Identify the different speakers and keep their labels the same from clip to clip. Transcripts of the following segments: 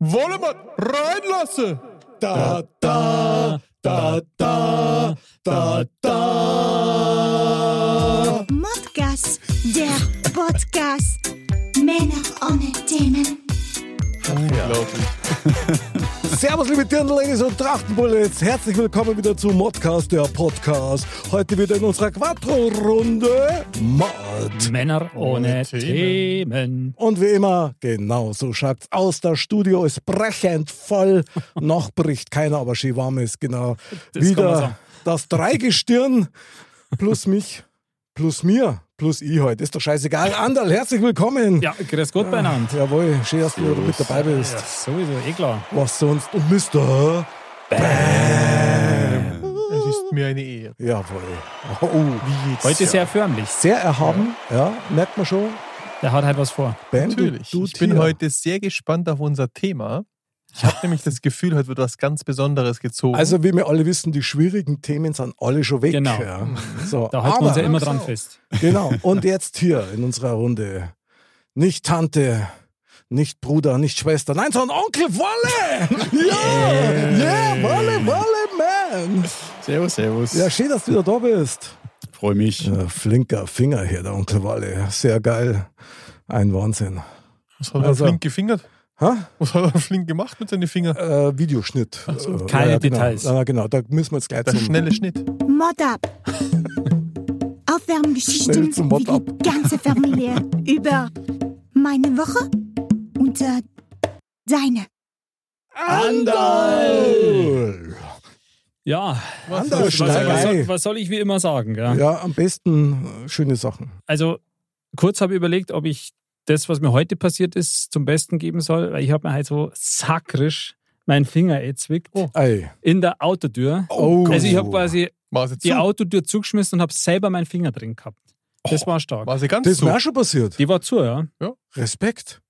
Speaker 1: Wollemann reinlasse. Da da da da da da.
Speaker 2: Modcast, der Podcast. Männer ohne Themen.
Speaker 1: Unglaublich.
Speaker 3: Servus, liebe Dirndl Ladies und Trachtenbullets. Herzlich willkommen wieder zu Modcast, der Podcast. Heute wieder in unserer Quattro-Runde Mod.
Speaker 4: Männer ohne,
Speaker 1: Ohne Themen.
Speaker 4: Themen.
Speaker 3: Und wie immer, genau so schaut's aus. Das Studio ist brechend voll. Noch bricht keiner, aber schön warm ist, genau.
Speaker 4: Das kann man sagen.
Speaker 3: wieder das Dreigestirn plus mich, plus mir, plus ich heute. Ist doch scheißegal. Anderl, herzlich willkommen.
Speaker 4: Ja, grüß Gott beieinander.
Speaker 3: Jawohl, schön, dass du wieder mit dabei bist.
Speaker 4: Ja, sowieso, eh klar.
Speaker 3: Was sonst? Und Mister.
Speaker 1: Es ist mir eine Ehre.
Speaker 3: Jawohl. Oh.
Speaker 1: Wie geht's?
Speaker 4: Heute
Speaker 1: dir?
Speaker 4: sehr förmlich.
Speaker 3: Sehr erhaben, ja, merkt man schon.
Speaker 4: Der hat halt was vor.
Speaker 3: Ben,
Speaker 1: Natürlich.
Speaker 3: Du, du
Speaker 1: ich bin
Speaker 3: Tier.
Speaker 1: heute sehr gespannt auf unser Thema. Ich habe nämlich das Gefühl, heute wird was ganz Besonderes gezogen.
Speaker 3: Also, wie wir alle wissen, die schwierigen Themen sind alle schon weg.
Speaker 4: Genau.
Speaker 3: Ja. So,
Speaker 4: Da halten
Speaker 3: aber-
Speaker 4: wir uns ja immer dran fest.
Speaker 3: Genau. Und jetzt hier in unserer Runde. Nicht Tante, nicht Bruder, nicht Schwester, nein, sondern Onkel Wolle! Ja! Yeah, Wolle, Wolle, man!
Speaker 5: Servus, servus.
Speaker 3: Ja, schön, dass du wieder da bist.
Speaker 5: Freue mich.
Speaker 3: Ja, flinker Finger hier, der Onkel Wolle. Sehr geil. Ein Wahnsinn.
Speaker 1: Was hat er
Speaker 3: also-
Speaker 1: flink gefingert?
Speaker 3: Ha?
Speaker 1: Was hat er flink gemacht mit seinen Fingern?
Speaker 3: Äh, Videoschnitt. Äh,
Speaker 4: keine
Speaker 3: ja, genau.
Speaker 4: Details.
Speaker 3: Ja, genau, da müssen wir jetzt gleich
Speaker 1: Der
Speaker 3: zum
Speaker 1: schnelle Schnitt.
Speaker 2: Mod ab.
Speaker 3: Schnell
Speaker 2: Aufwärmgeschichten
Speaker 3: zum Mod
Speaker 2: wie
Speaker 3: ab.
Speaker 2: die ganze Familie über meine Woche und äh, deine.
Speaker 3: Andal!
Speaker 4: Ja,
Speaker 1: Was,
Speaker 3: Anderl
Speaker 4: was, was,
Speaker 3: Steigerei.
Speaker 4: soll- was soll ich wie immer sagen? Ja?
Speaker 3: Ja, am besten äh, schöne Sachen.
Speaker 4: Also, kurz habe ich überlegt, ob ich das, was mir heute passiert ist, zum Besten geben soll, weil ich habe mir halt so sakrisch meinen Finger erzwickt
Speaker 3: Ei.
Speaker 4: in der Autotür.
Speaker 3: Oh,
Speaker 4: Also ich habe quasi
Speaker 1: War es jetzt
Speaker 4: die
Speaker 1: zu?
Speaker 4: Autotür zugeschmissen und habe selber meinen Finger drin gehabt. Das war stark.
Speaker 1: War sie ganz
Speaker 3: Das ist
Speaker 1: zu?
Speaker 3: mir auch schon passiert.
Speaker 4: Die war zu, ja.
Speaker 3: Respekt.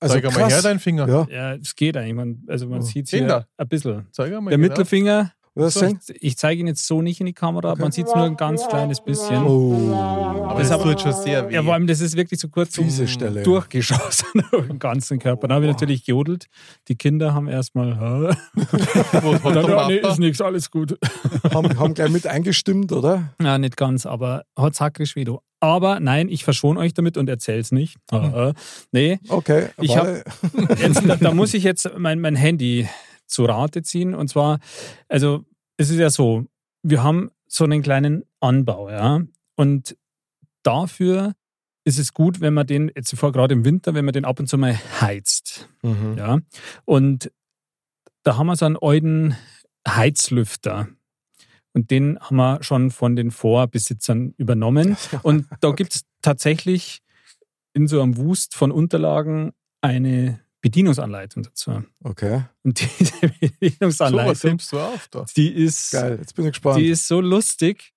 Speaker 3: Also
Speaker 1: Zeig mal her
Speaker 3: krass.
Speaker 1: deinen Finger.
Speaker 3: Ja,
Speaker 4: Ja, es geht eigentlich. Man, also man
Speaker 3: Oh.
Speaker 4: sieht
Speaker 1: Eben da.
Speaker 4: hier ein bisschen.
Speaker 1: Zeig
Speaker 4: Der
Speaker 1: mal her.
Speaker 4: Mittelfinger,
Speaker 3: was
Speaker 4: so,
Speaker 3: denn?
Speaker 4: ich, ich zeige ihn jetzt so nicht in die Kamera, aber man sieht es nur ein ganz kleines bisschen.
Speaker 3: Oh,
Speaker 1: Aber das
Speaker 4: Das
Speaker 1: tut schon sehr weh.
Speaker 4: Ja, vor allem, das ist wirklich so kurz zum
Speaker 3: fiese Stelle.
Speaker 4: durchgeschossen auf den ganzen Körper. Dann habe ich natürlich gejodelt. Die Kinder haben erstmal.
Speaker 1: Wo ist
Speaker 4: Dann,
Speaker 1: der
Speaker 4: ja, nee,
Speaker 1: Papa?
Speaker 4: ist nichts, alles gut.
Speaker 3: Haben, haben gleich mit eingestimmt, oder?
Speaker 4: Na, nicht ganz, aber hat sakrisch wie du. Aber nein, ich verschone euch damit und erzähl's nicht.
Speaker 3: Hm.
Speaker 4: Äh, nee,
Speaker 3: Okay.
Speaker 4: Ich
Speaker 3: Wolle.
Speaker 4: jetzt, da, da muss ich jetzt mein, mein Handy zu Rate ziehen. Und zwar, also es ist ja so, wir haben so einen kleinen Anbau, ja. Und dafür ist es gut, wenn man den, jetzt vor gerade im Winter, wenn man den ab und zu mal heizt.
Speaker 3: Mhm.
Speaker 4: Ja. Und da haben wir so einen alten Heizlüfter. Und den haben wir schon von den Vorbesitzern übernommen. Und da gibt es tatsächlich in so einem Wust von Unterlagen eine Bedienungsanleitung dazu.
Speaker 3: Okay,
Speaker 4: Und diese
Speaker 1: So, was
Speaker 4: Bedienungsanleitung,
Speaker 1: nimmst Ah, du auf da?
Speaker 4: die ist
Speaker 3: geil. Jetzt bin ich gespannt.
Speaker 4: die ist so lustig.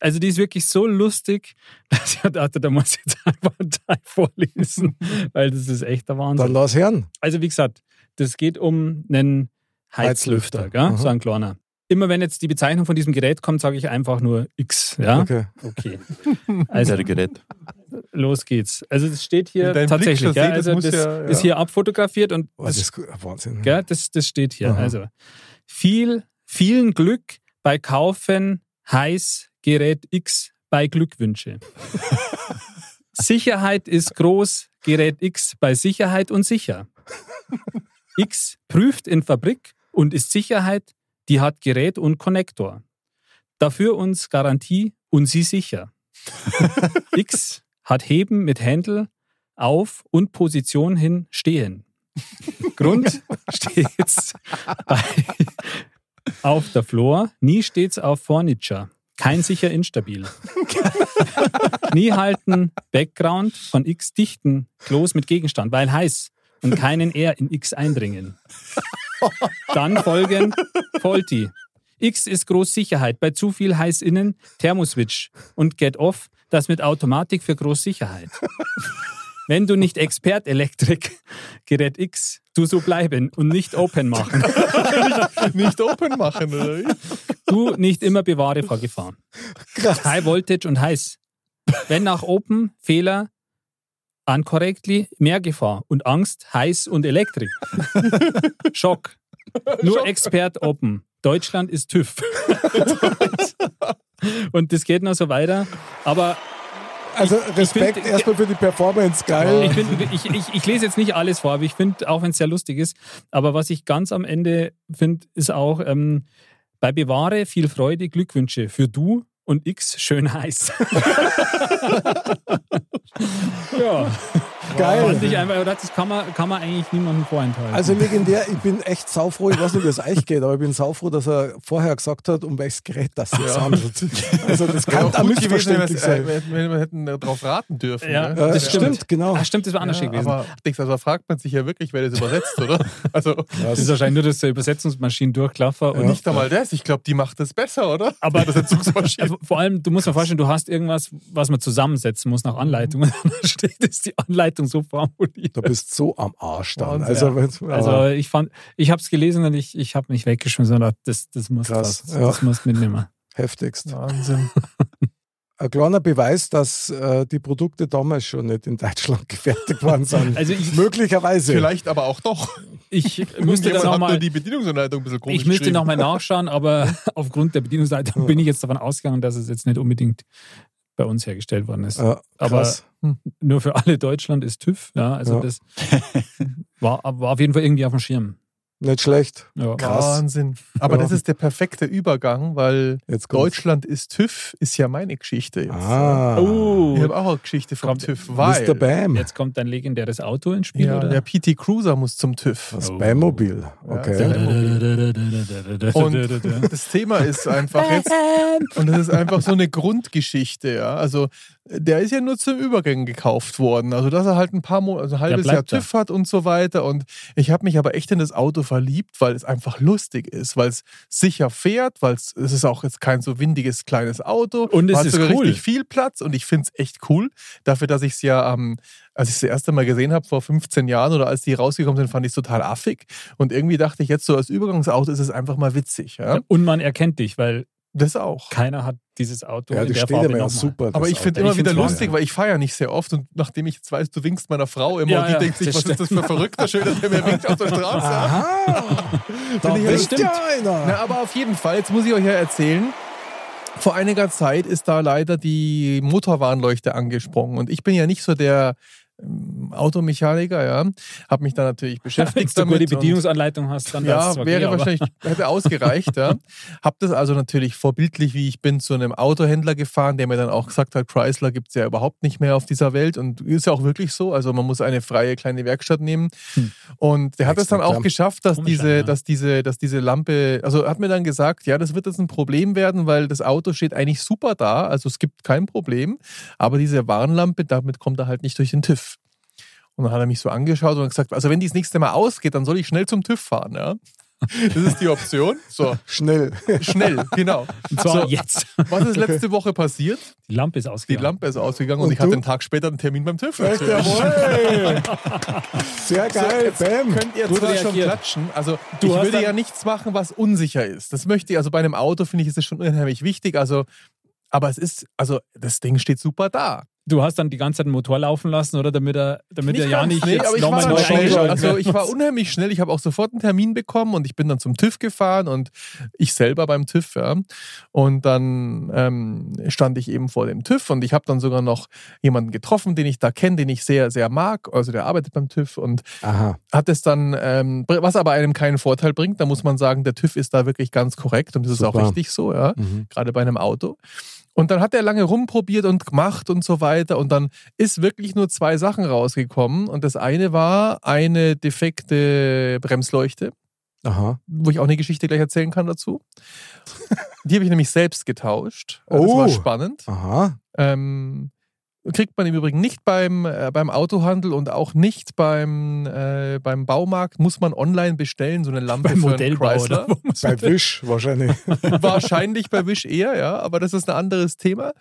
Speaker 4: Also die ist wirklich so lustig, dass ich dachte, da muss ich jetzt einfach einen Teil vorlesen, weil das ist echt der
Speaker 3: Dann
Speaker 4: Wahnsinn.
Speaker 3: lass hören.
Speaker 4: Also wie gesagt, das geht um einen Heizlüfter,
Speaker 3: Heizlüfter,
Speaker 4: Gell?
Speaker 3: mhm.
Speaker 4: so ein kleiner. Immer wenn jetzt die Bezeichnung von diesem Gerät kommt, sage ich einfach nur X. Ja?
Speaker 3: Okay.
Speaker 4: Okay. Also
Speaker 5: Der Gerät.
Speaker 4: los geht's. Also es steht hier
Speaker 1: In deinem
Speaker 4: tatsächlich,
Speaker 1: Blick schon
Speaker 4: gell?
Speaker 1: seh, das
Speaker 4: also
Speaker 1: muss
Speaker 4: das
Speaker 1: ja-
Speaker 4: ist
Speaker 1: ja.
Speaker 4: hier abfotografiert und
Speaker 3: Oh,
Speaker 1: Also
Speaker 3: das ist gu- Wahnsinn.
Speaker 4: Gell, das, das steht hier.
Speaker 3: Aha.
Speaker 4: Also viel, vielen Glück bei Kaufen heiß Gerät X bei Glückwünsche. Sicherheit ist groß, Gerät X bei Sicherheit und sicher. X prüft in Fabrik und ist Sicherheit, die hat Gerät und Konnektor. Dafür uns Garantie und sie sicher. X hat Heben mit Händel auf und Position hin stehen. Grund steht's bei, auf der Floor, nie steht's auf Furniture. Kein sicher instabil. Nie halten Background von X dichten Klos mit Gegenstand, weil heiß und keinen R in X eindringen. Dann folgen Faulty. X ist Großsicherheit, bei zu viel heiß innen Thermoswitch und Get Off, das mit Automatik für Großsicherheit. Wenn du nicht Expert Elektrik, Gerät X, du so bleiben und nicht open machen.
Speaker 1: Nicht open machen, oder wie?
Speaker 4: Du nicht immer bewahre vor Gefahr.
Speaker 3: Krass.
Speaker 4: High Voltage und heiß. Wenn nach Open, Fehler, uncorrectly, mehr Gefahr und Angst, heiß und Elektrik. Schock. Nur Expert Open. Deutschland ist TÜV. und das geht noch so weiter. Aber
Speaker 3: Also Respekt
Speaker 4: find-
Speaker 3: erstmal für die Performance,
Speaker 4: ich,
Speaker 3: geil.
Speaker 4: find, ich, ich, ich lese jetzt nicht alles vor, aber ich finde, auch wenn es sehr lustig ist, aber was ich ganz am Ende finde, ist auch ähm, bei Bewahre viel Freude, Glückwünsche für du und X schön heiß. ja, fand ich
Speaker 3: geil.
Speaker 4: einfach, oder? das kann man, kann man eigentlich niemandem vorenthalten.
Speaker 3: Also legendär, ich bin echt saufroh, ich weiß nicht, wie es euch geht, aber ich bin saufroh, dass er vorher gesagt hat, um welches Gerät das jetzt handelt. Also das
Speaker 1: Wäre
Speaker 3: kann
Speaker 1: auch
Speaker 3: da
Speaker 1: gut gewesen, wenn wir,
Speaker 3: missverständlich
Speaker 1: es-
Speaker 3: sein.
Speaker 1: äh, wir, wenn wir hätten darauf raten dürfen.
Speaker 4: Ja,
Speaker 1: ne?
Speaker 3: Äh,
Speaker 4: das
Speaker 3: stimmt. genau.
Speaker 4: Ach, stimmt, das war anders
Speaker 1: Ja,
Speaker 4: gewesen.
Speaker 1: aber Dix, also fragt man sich ja wirklich, wer das übersetzt, oder? Also
Speaker 4: Das ist wahrscheinlich nur, dass der Übersetzungsmaschinen durchklaffer und
Speaker 3: Ja.
Speaker 1: nicht einmal das. Ich glaube, die macht das besser, oder?
Speaker 4: Aber-
Speaker 1: das Entzugsmaschine.
Speaker 4: Ja, vor allem, du musst dir vorstellen, du hast irgendwas, was man zusammensetzen muss nach Anleitung. Und dann steht ist die Anleitung so formuliert.
Speaker 3: Da bist so am Arsch dann.
Speaker 1: Wahnsinn.
Speaker 3: Also, wenn's-
Speaker 4: Also
Speaker 3: aber
Speaker 4: ich fand, ich habe es gelesen und ich, ich habe mich weggeschmissen und dachte, das, das musst
Speaker 3: Krass,
Speaker 4: was,
Speaker 3: ja.
Speaker 4: das musst mitnehmen.
Speaker 3: heftigst.
Speaker 1: Wahnsinn.
Speaker 3: Ein kleiner Beweis, dass äh, die Produkte damals schon nicht in Deutschland gefertigt worden sind.
Speaker 4: Also ich-
Speaker 3: Möglicherweise.
Speaker 1: Vielleicht aber auch doch.
Speaker 4: Ich müsste das
Speaker 1: Irgendjemand hat nur
Speaker 4: nochmal.
Speaker 1: die Bedienungsanleitung ein bisschen komisch
Speaker 4: Ich müsste
Speaker 1: geschrieben.
Speaker 4: nochmal nachschauen, aber aufgrund der Bedienungsanleitung bin ich jetzt davon ausgegangen, dass es jetzt nicht unbedingt bei uns hergestellt worden ist.
Speaker 3: Ja,
Speaker 4: Aber
Speaker 3: krass.
Speaker 4: nur für alle Deutschland ist TÜV. Ja, also
Speaker 3: Ja.
Speaker 4: das war, war auf jeden Fall irgendwie auf dem Schirm.
Speaker 3: nicht schlecht.
Speaker 4: Ja.
Speaker 3: krass.
Speaker 1: Wahnsinn. Aber
Speaker 3: Ja.
Speaker 1: das ist der perfekte Übergang, weil
Speaker 3: Jetzt kommt's.
Speaker 1: Deutschland ist TÜV ist ja meine Geschichte jetzt.
Speaker 3: Ah.
Speaker 1: Ich
Speaker 4: Oh,
Speaker 1: habe auch eine Geschichte vom
Speaker 4: Kommt-
Speaker 1: TÜV,
Speaker 3: Mr.
Speaker 1: weil
Speaker 3: Bam.
Speaker 4: jetzt kommt dein legendäres Auto ins Spiel,
Speaker 1: ja,
Speaker 4: oder?
Speaker 1: der PT Cruiser muss zum TÜV.
Speaker 3: Das Bam-Mobil.
Speaker 1: Oh. Ja,
Speaker 3: Okay.
Speaker 1: der- Und das Thema ist einfach jetzt, und das ist einfach so eine Grundgeschichte, ja. Also der ist ja nur zum Übergang gekauft worden. Also dass er halt ein paar Monate, also ein halbes
Speaker 4: bleibt
Speaker 1: Jahr
Speaker 4: da.
Speaker 1: TÜV hat und so weiter. Und ich habe mich aber echt in das Auto verliebt, weil es einfach lustig ist, weil es sicher fährt, weil es es ist auch jetzt kein so windiges kleines Auto.
Speaker 4: Und es
Speaker 1: Man hat
Speaker 4: ist
Speaker 1: sogar
Speaker 4: cool.
Speaker 1: richtig viel Platz und ich finde es echt cool. Dafür, dass ich es ja, ähm, als ich es das erste Mal gesehen habe, vor 15 Jahren oder als die rausgekommen sind, fand ich es total affig. Und irgendwie dachte ich, jetzt so als Übergangsauto ist es einfach mal witzig. Ja?
Speaker 4: Und man erkennt dich, weil
Speaker 1: Das auch.
Speaker 4: keiner hat dieses Auto
Speaker 3: Ja,
Speaker 4: in
Speaker 3: die
Speaker 4: der
Speaker 3: steht
Speaker 4: Farbe
Speaker 3: immer ja
Speaker 4: nochmal.
Speaker 3: super.
Speaker 1: Aber
Speaker 3: das
Speaker 1: ich finde
Speaker 3: Auto.
Speaker 1: immer
Speaker 4: Ich
Speaker 1: wieder
Speaker 4: find's
Speaker 1: lustig, weil ich feiere nicht sehr oft und nachdem ich jetzt weiß, du winkst meiner Frau immer
Speaker 4: Ja,
Speaker 1: und die
Speaker 4: ja,
Speaker 1: denkt sich,
Speaker 4: das
Speaker 1: was ist das für ein verrückter Schöner, der mir winkt auf der Straße.
Speaker 3: Aha! da
Speaker 1: ich-
Speaker 3: bist
Speaker 4: das
Speaker 3: ja einer.
Speaker 1: Na, aber auf jeden Fall, jetzt muss ich euch ja erzählen, vor einiger Zeit ist da leider die Motorwarnleuchte angesprungen und ich bin ja nicht so der ähm, Automechaniker, ja, habe mich da natürlich
Speaker 4: Wenn
Speaker 1: beschäftigt
Speaker 4: du eine gute
Speaker 1: damit. und-
Speaker 4: Bedienungsanleitung hast, dann darf's
Speaker 1: Ja,
Speaker 4: zwar
Speaker 1: wäre
Speaker 4: gehen, aber-
Speaker 1: wahrscheinlich, hätte ausgereicht, ja. Hab das also natürlich vorbildlich, wie ich bin, zu einem Autohändler gefahren, der mir dann auch gesagt hat, Chrysler gibt's ja überhaupt nicht mehr auf dieser Welt und ist ja auch wirklich so. Also man muss eine freie kleine Werkstatt nehmen.
Speaker 4: Hm.
Speaker 1: Und der hat es
Speaker 3: Extra
Speaker 1: dann auch
Speaker 3: Klammer.
Speaker 1: geschafft, dass
Speaker 4: Komisch,
Speaker 1: diese,
Speaker 4: ja.
Speaker 1: dass diese, dass diese Lampe, also er hat mir dann gesagt, ja, das wird jetzt ein Problem werden, weil das Auto steht eigentlich super da, also es gibt kein Problem, aber diese Warnlampe, damit kommt er halt nicht durch den TÜV. Und dann hat er mich so angeschaut und gesagt, also wenn die das nächste Mal ausgeht, dann soll ich schnell zum TÜV fahren, ja. Das ist die Option. So,
Speaker 3: Schnell.
Speaker 1: schnell, genau.
Speaker 4: Und zwar
Speaker 1: So,
Speaker 4: jetzt.
Speaker 1: was ist letzte Woche passiert?
Speaker 4: Die Lampe ist
Speaker 1: Die
Speaker 4: ausgegangen.
Speaker 1: Lampe ist ausgegangen und,
Speaker 3: Und
Speaker 1: ich hatte
Speaker 3: du?
Speaker 1: einen Tag später einen Termin beim TÜV.
Speaker 3: Echt,
Speaker 1: natürlich.
Speaker 3: jawohl. Sehr geil, Bam.
Speaker 1: Könnt ihr
Speaker 4: Gut
Speaker 1: zwar schon
Speaker 4: reagiert.
Speaker 1: klatschen, also
Speaker 4: Du
Speaker 1: ich
Speaker 4: hast
Speaker 1: würde
Speaker 4: dann-
Speaker 1: ja nichts machen, was unsicher ist. Das möchte ich, also bei einem Auto finde ich, ist es schon unheimlich wichtig. Also, aber es ist, also das Ding steht super da.
Speaker 4: Du hast dann die ganze Zeit den Motor laufen lassen, oder? Damit er, damit er ja
Speaker 1: ganz,
Speaker 4: nicht
Speaker 1: nee, aber
Speaker 4: jetzt
Speaker 1: ich war
Speaker 4: nochmal neu
Speaker 1: dann schnell.
Speaker 4: eingeschaltet
Speaker 1: Also
Speaker 4: werden
Speaker 1: ich war
Speaker 4: muss.
Speaker 1: unheimlich schnell. Ich habe auch sofort einen Termin bekommen und ich bin dann zum TÜV gefahren und ich selber beim TÜV. Ja. Und dann ähm, stand ich eben vor dem TÜV und ich habe dann sogar noch jemanden getroffen, den ich da kenne, den ich sehr, sehr mag. Also der arbeitet beim TÜV und
Speaker 3: Aha.
Speaker 1: hat es dann, ähm, br- was aber einem keinen Vorteil bringt, da muss man sagen, der TÜV ist da wirklich ganz korrekt und das ist
Speaker 3: Super.
Speaker 1: auch richtig so, ja
Speaker 3: Mhm.
Speaker 1: gerade bei einem Auto. Und dann hat er lange rumprobiert und gemacht und so weiter. Und dann ist wirklich nur zwei Sachen rausgekommen. Und das eine war eine defekte Bremsleuchte.
Speaker 3: Aha.
Speaker 1: wo ich auch eine Geschichte gleich erzählen kann dazu. Die habe ich nämlich selbst getauscht. Äh, Das
Speaker 3: Oh.
Speaker 1: war spannend.
Speaker 3: Aha.
Speaker 1: Ähm, kriegt man im Übrigen nicht beim, äh, beim Autohandel und auch nicht beim, äh, beim Baumarkt, muss man online bestellen, so eine Lampe
Speaker 6: Beim
Speaker 1: für einen
Speaker 6: Modellbau,
Speaker 1: Chrysler.
Speaker 6: oder? Wo muss
Speaker 3: Bei Wisch wahrscheinlich.
Speaker 1: Wahrscheinlich bei Wish eher, ja, aber das ist ein anderes Thema.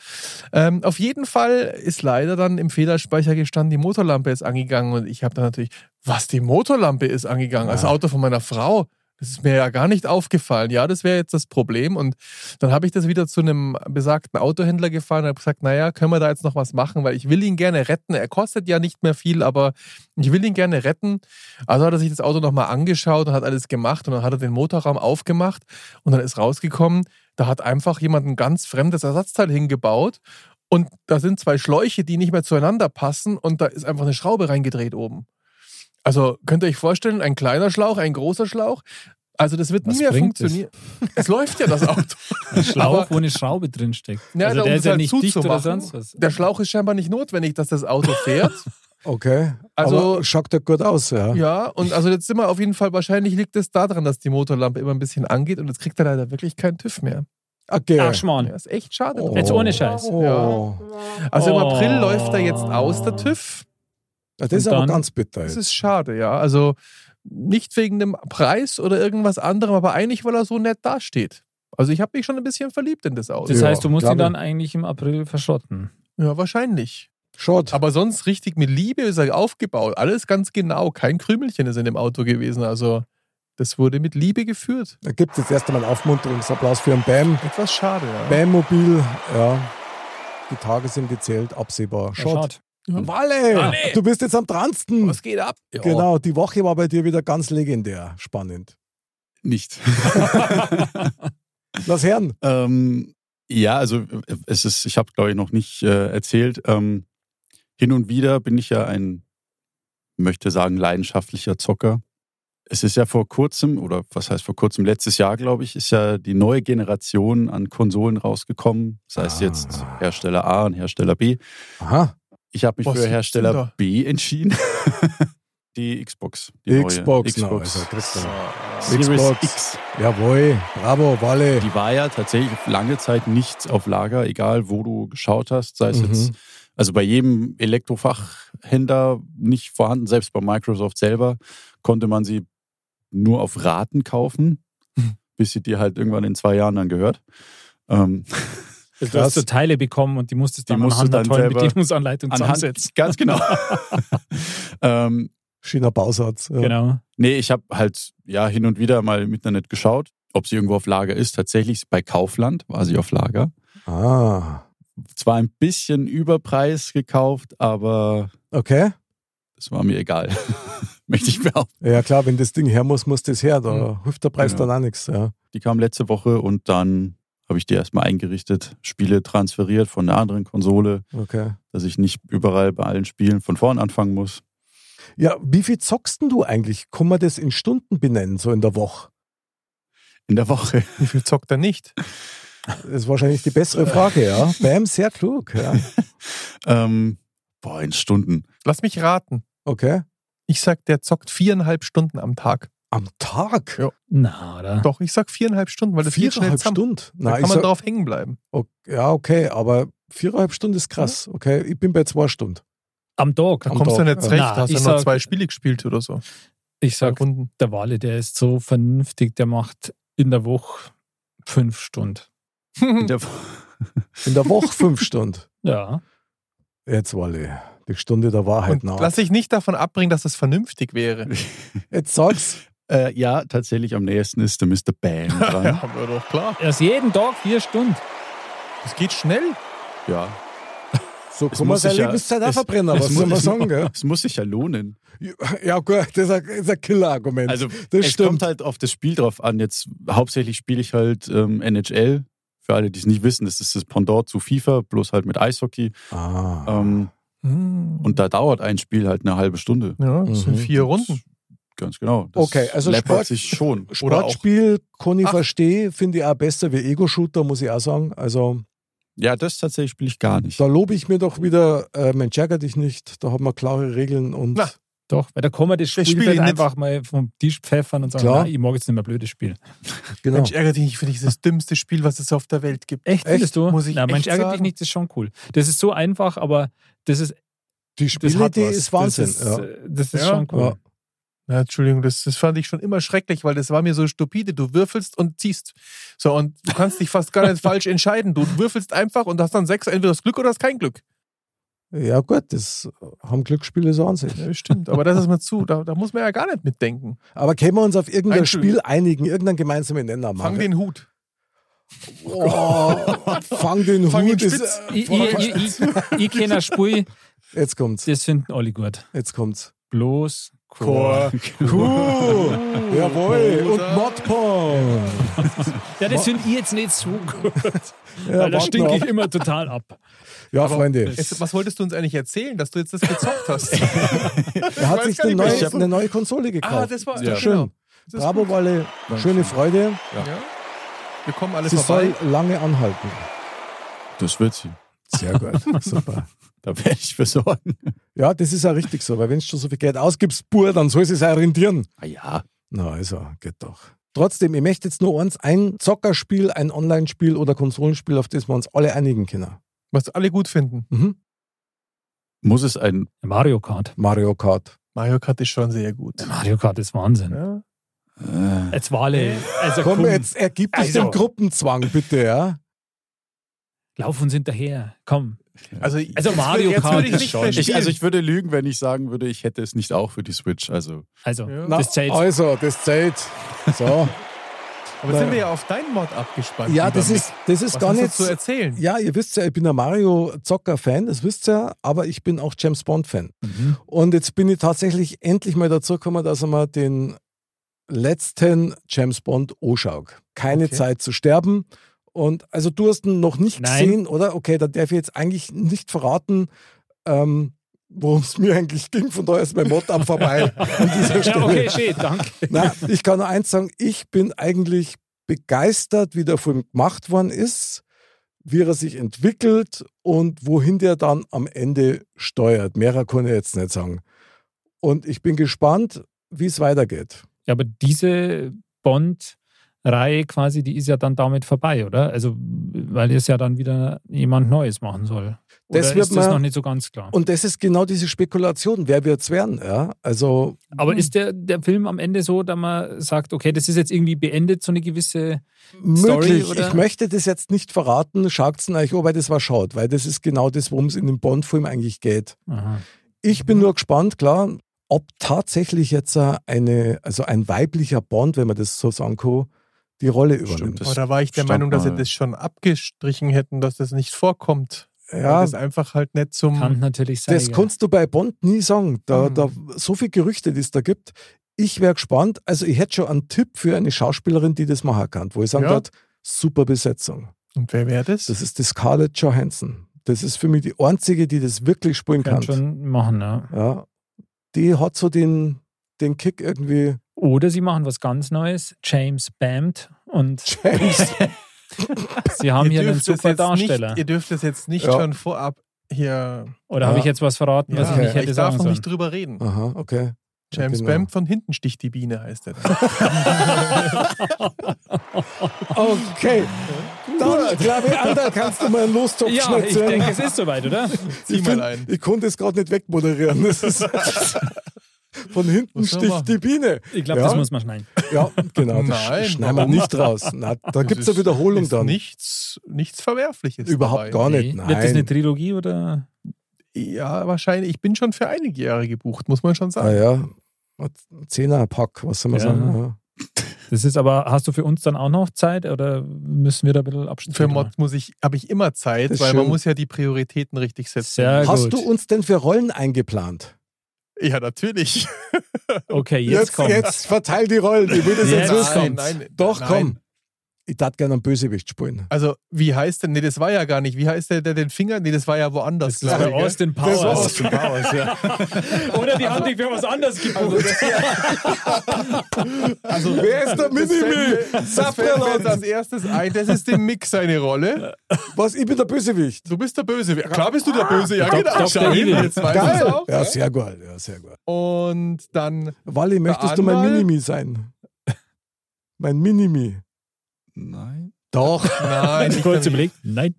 Speaker 1: Ähm, auf jeden Fall ist leider dann im Federspeicher gestanden, die Motorlampe ist angegangen und ich habe dann natürlich, was die Motorlampe ist angegangen, als
Speaker 3: Ja.
Speaker 1: Auto von meiner Frau. Das ist mir ja gar nicht aufgefallen. Ja, das wäre jetzt das Problem. Und dann habe ich das wieder zu einem besagten Autohändler gefahren und habe gesagt, naja, können wir da jetzt noch was machen, weil ich will ihn gerne retten. Er kostet ja nicht mehr viel, aber ich will ihn gerne retten. Also hat er sich das Auto nochmal angeschaut und hat alles gemacht und dann hat er den Motorraum aufgemacht und dann ist rausgekommen, da hat einfach jemand ein ganz fremdes Ersatzteil hingebaut und da sind zwei Schläuche, die nicht mehr zueinander passen und da ist einfach eine Schraube reingedreht oben. Also könnt ihr euch vorstellen, ein kleiner Schlauch, ein großer Schlauch. Also das wird
Speaker 6: Was
Speaker 1: nie mehr
Speaker 6: bringt es?
Speaker 1: funktionieren. Es läuft ja das Auto.
Speaker 6: Ein Schlauch,
Speaker 1: Aber-
Speaker 6: wo eine Schraube drin steckt.
Speaker 1: Ja,
Speaker 6: also
Speaker 1: da,
Speaker 6: der
Speaker 1: um
Speaker 6: ist
Speaker 1: es
Speaker 6: ja
Speaker 1: halt
Speaker 6: nicht dicht oder
Speaker 1: zuzumachen.
Speaker 6: sonst was.
Speaker 1: Der Schlauch ist scheinbar nicht notwendig, dass das Auto fährt.
Speaker 3: Okay.
Speaker 1: Also-
Speaker 3: Aber schaut ja gut aus, ja.
Speaker 1: ja, und also jetzt sind wir auf jeden Fall, wahrscheinlich liegt es daran, dass die Motorlampe immer ein bisschen angeht und jetzt kriegt er leider wirklich keinen TÜV mehr.
Speaker 3: Okay.
Speaker 6: Ach, Schmarrn.
Speaker 1: Ja, ist echt schade.
Speaker 3: Oh.
Speaker 1: drum.
Speaker 6: Jetzt ohne Scheiß.
Speaker 3: Oh.
Speaker 1: Also im
Speaker 6: Oh.
Speaker 1: April läuft er jetzt aus, der TÜV.
Speaker 3: Das ist
Speaker 6: Und
Speaker 3: aber
Speaker 6: dann-
Speaker 3: ganz bitter.
Speaker 1: Das
Speaker 3: Jetzt.
Speaker 1: ist schade, ja. Also nicht wegen dem Preis oder irgendwas anderem, aber eigentlich, weil er so nett dasteht. Also ich habe mich schon ein bisschen verliebt in das Auto.
Speaker 6: Das
Speaker 3: Ja,
Speaker 6: heißt, du musst ihn
Speaker 3: glaube
Speaker 6: dann eigentlich im April verschrotten.
Speaker 1: Ja, wahrscheinlich.
Speaker 3: Schott.
Speaker 1: Aber sonst richtig mit Liebe ist er aufgebaut. Alles ganz genau. Kein Krümelchen ist in dem Auto gewesen. Also das wurde mit Liebe geführt.
Speaker 3: Da gibt es jetzt erst einmal einen Aufmunterungsapplaus für ein BAM.
Speaker 1: Etwas schade, ja.
Speaker 3: BAM-Mobil, ja. Die Tage sind gezählt, absehbar.
Speaker 6: Ja,
Speaker 3: Schott.
Speaker 6: schade.
Speaker 3: Walle,
Speaker 6: Walle!
Speaker 3: du bist jetzt am dransten.
Speaker 1: Was geht ab? Ja.
Speaker 3: Genau, die Woche war bei dir wieder ganz legendär. Spannend.
Speaker 7: Nicht.
Speaker 3: Lass hören.
Speaker 7: Ähm, ja, also äh, es ist, ich habe glaube ich noch nicht äh, erzählt. Ähm, hin und wieder bin ich ja ein, möchte sagen, leidenschaftlicher Zocker. Es ist ja vor kurzem, oder was heißt vor kurzem, letztes Jahr, glaube ich, ist ja die neue Generation an Konsolen rausgekommen. Sei es jetzt
Speaker 3: Ah.
Speaker 7: Hersteller A und Hersteller B.
Speaker 3: Aha.
Speaker 7: Ich habe mich
Speaker 1: Was
Speaker 7: für
Speaker 1: gibt's
Speaker 7: Hersteller
Speaker 1: denn da?
Speaker 7: B entschieden. die Xbox. Die
Speaker 3: Xbox, na,
Speaker 7: neue. Xbox.
Speaker 3: also, kriegst du.
Speaker 7: Series
Speaker 3: Xbox.
Speaker 7: X.
Speaker 3: Jawohl. Bravo, Walle.
Speaker 7: Die war ja tatsächlich lange Zeit nichts auf Lager, egal wo du geschaut hast, sei es
Speaker 3: Mhm.
Speaker 7: jetzt, also bei jedem Elektrofachhändler nicht vorhanden, selbst bei Microsoft selber konnte man sie nur auf Raten kaufen, bis sie dir halt irgendwann in zwei Jahren dann gehört. Ähm,
Speaker 6: Du hast so Teile bekommen und die musstest
Speaker 7: Die
Speaker 6: dann
Speaker 7: musst du
Speaker 6: anhand der
Speaker 7: dann
Speaker 6: tollen
Speaker 7: selber
Speaker 6: Bedienungsanleitung zusammensetzen.
Speaker 7: anhand, ganz genau. ähm,
Speaker 3: Schöner Bausatz. Ja.
Speaker 6: Genau.
Speaker 7: nee, ich habe halt ja hin und wieder mal im Internet geschaut, ob sie irgendwo auf Lager ist. Tatsächlich bei Kaufland war sie auf Lager.
Speaker 3: Ah.
Speaker 7: Zwar ein bisschen Überpreis gekauft, aber
Speaker 3: Okay.
Speaker 7: Das war mir egal. Möchte ich behaupten.
Speaker 3: Ja klar, wenn das Ding her muss, muss das her. Da hilft der Preis
Speaker 7: Ja.
Speaker 3: dann auch nichts. Ja.
Speaker 7: Die kam letzte Woche und dann habe ich die erstmal eingerichtet, Spiele transferiert von einer anderen Konsole,
Speaker 3: Okay.
Speaker 7: dass ich nicht überall bei allen Spielen von vorn anfangen muss.
Speaker 3: Ja, wie viel zockst denn du eigentlich? Kann man das in Stunden benennen, so in der Woche?
Speaker 7: In der Woche.
Speaker 1: Wie viel zockt er nicht?
Speaker 3: Das ist wahrscheinlich die bessere Frage, ja. Bam, sehr klug. Ja.
Speaker 7: Ähm, boah, in Stunden.
Speaker 1: Lass mich raten.
Speaker 3: Okay.
Speaker 1: Ich sag, der zockt viereinhalb Stunden am Tag.
Speaker 3: Am Tag?
Speaker 1: Ja.
Speaker 6: Na, oder?
Speaker 1: Doch, ich sag viereinhalb Stunden, weil das geht schnell
Speaker 3: Viereinhalb
Speaker 1: zusammen.
Speaker 3: Stunden?
Speaker 1: Da
Speaker 3: Nein,
Speaker 1: kann
Speaker 3: ich
Speaker 1: man
Speaker 3: sag,
Speaker 1: drauf hängen bleiben.
Speaker 3: Ok- ja, okay, aber viereinhalb Stunden ist krass. Okay, ich bin bei zwei Stunden.
Speaker 6: Am Tag.
Speaker 1: Da
Speaker 3: Am
Speaker 1: kommst du
Speaker 3: Tag.
Speaker 1: ja nicht zurecht.
Speaker 6: Na,
Speaker 1: Da hast
Speaker 6: ich
Speaker 1: ja nur
Speaker 6: sag-
Speaker 1: zwei Spiele gespielt oder so.
Speaker 6: Ich
Speaker 1: Zwei
Speaker 6: sag,
Speaker 1: Runden.
Speaker 6: der Wale, der ist so vernünftig, der macht in der Woche fünf Stunden.
Speaker 7: In der Wo-
Speaker 3: In der Woche fünf Stunden.
Speaker 6: Ja.
Speaker 3: Jetzt, Walle, die Stunde der Wahrheit
Speaker 1: Und
Speaker 3: nach.
Speaker 1: lass dich nicht davon abbringen, dass das vernünftig wäre.
Speaker 3: Jetzt sag's.
Speaker 7: äh, ja, tatsächlich am nächsten ist der Mr. Bam dran.
Speaker 1: haben wir doch klar.
Speaker 6: Er ist jeden Tag vier Stunden.
Speaker 1: Das geht schnell.
Speaker 7: ja.
Speaker 3: So
Speaker 7: Es
Speaker 3: kann man
Speaker 7: muss
Speaker 3: seine
Speaker 7: sich ja-
Speaker 3: Lebenszeit auch
Speaker 7: es-
Speaker 3: verbrennen,
Speaker 7: es
Speaker 3: was
Speaker 7: muss-
Speaker 3: soll man
Speaker 7: es-
Speaker 3: sagen, gell?
Speaker 7: Es muss sich ja lohnen.
Speaker 3: Ja, gut, das ist ein, das ist ein Killer-Argument.
Speaker 7: Also
Speaker 3: Ähm, das
Speaker 7: es
Speaker 3: stimmt.
Speaker 7: kommt halt auf das Spiel drauf an. Jetzt hauptsächlich spiele ich halt ähm, NHL. Für alle, die es nicht wissen, das ist das Pendant zu FIFA, bloß halt mit Eishockey.
Speaker 3: ah.
Speaker 7: Ähm, und
Speaker 4: Hm.
Speaker 1: Und
Speaker 7: da dauert ein Spiel halt eine halbe Stunde.
Speaker 1: ja, das sind
Speaker 3: Mhm.
Speaker 1: vier Runden.
Speaker 7: Ganz genau. Das
Speaker 3: Okay, also
Speaker 7: läppert
Speaker 3: Sport-
Speaker 7: sich schon.
Speaker 1: oder auch-
Speaker 3: Sportspiel kann ich
Speaker 1: Ach.
Speaker 3: verstehen, finde ich auch besser wie Ego-Shooter, muss ich auch sagen. Also
Speaker 7: Ja, das tatsächlich spiele ich gar nicht.
Speaker 3: da lobe ich mir doch wieder, äh, Mensch, ärger dich nicht, da haben wir klare Regeln und
Speaker 1: Na.
Speaker 4: Doch, weil da kann man das Spiel,
Speaker 1: spiel ich
Speaker 4: dann
Speaker 1: nicht.
Speaker 4: einfach mal vom Tisch pfeffern und sagen,
Speaker 3: Klar.
Speaker 4: nein, ich mag jetzt nicht mehr blödes Spiel.
Speaker 3: Genau.
Speaker 1: Mensch, ärgere dich nicht, finde ich das dümmste Spiel, was es auf der Welt gibt.
Speaker 4: Echt, findest du?
Speaker 1: Muss ich
Speaker 4: nein, Mensch,
Speaker 1: echt
Speaker 4: ärgert dich
Speaker 1: sagen.
Speaker 4: nicht, das ist schon cool. Das ist so einfach, aber das ist,
Speaker 3: Die
Speaker 4: das hat
Speaker 3: Spielidee
Speaker 4: was.
Speaker 3: ist Wahnsinn.
Speaker 4: Das ist,
Speaker 3: ja.
Speaker 4: äh, das ist
Speaker 1: Ja.
Speaker 4: schon cool.
Speaker 3: Ja.
Speaker 1: Ja, Entschuldigung, das, das fand ich schon immer schrecklich, weil das war mir so stupide. Du würfelst und ziehst. So, und du kannst dich fast gar nicht falsch entscheiden. Du würfelst einfach und hast dann sechs, entweder das Glück oder das kein Glück.
Speaker 3: ja gut, das haben Glücksspiele so an sich.
Speaker 1: äh, Ja, stimmt, aber das ist mir zu. Da, da muss man ja gar nicht mitdenken.
Speaker 3: Aber können wir uns auf irgendein
Speaker 1: Nein,
Speaker 3: Spiel einigen, irgendeinen gemeinsamen Nenner
Speaker 1: Fang
Speaker 3: machen?
Speaker 1: den Hut.
Speaker 3: oh, fang den
Speaker 1: Fang
Speaker 3: Hut.
Speaker 1: den
Speaker 3: ist-
Speaker 1: Spitz.
Speaker 4: Ich, ich, ich, ich, ich kenne ein Spiel,
Speaker 3: jetzt kommt's,
Speaker 4: das finden alle gut.
Speaker 3: jetzt kommt's.
Speaker 4: Bloß
Speaker 7: Chor.
Speaker 3: Cool, jawohl. Und Modpong.
Speaker 4: Ja, das finde ich jetzt nicht so gut.
Speaker 3: Ja,
Speaker 4: weil da
Speaker 3: warte
Speaker 4: stinke ich
Speaker 3: noch.
Speaker 4: immer total ab.
Speaker 3: ja Freunde,
Speaker 1: Es, was wolltest du uns eigentlich erzählen, dass du jetzt das gezockt hast?
Speaker 3: er hat
Speaker 1: weiß
Speaker 3: sich eine
Speaker 1: gar nicht mehr. Ich
Speaker 3: neue,
Speaker 1: hab-
Speaker 3: eine neue Konsole gekauft.
Speaker 1: ah, das war
Speaker 7: Ja.
Speaker 3: Schön.
Speaker 1: Das ist
Speaker 3: Bravo, Walle. Schöne Freude.
Speaker 1: Ja. Wir kommen alle
Speaker 3: Sie
Speaker 1: vorbei.
Speaker 3: soll lange anhalten.
Speaker 7: Das wird sie.
Speaker 3: Sehr gut. Super.
Speaker 7: Da werde ich für sorgen.
Speaker 3: Ja, das ist ja richtig so, weil wenn du schon so viel Geld ausgibst, Bur, dann soll es auch rentieren.
Speaker 7: Ah ja.
Speaker 3: Na, also, geht doch. Trotzdem, ihr möchtet jetzt nur uns ein Zockerspiel, ein Online-Spiel oder Konsolenspiel, auf das wir uns alle einigen können.
Speaker 1: Was alle gut finden.
Speaker 3: Mhm.
Speaker 7: Muss es ein.
Speaker 4: Mario Kart.
Speaker 3: Mario Kart.
Speaker 1: Mario Kart ist schon sehr gut.
Speaker 4: Mario Kart ist Wahnsinn.
Speaker 1: Ja.
Speaker 7: Äh,
Speaker 4: Jetzt war alle, also komm,
Speaker 3: Komm, jetzt ergib dich
Speaker 4: Also.
Speaker 3: dem Gruppenzwang, bitte, ja?
Speaker 4: lauf uns hinterher. Komm.
Speaker 1: Also,
Speaker 4: Also Mario
Speaker 1: jetzt
Speaker 4: Kart
Speaker 1: würde ich
Speaker 4: ist
Speaker 1: nicht
Speaker 4: schon-
Speaker 1: mehr
Speaker 7: ich,
Speaker 1: spielen.
Speaker 7: also ich würde lügen, wenn ich sagen würde, ich hätte es nicht auch für die Switch. Also
Speaker 4: Also,
Speaker 1: Ja.
Speaker 3: Na,
Speaker 4: das zählt.
Speaker 3: Also, das zählt. So.
Speaker 1: Aber jetzt sind wir ja auf deinen Mod abgespannt.
Speaker 3: ja,
Speaker 1: lieber
Speaker 3: das
Speaker 1: Mick.
Speaker 3: ist, das ist
Speaker 1: Was
Speaker 3: gar
Speaker 1: hast du
Speaker 3: nicht.
Speaker 1: zu erzählen.
Speaker 3: Ja, ihr wisst ja, ich bin ein Mario-Zocker-Fan, das wisst ihr, aber ich bin auch James Bond-Fan.
Speaker 4: Mhm.
Speaker 3: Und jetzt bin ich tatsächlich endlich mal dazu gekommen, dass ich mal den letzten James Bond anschaue. Keine
Speaker 1: Okay.
Speaker 3: Zeit zu sterben. Und also du hast ihn noch nicht
Speaker 4: Nein.
Speaker 3: gesehen, oder? Okay, da darf ich jetzt eigentlich nicht verraten, ähm, worum es mir eigentlich ging. Von daher ist mein Mod am vorbei an dieser Stelle.
Speaker 4: Ja, okay, schön, danke.
Speaker 3: Na, ich kann nur eins sagen, ich bin eigentlich begeistert, wie der Film gemacht worden ist, wie er sich entwickelt und wohin der dann am Ende steuert. Mehrer kann ich jetzt nicht sagen. Und ich bin gespannt, wie es weitergeht.
Speaker 4: Ja, aber diese Bond-Reihe quasi, die ist ja dann damit vorbei, oder? Also, weil es ja dann wieder jemand Neues machen soll. Oder
Speaker 3: Das wird
Speaker 4: ist das
Speaker 3: man-
Speaker 4: noch nicht so ganz klar?
Speaker 3: Und das ist genau diese Spekulation, wer wird's werden, ja? Also,
Speaker 4: Aber ist der, der Film am Ende so, dass man sagt, okay, das ist jetzt irgendwie beendet, so eine gewisse. Story,
Speaker 3: möglich.
Speaker 4: oder?
Speaker 3: Ich möchte das jetzt nicht verraten, schaut's euch an, weil das war schaut, weil das ist genau das, worum es in dem Bond-Film eigentlich geht.
Speaker 4: Aha.
Speaker 3: Ich bin nur gespannt, klar, ob tatsächlich jetzt äh, eine, also ein weiblicher Bond, wenn man das so sagen kann, die Rolle übernimmt.
Speaker 7: stimmt. Das
Speaker 1: Aber da war ich der
Speaker 7: stand
Speaker 1: Meinung, dass sie
Speaker 7: mal-
Speaker 1: das schon abgestrichen hätten, dass das nicht vorkommt. Weil
Speaker 3: Ja,
Speaker 1: das einfach halt nicht zum.
Speaker 4: Kann natürlich sein.
Speaker 3: das
Speaker 4: ja.
Speaker 3: kannst du bei Bond nie sagen. Da,
Speaker 1: Mhm.
Speaker 3: da so viel Gerüchte, die es da gibt. Ich wäre gespannt. Also ich hätte schon einen Tipp für eine Schauspielerin, die das machen kann, wo ich sagen
Speaker 1: Ja.
Speaker 3: würde, super Besetzung.
Speaker 1: Und wer wäre das?
Speaker 3: Das ist die Scarlett Johansson. Das ist für mich die einzige, die das wirklich spielen
Speaker 4: kann
Speaker 3: kann.
Speaker 4: schon machen, ja.
Speaker 3: Ja, die hat so den, den Kick irgendwie.
Speaker 4: Oder sie machen was ganz Neues, James Bammt und
Speaker 3: James
Speaker 4: sie haben hier einen
Speaker 1: dürft es
Speaker 4: super
Speaker 1: jetzt
Speaker 4: Darsteller.
Speaker 1: Nicht, ihr dürft es jetzt nicht
Speaker 3: Ja.
Speaker 1: schon vorab hier.
Speaker 4: Oder habe
Speaker 3: Ja.
Speaker 4: ich jetzt was verraten, was
Speaker 1: Ja,
Speaker 4: ich
Speaker 3: okay.
Speaker 4: nicht hätte
Speaker 1: ich darf
Speaker 4: sagen
Speaker 1: noch
Speaker 4: sollen?
Speaker 1: nicht drüber reden.
Speaker 3: Aha, okay.
Speaker 1: James
Speaker 3: genau.
Speaker 1: Bamp von hinten sticht die Biene, heißt er. dann. Also
Speaker 3: Okay. Dann, glaube ich, Ander, kannst du mal einen Lostopf
Speaker 4: ja, ich
Speaker 3: schnitzen.
Speaker 4: denke, es ist soweit, oder?
Speaker 1: Zieh
Speaker 3: Ich
Speaker 1: mal
Speaker 3: find-
Speaker 1: ein.
Speaker 3: Ich konnte es gerade nicht wegmoderieren. Das ist von hinten
Speaker 1: Was soll man?
Speaker 3: sticht die Biene.
Speaker 4: Ich glaube,
Speaker 3: ja,
Speaker 4: das muss man schneiden.
Speaker 3: Ja, genau. Das
Speaker 1: Nein,
Speaker 3: sch- schneiden wir
Speaker 1: warum?
Speaker 3: nicht raus. Na, da
Speaker 1: Das
Speaker 3: gibt es eine
Speaker 1: ist-
Speaker 3: Wiederholung
Speaker 1: ist
Speaker 3: dann.
Speaker 1: Nichts, nichts Verwerfliches.
Speaker 3: Überhaupt
Speaker 1: dabei.
Speaker 3: gar nicht.
Speaker 4: Nee.
Speaker 3: Nein.
Speaker 4: Wird das eine Trilogie oder?
Speaker 1: Ja, wahrscheinlich. Ich bin schon für einige Jahre gebucht, muss man schon
Speaker 3: ah,
Speaker 1: sagen.
Speaker 3: ja. Ein Zehnerpack, was soll man
Speaker 4: Ja.
Speaker 3: sagen? Ja.
Speaker 4: Das ist aber, hast du für uns dann auch noch Zeit oder müssen wir da ein bisschen abschließen?
Speaker 1: Für Mod muss ich, habe ich immer Zeit,
Speaker 3: Das ist
Speaker 1: weil man
Speaker 3: schön.
Speaker 1: muss ja die Prioritäten richtig setzen.
Speaker 4: Sehr gut.
Speaker 3: Hast du uns denn für Rollen eingeplant?
Speaker 1: Ja, natürlich.
Speaker 4: Okay, jetzt, kommt.
Speaker 3: jetzt verteil die Rollen. Ich will das jetzt
Speaker 4: Jetzt
Speaker 3: wissen.
Speaker 4: kommt.
Speaker 1: nein,
Speaker 3: Doch,
Speaker 1: nein.
Speaker 3: komm. Ich darf gerne einen Bösewicht spielen.
Speaker 1: Also, wie heißt denn? Nee, das war ja gar nicht. Wie heißt der, der den Finger? Nee, das war ja woanders.
Speaker 4: Das ist bei
Speaker 1: gell?
Speaker 4: Austin
Speaker 3: Das war
Speaker 4: Powers.
Speaker 3: Austin Powers, ja.
Speaker 4: Oder die haben dich für was anderes gebucht.
Speaker 1: also,
Speaker 3: Wer ist der
Speaker 1: das fällt mir-
Speaker 3: Minimi?
Speaker 1: das fällt mir jetzt als
Speaker 3: Sapperland.
Speaker 1: erstes ein. Das ist dem Mick seine Rolle.
Speaker 3: Was, ich bin der Bösewicht.
Speaker 1: Du bist der Böse. Klar bist du der Böse. Ja,
Speaker 4: Dok-
Speaker 1: genau.
Speaker 4: Dr.
Speaker 1: Schau hin,
Speaker 4: Evil.
Speaker 1: Jetzt weißt du
Speaker 3: Ah. Geil.
Speaker 1: auch.
Speaker 3: Ja, sehr gut. Ja, sehr gut.
Speaker 1: Und dann
Speaker 3: Wally, möchtest du mein
Speaker 1: Anwalt?
Speaker 3: Minimi sein? Mein Minimi.
Speaker 7: Nein.
Speaker 3: Doch.
Speaker 1: Nein, nicht
Speaker 4: Kurz
Speaker 1: der-
Speaker 4: überlegt. Nein.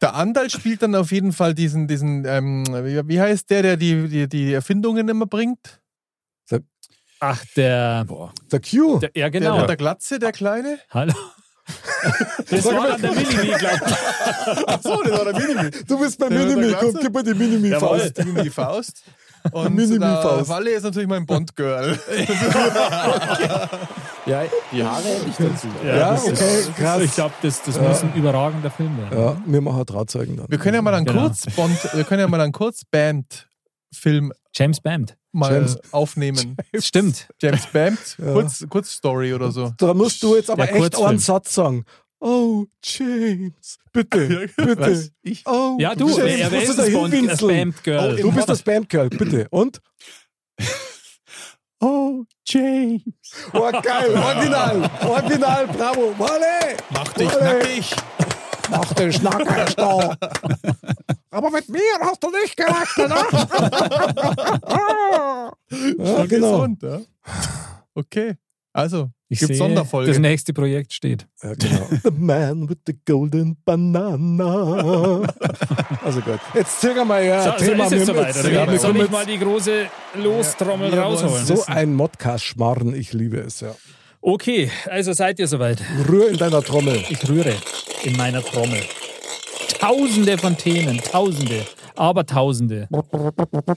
Speaker 1: Der Andal spielt dann auf jeden Fall diesen, diesen ähm, wie wie heißt der, der die, die, die Erfindungen immer bringt?
Speaker 4: Ach, der.
Speaker 7: Boah.
Speaker 3: Der Q.
Speaker 4: der ja,
Speaker 1: Der
Speaker 4: genau.
Speaker 1: mit der Glatze, der Kleine?
Speaker 4: Hallo. Das
Speaker 3: Sag
Speaker 4: war
Speaker 3: mal-
Speaker 4: dann der Willi, glaube ich.
Speaker 1: Achso, der war der Minimi.
Speaker 3: Du bist mein
Speaker 1: Der mit der
Speaker 3: Minimi.
Speaker 1: Glatze?
Speaker 3: Komm, gib mir die Minimi-Faust.
Speaker 1: Faust. Minimi Faust. Und
Speaker 3: Minimi
Speaker 1: der
Speaker 3: Faust.
Speaker 1: Walle ist natürlich mein Bond-Girl.
Speaker 7: Ja, die Haare hätte ich dazu.
Speaker 4: Ja, das
Speaker 3: okay,
Speaker 4: ist,
Speaker 3: krass.
Speaker 4: Ich glaube, das, das muss ein überragender Film werden.
Speaker 3: Ja, wir machen Trauzeugen dann.
Speaker 1: Wir können ja mal einen
Speaker 4: Genau.
Speaker 1: Kurz-Bond, wir können ja mal einen Kurz-Band-Film
Speaker 4: James Bond.
Speaker 1: mal
Speaker 3: James-
Speaker 1: aufnehmen.
Speaker 4: Stimmt.
Speaker 1: James Band,
Speaker 3: Ja.
Speaker 1: Kurz- Kurz-Story oder so.
Speaker 3: Da musst du jetzt aber
Speaker 4: Der
Speaker 3: echt
Speaker 4: Kurzfilm.
Speaker 3: einen Satz sagen. Oh, James. Bitte, bitte.
Speaker 1: Ich?
Speaker 3: Oh,
Speaker 4: Ja, du,
Speaker 3: James,
Speaker 4: wer, wer
Speaker 3: musst
Speaker 4: ist
Speaker 3: du
Speaker 4: das
Speaker 3: da
Speaker 4: Bond? Das
Speaker 3: hinwinseln?
Speaker 4: Bond
Speaker 3: Oh,
Speaker 4: Girl.
Speaker 3: Du bist das Spam-Girl, bitte. Und?
Speaker 7: Oh, James.
Speaker 3: Oh, geil. Original. Original. Bravo. Wale.
Speaker 1: Mach dich
Speaker 3: Wale.
Speaker 1: nackig!
Speaker 3: Mach den Schnacker da. Aber mit mir hast du nicht gerechnet. ja,
Speaker 1: Schon
Speaker 3: genau.
Speaker 1: gesund, ja? Okay, also,
Speaker 4: Ich
Speaker 1: gibt's
Speaker 4: sehe,
Speaker 1: Sonderfolge.
Speaker 4: Das nächste Projekt steht.
Speaker 3: Ja, genau. The man with the golden banana. Also gut. Jetzt zögern wir ja.
Speaker 4: So, so ist es soweit,
Speaker 3: jetzt zögern
Speaker 4: oder?
Speaker 3: wir.
Speaker 4: Soll
Speaker 3: Komm
Speaker 4: ich
Speaker 3: jetzt-
Speaker 4: mal die große Lostrommel
Speaker 1: Ja, wir
Speaker 4: rausholen?
Speaker 1: wollen
Speaker 3: So ein Modcast-Schmarren, ich liebe es, ja.
Speaker 4: Okay, also seid ihr soweit.
Speaker 3: Rühr in deiner Trommel.
Speaker 4: Ich rühre in meiner Trommel. Tausende von Themen, Tausende, aber Tausende.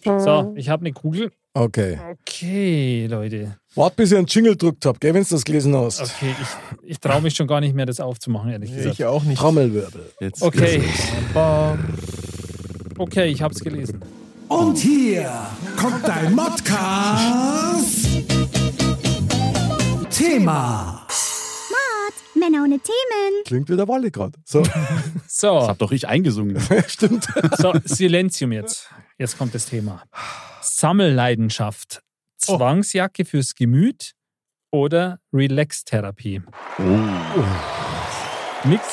Speaker 4: So, ich habe eine Kugel.
Speaker 3: Okay.
Speaker 4: Okay, Leute.
Speaker 3: Wart, bis ihr einen Jingle gedrückt habt, gell, wenn du das gelesen hast.
Speaker 4: Okay, ich, ich traue mich schon gar nicht mehr, das aufzumachen, ehrlich gesagt.
Speaker 1: Ich auch nicht.
Speaker 3: Trommelwirbel.
Speaker 7: Jetzt also,
Speaker 4: Okay,
Speaker 7: ist es.
Speaker 4: okay, ich habe es gelesen.
Speaker 8: Und hier kommt dein Modcast. Thema.
Speaker 2: Männer ohne Themen.
Speaker 3: Klingt wie der Walle gerade. So,
Speaker 7: Das
Speaker 4: So,
Speaker 7: hab doch ich eingesungen.
Speaker 3: stimmt.
Speaker 4: so Silenzium jetzt. Jetzt kommt das Thema. Sammelleidenschaft. Zwangsjacke fürs Gemüt oder Relax-Therapie? Nix.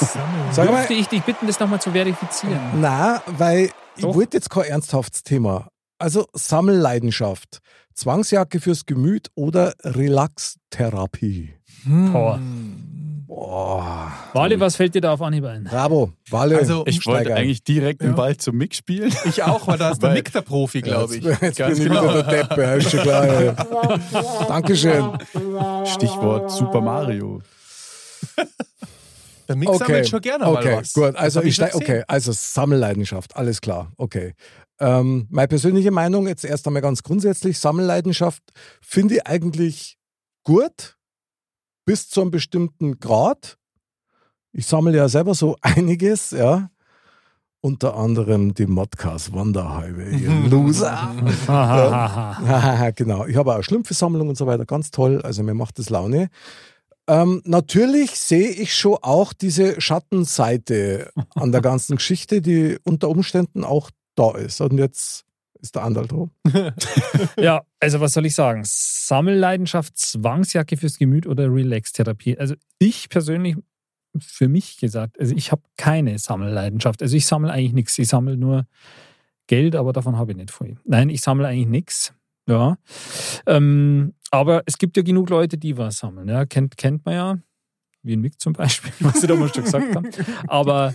Speaker 3: Sag mal,
Speaker 4: Dürfte ich dich bitten, das nochmal zu verifizieren?
Speaker 3: na, weil ich
Speaker 4: Doch.
Speaker 3: wollte jetzt kein ernsthaftes Thema. Also Sammelleidenschaft, Zwangsjacke fürs Gemüt oder Relaxtherapie.
Speaker 4: Boah.
Speaker 3: Boah.
Speaker 4: Wale, was fällt dir da auf Anhieb ein?
Speaker 3: Bravo, Walle.
Speaker 1: Also,
Speaker 7: Ich wollte
Speaker 3: Umsteiger.
Speaker 7: eigentlich direkt
Speaker 1: Ja.
Speaker 7: im Wald zum Mick spielen.
Speaker 1: Ich auch, weil da ist der
Speaker 7: Weil-
Speaker 1: Nick der Profi, glaube ich.
Speaker 3: Jetzt, jetzt bin
Speaker 1: Ganz
Speaker 3: ich
Speaker 1: genau.
Speaker 3: wieder der Depp, ja, ist schon klar. Ja. Dankeschön.
Speaker 7: Stichwort Super Mario.
Speaker 1: Der Mick
Speaker 3: Okay.
Speaker 1: sammelt schon gerne
Speaker 3: okay,
Speaker 1: mal was.
Speaker 3: gut. Also
Speaker 1: hab
Speaker 3: ich
Speaker 1: ich schon
Speaker 3: steig, okay, also Sammelleidenschaft, alles klar. Okay. Ähm, meine persönliche Meinung jetzt erst einmal ganz grundsätzlich: Sammelleidenschaft finde ich eigentlich gut bis zu einem bestimmten Grad. Ich sammle ja selber so einiges, ja. Unter anderem die Modcast Wanderhalbe, ihr Loser.
Speaker 4: Hahaha.
Speaker 3: Hahaha, genau. Ich habe auch eine Schlümpfe-Sammlung und so weiter. Ganz toll. Also mir macht das Laune. Ähm, natürlich sehe ich schon auch diese Schattenseite an der ganzen Geschichte, die unter Umständen auch da ist. Und jetzt ist der Andal dran.
Speaker 4: ja, also was soll ich sagen? Sammelleidenschaft, Zwangsjacke fürs Gemüt oder Relax-Therapie? Also ich persönlich, für mich gesagt, also ich habe keine Sammelleidenschaft. Also ich sammle eigentlich nichts. Ich sammle nur Geld, aber davon habe ich nicht viel. Nein, ich sammle eigentlich nichts. Ja. Ähm, aber es gibt ja genug Leute, die was sammeln. Ja. Kennt, kennt man ja. Wie ein Mick zum Beispiel, was ich da mal schon gesagt habe. Aber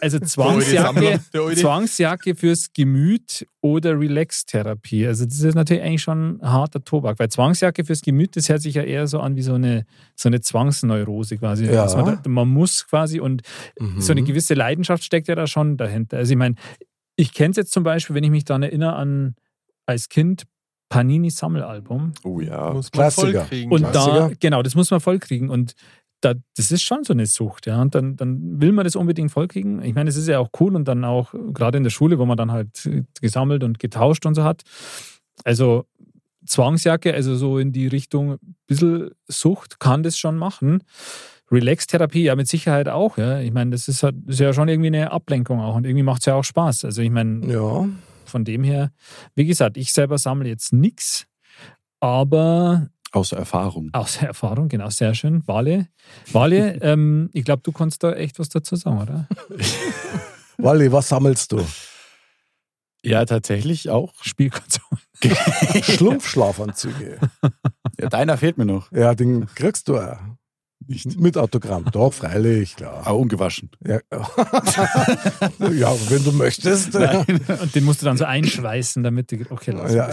Speaker 4: also Zwangsjacke,
Speaker 1: Sammler, der Oidi.
Speaker 4: Zwangsjacke fürs Gemüt oder Relax-Therapie. Also das ist natürlich eigentlich schon harter Tobak, weil Zwangsjacke fürs Gemüt, das hört sich ja eher so an wie so eine, so eine Zwangsneurose quasi.
Speaker 3: Ja. Mhm.
Speaker 4: Also man, da- man muss quasi und Mhm. so eine gewisse Leidenschaft steckt ja da schon dahinter. Also ich meine, ich kenne es jetzt zum Beispiel, wenn ich mich daran erinnere an als Kind Panini Sammelalbum.
Speaker 7: Oh ja.
Speaker 1: Muss man
Speaker 3: Klassiker.
Speaker 1: vollkriegen.
Speaker 4: Und da,
Speaker 3: Klassiker.
Speaker 4: genau, das muss man vollkriegen. Und da, das ist schon so eine Sucht, ja. Und dann, dann will man das unbedingt vollkriegen. Ich meine, es ist ja auch cool und dann auch, gerade in der Schule, wo man dann halt gesammelt und getauscht und so hat. Also Zwangsjacke, also so in die Richtung ein bisschen Sucht, kann das schon machen. Relax-Therapie, ja, mit Sicherheit auch. Ja. Ich meine, das ist, halt, ist ja schon irgendwie eine Ablenkung auch und irgendwie macht es ja auch Spaß. Also ich meine,
Speaker 3: Ja.
Speaker 4: von dem her, wie gesagt, ich selber sammle jetzt nichts, aber
Speaker 7: Außer Erfahrung.
Speaker 4: aus der Erfahrung, genau, sehr schön. Wale, Wale ähm, ich glaube, du kannst da echt was dazu sagen, oder?
Speaker 3: Wally, was sammelst du?
Speaker 7: Ja, tatsächlich auch.
Speaker 4: Spielkonsolen.
Speaker 3: Schlumpfschlafanzüge.
Speaker 7: Ja, deiner fehlt mir noch.
Speaker 3: Ja, den kriegst du ja.
Speaker 7: Nicht.
Speaker 3: Mit Autogramm. Doch, freilich, klar.
Speaker 7: Aber Ah, ungewaschen.
Speaker 3: Ja, ja wenn du möchtest.
Speaker 4: Und den musst du dann so einschweißen, damit du. Okay, lass
Speaker 3: Ja.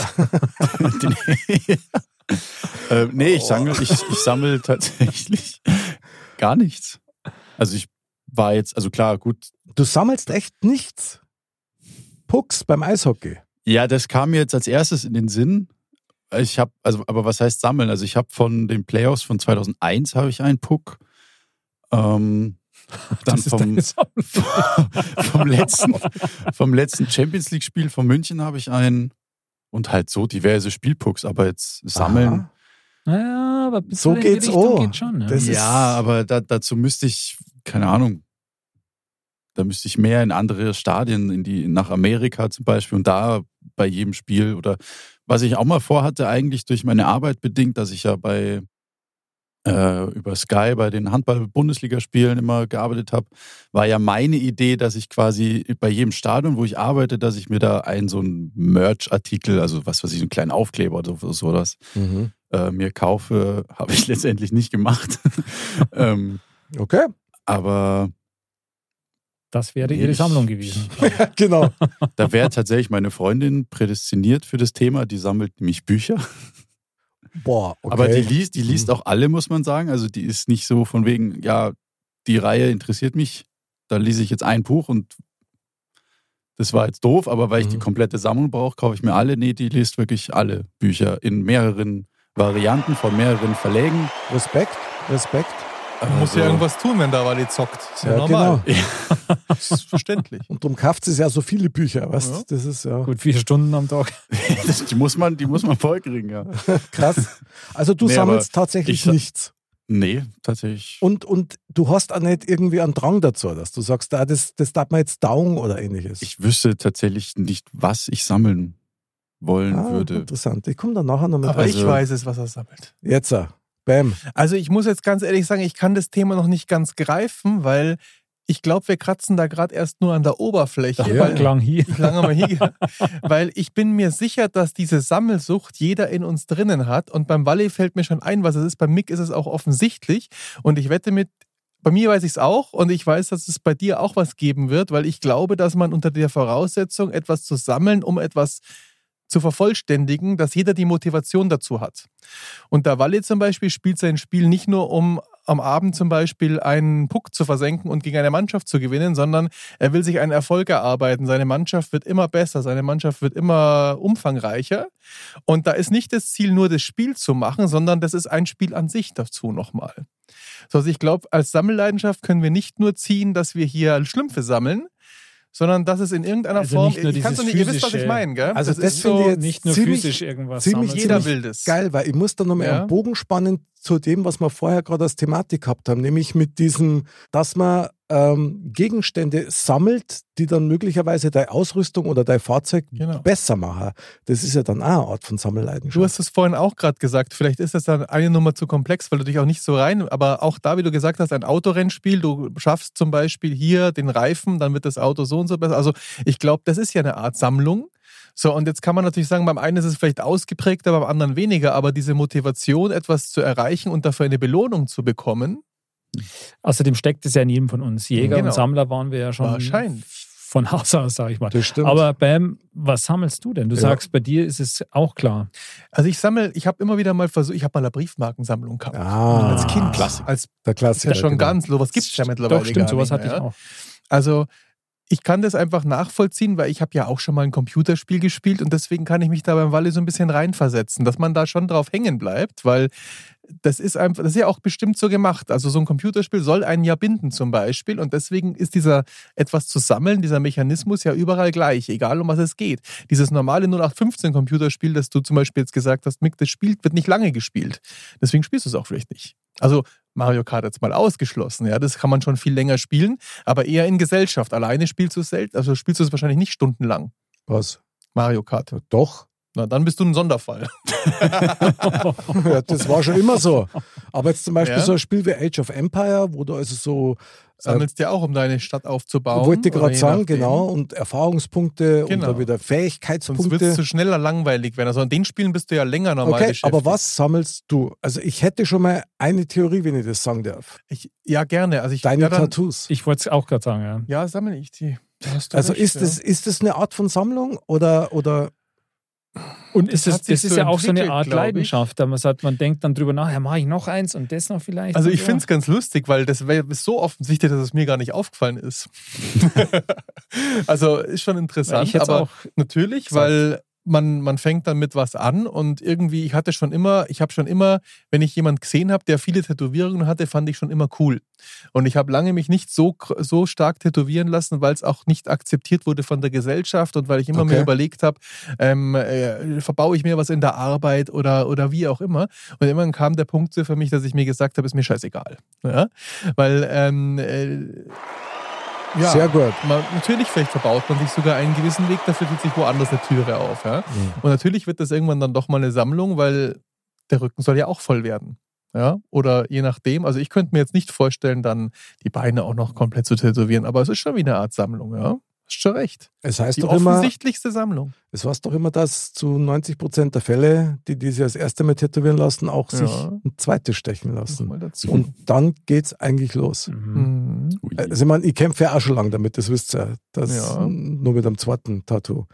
Speaker 7: äh, nee, ich sammle, ich, ich sammle tatsächlich gar nichts. Also ich war jetzt, also klar, gut.
Speaker 3: Du sammelst echt nichts. Pucks beim Eishockey.
Speaker 7: Ja, das kam mir jetzt als erstes in den Sinn. Ich habe, also, aber was heißt sammeln? Also ich habe von den Playoffs von 2001 habe ich einen Puck. Ähm, dann
Speaker 4: Das ist
Speaker 7: vom,
Speaker 4: deine Sammlung.
Speaker 7: vom letzten, vom letzten Champions League-Spiel von München habe ich einen. Und halt so diverse Spielpucks, aber jetzt sammeln.
Speaker 3: Aha.
Speaker 4: Naja, aber ein bisschen
Speaker 3: So
Speaker 4: in die
Speaker 3: geht's
Speaker 4: Richtung
Speaker 3: auch.
Speaker 4: Geht schon, ja.
Speaker 3: Das- ist-
Speaker 7: ja, aber da, dazu müsste ich, keine Ahnung, da müsste ich mehr in andere Stadien, in die, nach Amerika zum Beispiel und da bei jedem Spiel oder was ich auch mal vorhatte, eigentlich durch meine Arbeit bedingt, dass ich ja bei äh, über Sky bei den Handball-Bundesligaspielen immer gearbeitet habe, war ja meine Idee, dass ich quasi bei jedem Stadion, wo ich arbeite, dass ich mir da einen so einen Merch-Artikel, also was weiß ich, einen kleinen Aufkleber oder so, so das
Speaker 3: Mhm.
Speaker 7: äh, mir kaufe, habe ich letztendlich nicht gemacht. ähm,
Speaker 3: Okay,
Speaker 7: aber
Speaker 4: das wäre
Speaker 7: Nee,
Speaker 4: ihre
Speaker 7: ich-
Speaker 4: Sammlung gewesen.
Speaker 3: genau.
Speaker 7: da wäre tatsächlich meine Freundin prädestiniert für das Thema. Die sammelt nämlich Bücher.
Speaker 3: Boah, okay.
Speaker 7: Aber die liest, die
Speaker 4: Mhm.
Speaker 7: liest auch alle, muss man sagen. Also die ist nicht so von wegen, ja, die Reihe interessiert mich. Da lese ich jetzt ein Buch und das war jetzt doof, aber weil ich
Speaker 3: Mhm.
Speaker 7: die komplette Sammlung brauche, kaufe ich mir alle. Nee, die liest wirklich alle Bücher in mehreren Varianten von mehreren Verlägen. Also
Speaker 3: Respekt, Respekt.
Speaker 1: Du musst ja irgendwas tun, wenn da Wally zockt. Ist ja, normal. Das ist verständlich.
Speaker 3: genau. Und darum kauft es ja so viele Bücher, weißt
Speaker 1: Ja.
Speaker 3: Das ist ja
Speaker 4: Gut, vier Stunden am Tag.
Speaker 7: Das, die, muss man, die muss man voll kriegen, ja.
Speaker 3: krass. Also du
Speaker 7: Nee,
Speaker 3: sammelst
Speaker 7: ich
Speaker 3: tatsächlich
Speaker 7: sa-
Speaker 3: nichts.
Speaker 7: Nee, tatsächlich.
Speaker 3: Und, und du hast auch nicht irgendwie einen Drang dazu, dass du sagst, ah, das, das darf man jetzt down oder ähnliches.
Speaker 7: Ich wüsste tatsächlich nicht, was ich sammeln wollen
Speaker 3: ah,
Speaker 7: würde.
Speaker 3: Interessant. Ich komme dann nachher nochmal
Speaker 1: Aber
Speaker 3: drauf.
Speaker 1: ich
Speaker 7: Also-
Speaker 1: weiß es, was er sammelt.
Speaker 3: Jetzt, ah, bam.
Speaker 1: Also ich muss jetzt ganz ehrlich sagen, ich kann das Thema noch nicht ganz greifen, weil ich glaube, wir kratzen da gerade erst nur an der Oberfläche.
Speaker 3: Ja.
Speaker 1: Weil
Speaker 4: Klang hier.
Speaker 1: wie lange haben wir hier? gehabt? Weil ich bin mir sicher, dass diese Sammelsucht jeder in uns drinnen hat. Und beim Wally fällt mir schon ein, was es ist. Beim Mick ist es auch offensichtlich. Und ich wette mit, bei mir weiß ich es auch. Und ich weiß, dass es bei dir auch was geben wird, weil ich glaube, dass man unter der Voraussetzung, etwas zu sammeln, um etwas zu vervollständigen, dass jeder die Motivation dazu hat. Und der Wally zum Beispiel spielt sein Spiel nicht nur um am Abend zum Beispiel einen Puck zu versenken und gegen eine Mannschaft zu gewinnen, sondern er will sich einen Erfolg erarbeiten. Seine Mannschaft wird immer besser, seine Mannschaft wird immer umfangreicher. Und da ist nicht das Ziel, nur das Spiel zu machen, sondern das ist ein Spiel an sich dazu nochmal. So, also ich glaube, als Sammelleidenschaft können wir nicht nur ziehen, dass wir hier Schlümpfe sammeln, sondern dass es in irgendeiner
Speaker 4: Also
Speaker 1: Form.
Speaker 4: nicht nur
Speaker 1: ich
Speaker 4: dieses
Speaker 1: kann's doch nicht, ihr wisst, was ich
Speaker 4: physische-
Speaker 1: meine, gell?
Speaker 3: Also das
Speaker 1: ist
Speaker 3: finde ich jetzt
Speaker 4: Nicht nur
Speaker 3: ziemlich-
Speaker 4: physisch irgendwas.
Speaker 3: ziemlich
Speaker 4: sammeln,
Speaker 1: jeder
Speaker 4: sondern-
Speaker 1: will das.
Speaker 3: Geil, weil ich muss da nochmal
Speaker 1: Ja.
Speaker 3: einen Bogen spannen zu dem, was wir vorher gerade als Thematik gehabt haben, nämlich mit diesem, dass man ähm, Gegenstände sammelt, die dann möglicherweise deine Ausrüstung oder dein Fahrzeug
Speaker 1: Genau.
Speaker 3: besser machen. Das ist ja dann auch eine Art von Sammelleidenschaft.
Speaker 1: Du hast es vorhin auch gerade gesagt, vielleicht ist das dann eine Nummer zu komplex, weil du dich auch nicht so rein, aber auch da, wie du gesagt hast, ein Autorennspiel, du schaffst zum Beispiel hier den Reifen, dann wird das Auto so und so besser. Also ich glaube, das ist ja eine Art Sammlung. So, und jetzt kann man natürlich sagen, beim einen ist es vielleicht ausgeprägter, beim anderen weniger, aber diese Motivation, etwas zu erreichen und dafür eine Belohnung zu bekommen,
Speaker 4: Außerdem steckt es ja in jedem von uns. Jäger
Speaker 1: Genau.
Speaker 4: und Sammler waren wir ja schon
Speaker 1: Wahrscheinlich.
Speaker 4: von Haus aus, sage ich mal.
Speaker 3: das stimmt.
Speaker 4: Aber Bam, was sammelst du denn? Du
Speaker 3: Ja.
Speaker 4: sagst, bei dir ist es auch klar.
Speaker 1: also ich sammle, ich habe immer wieder mal versucht, ich habe mal eine Briefmarkensammlung gehabt.
Speaker 3: ah,
Speaker 1: Als Kind.
Speaker 7: Klassiker.
Speaker 1: Als
Speaker 3: der
Speaker 1: ist
Speaker 3: Klassiker.
Speaker 1: ja schon
Speaker 3: genau.
Speaker 1: ganz, was gibt es ja mittlerweile
Speaker 4: Doch, stimmt,
Speaker 1: gar
Speaker 4: sowas
Speaker 1: nicht
Speaker 4: hatte
Speaker 1: mehr,
Speaker 4: ich
Speaker 1: ja?
Speaker 4: auch.
Speaker 1: Also ich kann das einfach nachvollziehen, weil ich habe ja auch schon mal ein Computerspiel gespielt und deswegen kann ich mich da beim Walle so ein bisschen reinversetzen, dass man da schon drauf hängen bleibt, weil das ist einfach, das ist ja auch bestimmt so gemacht. Also so ein Computerspiel soll einen ja binden zum Beispiel und deswegen ist dieser etwas zu sammeln, dieser Mechanismus ja überall gleich, egal um was es geht. Dieses normale 0815 Computerspiel, das du zum Beispiel jetzt gesagt hast, Mick, das spielt, wird nicht lange gespielt. Deswegen spielst du es auch vielleicht nicht. Also Mario Kart jetzt mal ausgeschlossen, ja, das kann man schon viel länger spielen, aber eher in Gesellschaft. Alleine spielst du es selten, also spielst du es wahrscheinlich nicht stundenlang.
Speaker 3: Was?
Speaker 1: Mario Kart.
Speaker 3: Doch. Ähm,
Speaker 1: Na, dann bist du ein Sonderfall.
Speaker 3: Ja, das war schon immer so. Aber jetzt zum Beispiel
Speaker 1: Ja.
Speaker 3: so ein Spiel wie Age of Empire, wo du also so äh,
Speaker 1: Sammelst ja auch, um deine Stadt aufzubauen.
Speaker 3: Wollte
Speaker 1: oder
Speaker 3: gerade
Speaker 1: je
Speaker 3: sagen,
Speaker 1: nachdem.
Speaker 3: genau. Und Erfahrungspunkte und
Speaker 1: Genau.
Speaker 3: dann wieder
Speaker 1: Sonst wird es
Speaker 3: Fähigkeitspunkte.
Speaker 1: zu schneller langweilig werden. Also an den Spielen bist du ja länger normal
Speaker 3: Okay,
Speaker 1: beschäftigt.
Speaker 3: aber was sammelst du? Also ich hätte schon mal eine Theorie, wenn ich das sagen darf.
Speaker 1: Ich, ja, gerne. Also ich,
Speaker 3: Deine
Speaker 1: ja, dann,
Speaker 3: Tattoos.
Speaker 4: Ich wollte es auch gerade sagen, ja.
Speaker 1: ja, sammle ich die. Da hast du
Speaker 3: also
Speaker 1: recht,
Speaker 3: ist,
Speaker 1: ja.
Speaker 3: das, ist das eine Art von Sammlung oder, oder
Speaker 4: Und ist es,
Speaker 1: Das hat sich
Speaker 4: das ist
Speaker 1: so
Speaker 4: ja auch so eine
Speaker 1: entwickelt,
Speaker 4: Art
Speaker 1: glaub ich.
Speaker 4: Leidenschaft, da man sagt, man denkt dann drüber nach, ja, mache ich noch eins und das noch vielleicht.
Speaker 1: Also
Speaker 4: und
Speaker 1: ich
Speaker 4: ja.
Speaker 1: finde es ganz lustig, weil das wär- ist so offensichtlich, dass es mir gar nicht aufgefallen ist. also ist schon
Speaker 4: Weil
Speaker 1: interessant,
Speaker 4: ich jetzt
Speaker 1: aber
Speaker 4: auch
Speaker 1: natürlich, weil man, man fängt dann mit was an und irgendwie, ich hatte schon immer, ich habe schon immer, wenn ich jemand gesehen habe, der viele Tätowierungen hatte, fand ich schon immer cool. Und ich habe lange mich nicht so, kr- so stark tätowieren lassen, weil es auch nicht akzeptiert wurde von der Gesellschaft und weil ich immer
Speaker 3: Okay.
Speaker 1: mir überlegt habe, ähm, äh, verbaue ich mir was in der Arbeit oder, oder wie auch immer. Und irgendwann kam der Punkt so für mich, dass ich mir gesagt habe, ist mir scheißegal. Ja? Weil, ähm, äh, ja,
Speaker 3: sehr gut.
Speaker 1: man, natürlich vielleicht verbaut man sich sogar einen gewissen Weg, dafür tut sich woanders eine Türe auf. Ja? Und natürlich wird das irgendwann dann doch mal eine Sammlung, weil der Rücken soll ja auch voll werden. Ja, oder je nachdem. Also ich könnte mir jetzt nicht vorstellen, dann die Beine auch noch komplett zu tätowieren, aber es ist schon wie eine Art Sammlung, ja. Hast schon recht.
Speaker 3: Es heißt
Speaker 1: die
Speaker 3: doch immer,
Speaker 1: offensichtlichste Sammlung.
Speaker 3: es heißt doch immer, dass zu 90 Prozent der Fälle, die, die sich das erste Mal tätowieren lassen, auch
Speaker 1: Ja.
Speaker 3: sich ein zweites stechen
Speaker 1: Das
Speaker 3: lassen.
Speaker 1: mal dazu.
Speaker 3: Und dann geht's eigentlich los.
Speaker 4: Mhm.
Speaker 1: Mhm.
Speaker 7: Ui.
Speaker 3: Also ich meine, ich kämpfe ja auch schon lange damit, das wisst ihr. Das
Speaker 1: Ja.
Speaker 3: Nur mit einem zweiten Tattoo.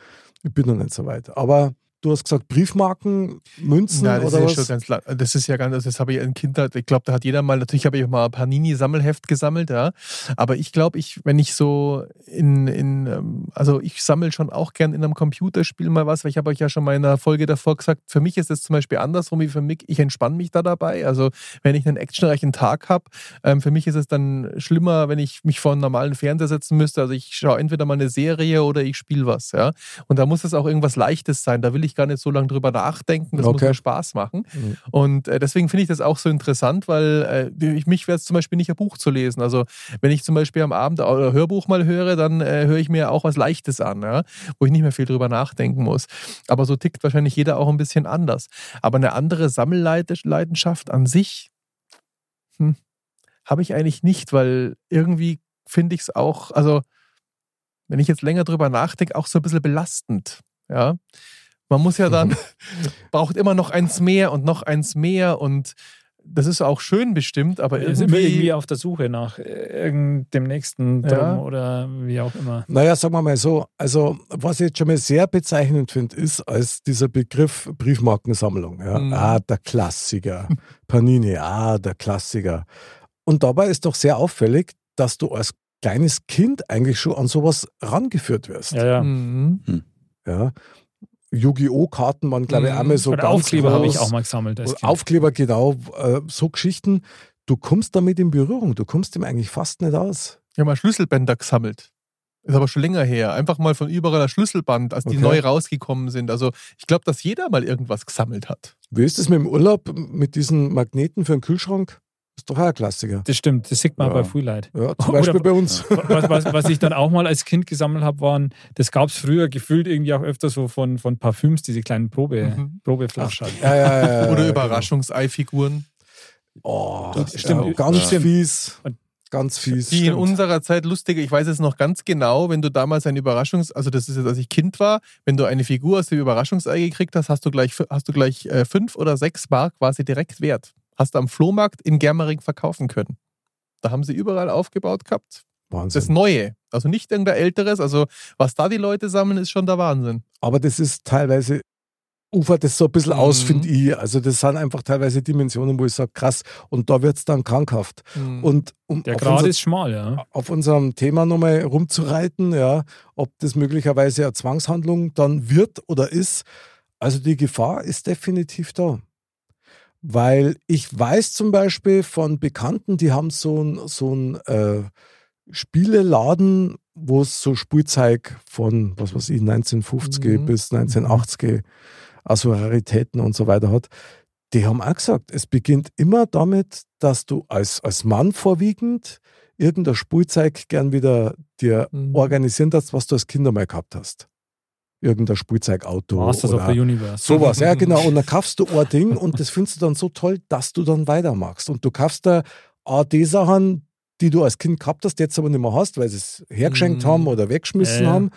Speaker 3: Ich bin noch nicht so weit. Aber du hast gesagt, Briefmarken, Münzen
Speaker 1: Ja, das
Speaker 3: oder
Speaker 1: ist ja
Speaker 3: was?
Speaker 1: schon ganz lang. Das ist ja ganz, also das habe ich in Kindheit, ich glaube, da hat jeder mal, natürlich habe ich auch mal ein Panini-Sammelheft gesammelt, ja. Aber ich glaube, ich, wenn ich so in, in ähm, also ich sammle schon auch gern in einem Computerspiel mal was, weil ich habe euch ja schon mal in einer Folge davor gesagt, für mich ist es zum Beispiel andersrum wie für mich, ich entspanne mich da dabei. Also wenn ich einen actionreichen Tag habe, ähm, für mich ist es dann schlimmer, wenn ich mich vor einen normalen Fernseher setzen müsste. Also ich schaue entweder mal eine Serie oder ich spiele was, ja. Und da muss es auch irgendwas Leichtes sein. Da will ich gar nicht so lange drüber nachdenken. Das muss
Speaker 3: Okay.
Speaker 1: mir Spaß machen.
Speaker 3: Mhm.
Speaker 1: Und äh, deswegen finde ich das auch so interessant, weil äh, ich, mich wäre es zum Beispiel nicht ein Buch zu lesen. Also wenn ich zum Beispiel am Abend ein Hörbuch mal höre, dann äh, höre ich mir auch was Leichtes an, ja? wo ich nicht mehr viel drüber nachdenken muss. Aber so tickt wahrscheinlich jeder auch ein bisschen anders. Aber eine andere Sammelleidenschaft an sich hm, habe ich eigentlich nicht, weil irgendwie finde ich es auch, also wenn ich jetzt länger drüber nachdenke, auch so ein bisschen belastend. Ja. Man muss ja dann, braucht immer noch eins mehr und noch eins mehr und das ist auch schön bestimmt, aber
Speaker 4: Ist immer
Speaker 1: irgendwie.
Speaker 4: irgendwie auf der Suche nach äh, irgend- dem nächsten drum
Speaker 1: Ja.
Speaker 4: oder wie auch immer.
Speaker 3: Naja, sagen wir mal so. Also, was ich jetzt schon mal sehr bezeichnend finde, ist als dieser Begriff Briefmarkensammlung. Ja?
Speaker 1: Mhm.
Speaker 3: Ah, der Klassiker. Panini, ah, der Klassiker. Und dabei ist doch sehr auffällig, dass du als kleines Kind eigentlich schon an sowas rangeführt wirst.
Speaker 4: Ja, ja.
Speaker 1: Mhm.
Speaker 3: Ja. Yu-Gi-Oh! Karten waren, glaube ich,
Speaker 1: Mhm.
Speaker 3: einmal so
Speaker 4: Oder
Speaker 3: ganz
Speaker 4: Aufkleber habe ich
Speaker 3: groß.
Speaker 4: auch mal gesammelt. als Kind.
Speaker 3: Aufkleber, genau. Äh, so Geschichten. Du kommst damit in Berührung. Du kommst dem eigentlich fast nicht aus.
Speaker 1: Ich habe mal Schlüsselbänder gesammelt. Ist aber schon länger her. Einfach mal von überall das Schlüsselband, als die
Speaker 3: Okay.
Speaker 1: neu rausgekommen sind. Also ich glaube, dass jeder mal irgendwas gesammelt hat.
Speaker 3: Wie ist es mit dem Urlaub, mit diesen Magneten für den Kühlschrank? Ist doch auch ein Klassiker.
Speaker 4: Das stimmt, das sieht man
Speaker 7: Ja.
Speaker 4: bei Freelight.
Speaker 3: Ja, zum
Speaker 4: Oder-
Speaker 3: Beispiel bei uns.
Speaker 4: Was, was, was ich dann auch mal als Kind gesammelt habe, waren, das gab es früher gefühlt irgendwie auch öfter so von, von Parfüms, diese kleinen Probe,
Speaker 1: Mhm.
Speaker 4: Probeflaschen.
Speaker 3: Ja, ja, ja, ja,
Speaker 1: Oder
Speaker 3: ja,
Speaker 1: Überraschungsei-Figuren,
Speaker 3: Genau. Oh,
Speaker 7: Das
Speaker 3: stimmt.
Speaker 7: stimmt.
Speaker 3: Ja, ganz
Speaker 7: Stimmt.
Speaker 3: fies.
Speaker 4: Und-
Speaker 3: Ganz fies.
Speaker 1: die in unserer Zeit lustige, ich weiß es noch ganz genau, wenn du damals ein Überraschungs-, also das ist jetzt, als ich Kind war, wenn du eine Figur aus dem Überraschungsei gekriegt hast, hast du gleich, fü- hast du gleich äh, fünf oder sechs Mark quasi direkt wert. Hast du am Flohmarkt in Germering verkaufen können. Da haben sie überall aufgebaut gehabt. Das
Speaker 3: Wahnsinn.
Speaker 1: Neue. Also nicht irgendein älteres. Also, was da die Leute sammeln, ist schon der Wahnsinn.
Speaker 3: Aber das ist teilweise, ufert das so ein bisschen aus,
Speaker 1: Mhm.
Speaker 3: finde ich. Also, das sind einfach teilweise Dimensionen, wo ich sage, krass. Und da wird es dann krankhaft.
Speaker 4: Hm.
Speaker 3: Und um
Speaker 4: Der
Speaker 3: auf,
Speaker 4: Grad
Speaker 3: unser,
Speaker 4: ist schmal, ja.
Speaker 3: auf unserem Thema nochmal rumzureiten, ja, ob das möglicherweise eine Zwangshandlung dann wird oder ist. Also die Gefahr ist definitiv da. Weil ich weiß zum Beispiel von Bekannten, die haben so einen so ein, äh, Spieleladen, wo es so Spielzeug von, was weiß ich, 1950
Speaker 1: Mhm.
Speaker 3: bis 1980, also Raritäten und so weiter hat. Die haben auch gesagt, es beginnt immer damit, dass du als, als Mann vorwiegend irgendein Spielzeug gern wieder dir
Speaker 1: Mhm.
Speaker 3: organisieren darfst, was du als Kinder mal gehabt hast. Irgendein Spielzeugauto.
Speaker 4: Masters of
Speaker 3: oder
Speaker 4: the Universe.
Speaker 3: Sowas, ja genau. Und dann kaufst du ein Ding und das findest du dann so toll, dass du dann weitermachst. Und du kaufst da auch die Sachen, die du als Kind gehabt hast, jetzt aber nicht mehr hast, weil sie es hergeschenkt
Speaker 1: Mhm.
Speaker 3: haben oder weggeschmissen
Speaker 4: Ja, ja.
Speaker 3: haben.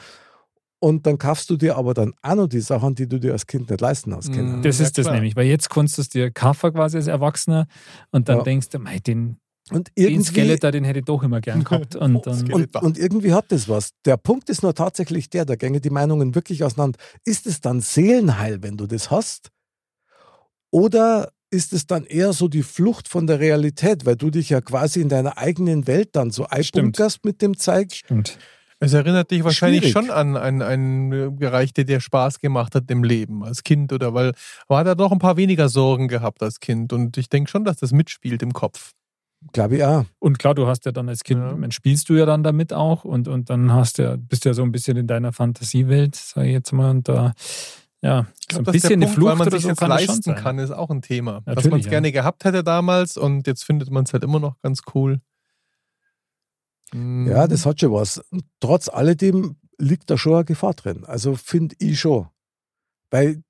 Speaker 3: Und dann kaufst du dir aber dann auch noch die Sachen, die du dir als Kind nicht leisten hast. Können.
Speaker 1: Mhm.
Speaker 4: Das
Speaker 1: Ja,
Speaker 4: ist das
Speaker 1: klar.
Speaker 4: nämlich, weil jetzt kannst du es dir kaufen quasi als Erwachsener und dann
Speaker 3: Ja.
Speaker 4: denkst du, mei, den,
Speaker 3: Und
Speaker 4: den
Speaker 3: irgendwie,
Speaker 4: Skeletor, den hätte ich doch immer gern gehabt. Und dann,
Speaker 1: Oh, Skeletor.
Speaker 3: und, und irgendwie hat das was. Der Punkt ist nur tatsächlich der, da gänge die Meinungen wirklich auseinander. Ist es dann Seelenheil, wenn du das hast? Oder ist es dann eher so die Flucht von der Realität, weil du dich ja quasi in deiner eigenen Welt dann so einbunkerst mit dem Zeug?
Speaker 4: stimmt.
Speaker 1: Es erinnert dich wahrscheinlich
Speaker 3: Schwierig.
Speaker 1: schon an einen, einen äh, Gereichte, der Spaß gemacht hat im Leben als Kind oder weil man hat ja doch ein paar weniger Sorgen gehabt als Kind und ich denke schon, dass das mitspielt im Kopf.
Speaker 3: Glaube ich auch.
Speaker 4: Und klar, du hast ja dann als Kind,
Speaker 1: Ja.
Speaker 4: man spielst du ja dann damit auch und, und dann hast ja, bist ja so ein bisschen in deiner Fantasiewelt, sage ich jetzt mal, und da, ja,
Speaker 1: Ich
Speaker 4: so
Speaker 1: glaub,
Speaker 4: ein
Speaker 1: dass der
Speaker 4: bisschen eine
Speaker 1: Punkt,
Speaker 4: Flucht
Speaker 1: weil man
Speaker 4: oder
Speaker 1: sich
Speaker 4: so
Speaker 1: jetzt
Speaker 4: kann das schon
Speaker 1: leisten
Speaker 4: sein.
Speaker 1: kann, ist auch ein Thema. dass
Speaker 4: Natürlich,
Speaker 1: man es
Speaker 4: ja.
Speaker 1: gerne gehabt hätte damals und jetzt findet man es halt immer noch ganz cool. Mhm.
Speaker 3: Ja, das hat schon was. Trotz alledem liegt da schon eine Gefahr drin. Also finde ich schon. Weil,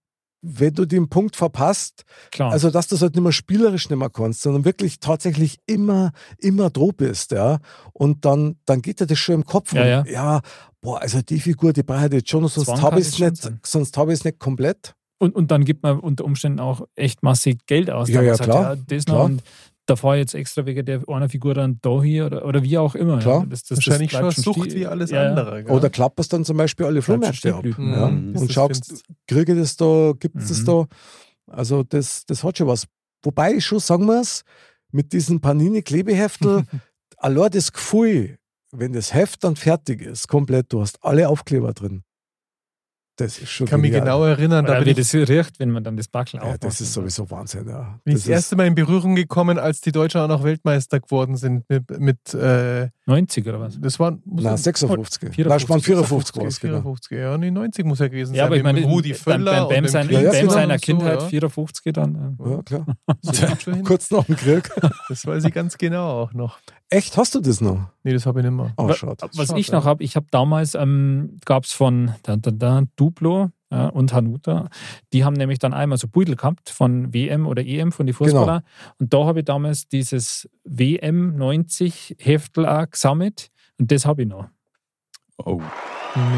Speaker 3: wenn du den Punkt verpasst,
Speaker 4: Klar.
Speaker 3: Also, dass du es halt nicht mehr spielerisch nicht mehr kannst, sondern wirklich tatsächlich immer, immer droh bist, ja. Und dann, dann geht dir das schon im Kopf
Speaker 4: Ja,
Speaker 3: rum.
Speaker 4: ja.
Speaker 3: boah, also die Figur, die brauche ich jetzt schon, sonst
Speaker 4: Zwang
Speaker 3: habe
Speaker 4: kann
Speaker 3: ich es
Speaker 4: das schon
Speaker 3: nicht,
Speaker 4: sein.
Speaker 3: sonst habe ich es nicht komplett.
Speaker 4: Und, und dann gibt man unter Umständen auch echt massig Geld aus.
Speaker 3: Ja,
Speaker 4: Da man
Speaker 3: ja,
Speaker 4: sagt,
Speaker 3: klar,
Speaker 4: das
Speaker 3: klar.
Speaker 4: Noch und da fahre ich jetzt extra wegen der einer Figur dann da hier oder, oder wie auch immer.
Speaker 3: Klar.
Speaker 4: Ja, das, das,
Speaker 1: wahrscheinlich
Speaker 4: das
Speaker 1: schon
Speaker 4: bleibt
Speaker 1: Sucht
Speaker 4: sti-
Speaker 1: wie alles
Speaker 4: ja, ja.
Speaker 1: andere. gell?
Speaker 3: Oder klapperst dann zum Beispiel alle
Speaker 4: Bleibt schon
Speaker 3: Flohmärkte ab.
Speaker 4: Stichlüten,
Speaker 3: Ja.
Speaker 1: Mhm. Bis
Speaker 3: Und
Speaker 1: das
Speaker 3: schaust,
Speaker 1: findest.
Speaker 3: kriege ich das da, gibt es das
Speaker 4: Mhm.
Speaker 3: da? Also, das, das hat schon was. Wobei ich schon sagen muss, mit diesen Panini-Klebeheftel, allein das Gefühl, wenn das Heft dann fertig ist, komplett, du hast alle Aufkleber drin. Das ist schon
Speaker 1: ich kann mich
Speaker 3: genial.
Speaker 1: genau erinnern, da
Speaker 4: Oder
Speaker 1: bin
Speaker 4: wie
Speaker 1: ich
Speaker 4: das riecht, wenn man dann das Backel
Speaker 3: Ja,
Speaker 4: aufmacht.
Speaker 3: das ist sowieso Wahnsinn, ja.
Speaker 1: bin ich
Speaker 3: Das
Speaker 1: das erste Mal in Berührung gekommen, als die Deutschen auch noch Weltmeister geworden sind mit, mit äh,
Speaker 4: 90 oder was?
Speaker 1: das waren
Speaker 3: ist,
Speaker 1: muss
Speaker 3: na,
Speaker 1: das-
Speaker 3: 56.
Speaker 4: 54,
Speaker 3: Nein, es waren 54 groß,
Speaker 1: 54,
Speaker 3: genau.
Speaker 1: 54, ja, nee, 90 muss ja gewesen sein.
Speaker 4: Ja, aber ich meine,
Speaker 1: mit Rudi
Speaker 4: beim-
Speaker 1: Völler
Speaker 4: beim Bam,
Speaker 1: und
Speaker 4: sein,
Speaker 1: dem
Speaker 3: Ja, ja,
Speaker 4: Bam
Speaker 3: genau.
Speaker 4: seiner Kindheit,
Speaker 1: so,
Speaker 4: 54 dann.
Speaker 3: Ja, klar.
Speaker 1: ja. So ganz schön hin.
Speaker 3: Kurz nach dem Krieg.
Speaker 1: Das weiß ich ganz genau auch noch.
Speaker 3: Echt, hast du das noch?
Speaker 1: Nee, das habe ich nicht mehr.
Speaker 3: Oh,
Speaker 4: Wa-
Speaker 3: schade.
Speaker 4: Was
Speaker 1: Schade.
Speaker 4: ich noch habe, ich habe damals, ähm, gab es von da, da, da, Duplo ja, und Hanuta, die haben nämlich dann einmal so Beutel gehabt von WM oder EM von den
Speaker 3: Genau.
Speaker 4: Fußballer. Und da habe ich damals dieses WM 90 Heftel auch gesammelt. Und das habe ich noch.
Speaker 7: Oh.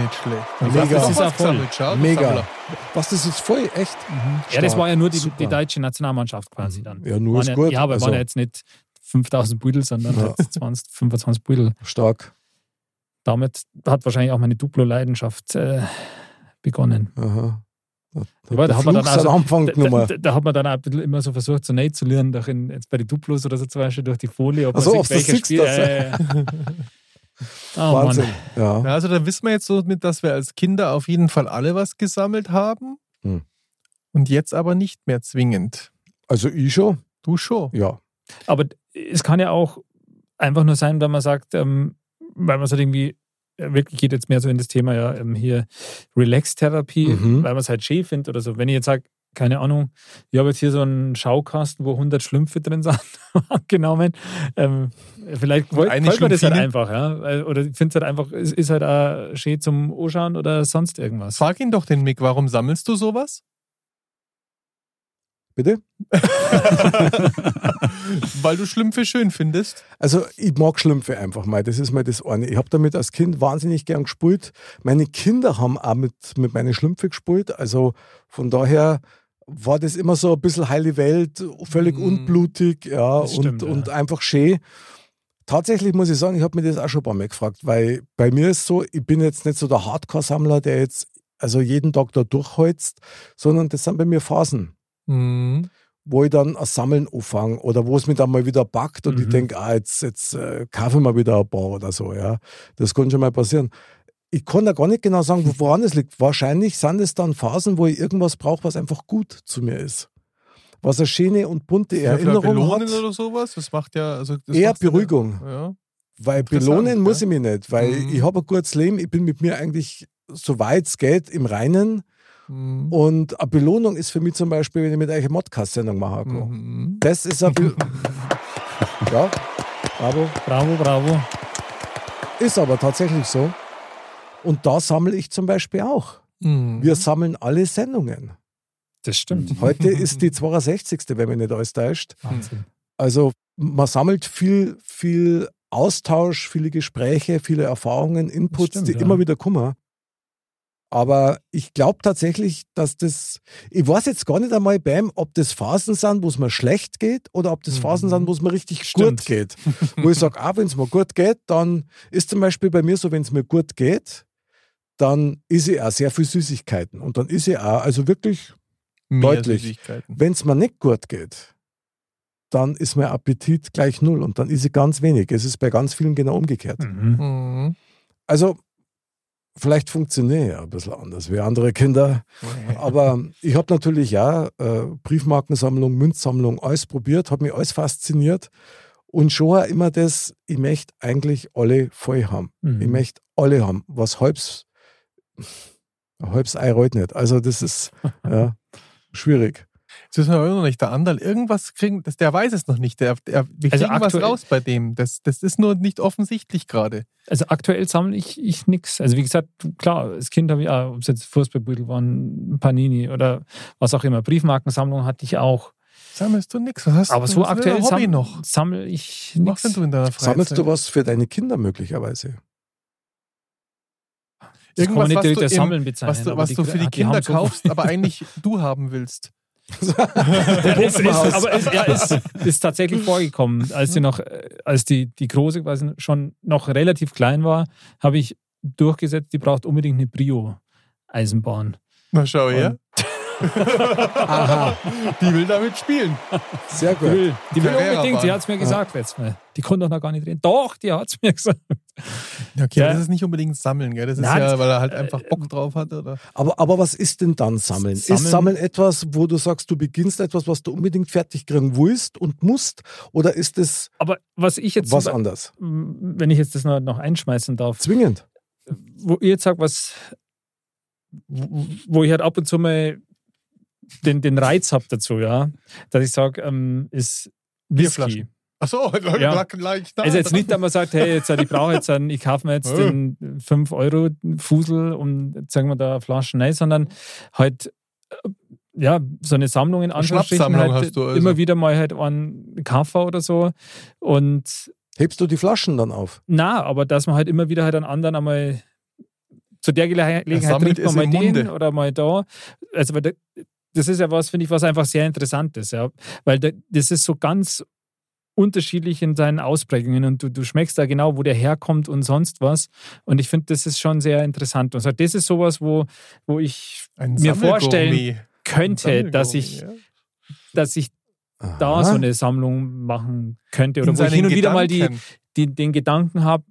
Speaker 1: Nicht schlecht.
Speaker 3: Mega.
Speaker 1: Das
Speaker 4: Das
Speaker 1: ist auch
Speaker 4: ist voll.
Speaker 1: voll. Schau, du
Speaker 3: Mega.
Speaker 1: Sammler.
Speaker 3: Was, das ist voll, echt?
Speaker 1: Mhm,
Speaker 4: Ja, das
Speaker 3: Stark.
Speaker 4: war ja nur die,
Speaker 3: Super. Mhm.
Speaker 4: die deutsche Nationalmannschaft quasi dann.
Speaker 3: Ja, nur
Speaker 4: Waren
Speaker 3: ist
Speaker 4: ja,
Speaker 3: gut.
Speaker 4: ja, aber
Speaker 3: also,
Speaker 4: waren ja jetzt nicht 5000 Beutel, sondern
Speaker 3: Ja.
Speaker 4: halt 20, 25 Beutel.
Speaker 3: stark.
Speaker 4: Damit hat wahrscheinlich auch meine Duplo-Leidenschaft äh, begonnen.
Speaker 3: Aha. Da, da,
Speaker 4: Aber
Speaker 3: der
Speaker 4: da hat
Speaker 3: Flug
Speaker 4: man dann
Speaker 3: seinen
Speaker 4: also-
Speaker 3: Anfang
Speaker 4: Da, da,
Speaker 3: genommen.
Speaker 4: da da hat man dann auch ein bisschen immer so versucht, so neu zu lernen, durch in, jetzt bei den Duplos oder so zum Beispiel durch die Folie, ob
Speaker 3: Ach so,
Speaker 4: man
Speaker 3: ob's
Speaker 4: sich
Speaker 3: das
Speaker 4: welches
Speaker 3: siehst,
Speaker 4: Spiel.
Speaker 3: das-
Speaker 4: Ja, ja, ja. Oh,
Speaker 3: Wahnsinn.
Speaker 4: Mann.
Speaker 3: Ja.
Speaker 1: Na, also da wissen wir jetzt so mit, dass wir als Kinder auf jeden Fall alle was gesammelt haben.
Speaker 3: Hm.
Speaker 1: Und jetzt aber nicht mehr zwingend.
Speaker 3: Also ich schon,
Speaker 1: Du schon.
Speaker 3: ja.
Speaker 4: Aber es kann ja auch einfach nur sein, wenn man sagt, ähm, weil man es halt irgendwie äh, wirklich geht jetzt mehr so in das Thema ja ähm, hier Relax-Therapie,
Speaker 3: Mhm.
Speaker 4: weil man es halt schön findet oder so. Wenn ich jetzt sage, keine Ahnung, ich habe jetzt hier so einen Schaukasten, wo 100 Schlümpfe drin sind, angenommen. Ähm, vielleicht wollt-
Speaker 1: eine
Speaker 4: wollt man das halt
Speaker 1: Schlumpfine.
Speaker 4: einfach, ja. Weil- Oder ich finde es halt einfach, es ist halt auch schön zum Anschauen oder sonst irgendwas.
Speaker 1: Frag ihn doch den Mick, warum sammelst du sowas?
Speaker 3: Bitte?
Speaker 1: Weil du Schlümpfe schön findest.
Speaker 3: Also ich mag Schlümpfe einfach mal. Das ist mal das eine. Ich habe damit als Kind wahnsinnig gern gespielt. Meine Kinder haben auch mit, mit meinen Schlümpfe gespielt. Also von daher war das immer so ein bisschen heile Welt, völlig
Speaker 1: Mhm.
Speaker 3: unblutig, ja,
Speaker 4: Das
Speaker 3: und,
Speaker 4: stimmt, ja.
Speaker 3: und einfach schön. Tatsächlich muss ich sagen, ich habe mir das auch schon ein paar Mal gefragt, weil bei mir ist so, ich bin jetzt nicht so der Hardcore-Sammler, der jetzt also jeden Tag da durchholzt, sondern das sind bei mir Phasen
Speaker 1: Mhm.
Speaker 3: wo ich dann ein Sammeln anfange oder wo es mir dann mal wieder packt und ich
Speaker 4: Mhm.
Speaker 3: denke, ah, jetzt, jetzt äh, kaufe ich mal wieder ein paar oder so. Ja. Das kann schon mal passieren. Ich kann da gar nicht genau sagen, wo- woran es liegt. Wahrscheinlich sind es dann Phasen, wo ich irgendwas brauche, was einfach gut zu mir ist. Was eine schöne und bunte Erinnerung
Speaker 1: Belohnen
Speaker 3: hat.
Speaker 1: oder sowas? Das macht ja. Also, das
Speaker 3: Eher
Speaker 1: macht's ja-
Speaker 3: Beruhigung.
Speaker 1: Ja.
Speaker 3: Weil
Speaker 1: Interessant,
Speaker 3: belohnen muss
Speaker 1: ja.
Speaker 3: ich mich nicht, weil
Speaker 1: Mhm.
Speaker 3: ich habe ein gutes Leben, ich bin mit mir eigentlich, soweit es geht, im Reinen.
Speaker 1: Mhm.
Speaker 3: Und eine Belohnung ist für mich zum Beispiel, wenn ich mit euch eine Modcast-Sendung mache. Bro.
Speaker 1: Mhm.
Speaker 3: Das ist eine Be Ja, bravo.
Speaker 4: Bravo, bravo.
Speaker 3: Ist aber tatsächlich so. Und da sammle ich zum Beispiel auch.
Speaker 1: Mhm.
Speaker 3: Wir sammeln alle Sendungen.
Speaker 4: Das stimmt.
Speaker 7: Mhm.
Speaker 3: Heute ist die 62. wenn mich nicht alles täuscht.
Speaker 4: Wahnsinn.
Speaker 3: Also man sammelt viel, viel Austausch, viele Gespräche, viele Erfahrungen, Inputs,
Speaker 4: stimmt,
Speaker 3: die
Speaker 4: ja.
Speaker 3: immer wieder kommen. Aber ich glaube tatsächlich, dass das, ich weiß jetzt gar nicht einmal beim, ob das Phasen sind, wo es mir schlecht geht oder ob das Phasen
Speaker 1: Mhm.
Speaker 3: sind, wo es mir richtig
Speaker 4: Stimmt.
Speaker 3: gut geht. Wo ich sage, ah, wenn es mir gut geht, dann ist zum Beispiel bei mir so, wenn es mir gut geht, dann isse ich auch sehr viel Süßigkeiten. Und dann isse ich auch, also wirklich
Speaker 1: Mehr
Speaker 3: Deutlich.
Speaker 1: Süßigkeiten.
Speaker 3: wenn es mir nicht gut geht, dann ist mein Appetit gleich null und dann ist ich ganz wenig. Es ist bei ganz vielen genau umgekehrt.
Speaker 4: Mhm.
Speaker 1: Mhm.
Speaker 3: Also, vielleicht funktioniere ich ja ein bisschen anders wie andere Kinder, aber ich habe natürlich ja äh, Briefmarkensammlung, Münzsammlung, alles probiert, habe mich alles fasziniert und schon auch immer das, ich möchte eigentlich alle voll haben.
Speaker 4: Mhm.
Speaker 3: Ich möchte alle haben, was halb's, halb's Ei reut nicht. Also, das ist ja, schwierig.
Speaker 1: Das wissen wir aber noch nicht. Der Anderl, irgendwas kriegen, das, der weiß es noch nicht. Der, der, wir
Speaker 4: Also
Speaker 1: kriegen was
Speaker 4: aktuell-
Speaker 1: raus bei dem. Das, das ist nur nicht offensichtlich gerade.
Speaker 4: Also aktuell sammle ich, ich nix. Also wie gesagt, klar, als Kind habe ich, auch, ob es jetzt Fußballbüttel waren, Panini oder was auch immer, Briefmarkensammlung hatte ich auch.
Speaker 1: Sammelst du nichts? Was hast
Speaker 4: Aber
Speaker 1: du
Speaker 4: so
Speaker 1: was ist
Speaker 4: aktuell
Speaker 1: dein Hobby
Speaker 4: sam
Speaker 1: noch?
Speaker 4: sammle ich
Speaker 1: Was machst denn
Speaker 4: nichts.
Speaker 1: du in deiner Freizeit?
Speaker 3: Sammelst du was für deine Kinder möglicherweise?
Speaker 1: Irgendwas, was du,
Speaker 4: direkt als
Speaker 1: im,
Speaker 4: Sammeln bezeichnen.
Speaker 1: was du,
Speaker 4: aber
Speaker 1: was du für die
Speaker 4: ah,
Speaker 1: Kinder
Speaker 4: haben so-
Speaker 1: kaufst, aber eigentlich du haben willst.
Speaker 4: Ja, es ist,
Speaker 3: Puppenhaus.
Speaker 4: aber es ja, es ist tatsächlich vorgekommen. Als die noch, äh, als die, die Große quasi schon noch relativ klein war, habe ich durchgesetzt, die braucht unbedingt eine Brio-Eisenbahn.
Speaker 1: Na schau her.
Speaker 3: Aha,
Speaker 1: Die will damit spielen.
Speaker 3: sehr
Speaker 4: Die
Speaker 3: gut.
Speaker 4: will, die will
Speaker 1: Carrera-Bahn.
Speaker 4: unbedingt, die hat es mir gesagt letztes Mal. Die konnte doch noch gar nicht reden. Doch, die hat es mir gesagt.
Speaker 1: Okay,
Speaker 4: Ja.
Speaker 1: das ist nicht unbedingt Sammeln, gell? Das ist
Speaker 4: Nein,
Speaker 1: ja,
Speaker 4: das- äh,
Speaker 1: weil er halt einfach Bock drauf hat. Oder?
Speaker 3: Aber, aber was ist denn dann Sammeln? Ist
Speaker 4: Sammeln-
Speaker 3: Sammeln etwas, wo du sagst, du beginnst etwas, was du unbedingt fertig kriegen willst und musst? Oder ist es
Speaker 4: Aber was ich jetzt,
Speaker 3: was anderes?
Speaker 4: wenn ich jetzt das noch, noch einschmeißen darf,
Speaker 3: Zwingend.
Speaker 4: wo ihr jetzt sagt, was, wo wo ich halt ab und zu mal den, den Reiz habe dazu, ja, dass ich sage, ähm, ist Whisky.
Speaker 1: Bierflaschen. Achso,
Speaker 4: Ja.
Speaker 1: gleich da.
Speaker 4: Also jetzt nicht, dass man sagt, hey, jetzt, ich brauche jetzt einen, ich kaufe mir jetzt
Speaker 1: Äh.
Speaker 4: den 5-Euro-Fusel und sagen wir da eine Flasche, nein, sondern halt, äh, ja, so eine Sammlung in Anführungsstrichen.
Speaker 1: Schnapssammlung
Speaker 4: Halt
Speaker 1: hast du also.
Speaker 4: Immer wieder mal halt einen Kaffee oder so. Und
Speaker 3: Hebst du die Flaschen dann auf?
Speaker 4: na, aber dass man halt immer wieder halt einen anderen einmal zu der Gelegenheit
Speaker 1: sammelt
Speaker 4: trinkt man
Speaker 1: es
Speaker 4: mal
Speaker 1: im
Speaker 4: den
Speaker 1: Munde.
Speaker 4: oder mal da. Also weil da- das ist ja was, finde ich, was einfach sehr interessant ist, ja. Weil da, das ist so ganz unterschiedlich in seinen Ausprägungen und du, du schmeckst da genau, wo der herkommt und sonst was. Und ich finde, das ist schon sehr interessant. Und so, das ist sowas, wo, wo ich
Speaker 1: Ein
Speaker 4: mir
Speaker 1: Sammelgummi.
Speaker 4: vorstellen
Speaker 1: Ein
Speaker 4: könnte,
Speaker 1: Sammelgummi,
Speaker 4: dass ich,
Speaker 1: ja.
Speaker 4: dass ich da
Speaker 3: Aha.
Speaker 4: so eine Sammlung machen könnte. Oder
Speaker 1: In
Speaker 4: wo ich
Speaker 1: seinen
Speaker 4: hin und wieder mal die,
Speaker 1: Gedanken.
Speaker 4: die, den Gedanken habe,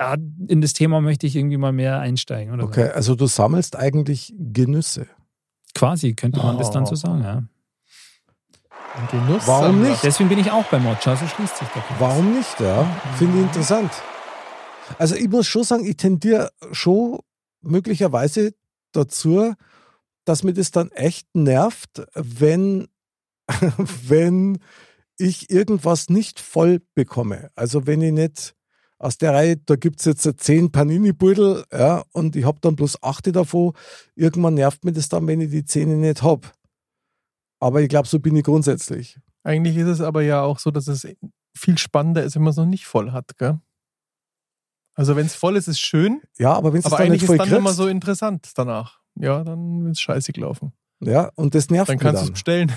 Speaker 4: ja, in das Thema möchte ich irgendwie mal mehr einsteigen. Oder
Speaker 3: Okay, also du sammelst eigentlich Genüsse.
Speaker 4: so. Quasi könnte man das
Speaker 3: Oh.
Speaker 4: dann so sagen, ja.
Speaker 1: Ein Genuss
Speaker 3: Warum
Speaker 1: Sammler.
Speaker 3: nicht?
Speaker 4: Deswegen bin ich auch bei Mocha, so schließt sich der Kreis.
Speaker 3: Warum nicht, ja? Finde ich interessant. Also ich muss schon sagen, ich tendiere schon möglicherweise dazu, dass mir das dann echt nervt, wenn, wenn ich irgendwas nicht voll bekomme. Also wenn ich nicht aus der Reihe, da gibt es jetzt zehn Panini-Beutel ja, und ich habe dann bloß achte davon. Irgendwann nervt mir das dann, wenn ich die Zähne nicht habe. Aber ich glaube, so bin ich grundsätzlich.
Speaker 1: Eigentlich ist es aber ja auch so, dass es viel spannender ist, wenn man es noch nicht voll hat, gell? Also wenn es voll ist, ist schön,
Speaker 3: Ja, aber wenn es
Speaker 1: aber
Speaker 3: dann nicht
Speaker 1: eigentlich ist
Speaker 3: voll
Speaker 1: dann immer
Speaker 3: kriegst-
Speaker 1: so interessant danach. Ja, dann ist scheiße gelaufen.
Speaker 3: Ja, und das nervt
Speaker 1: Dann
Speaker 3: mich
Speaker 1: kannst du es
Speaker 3: dann.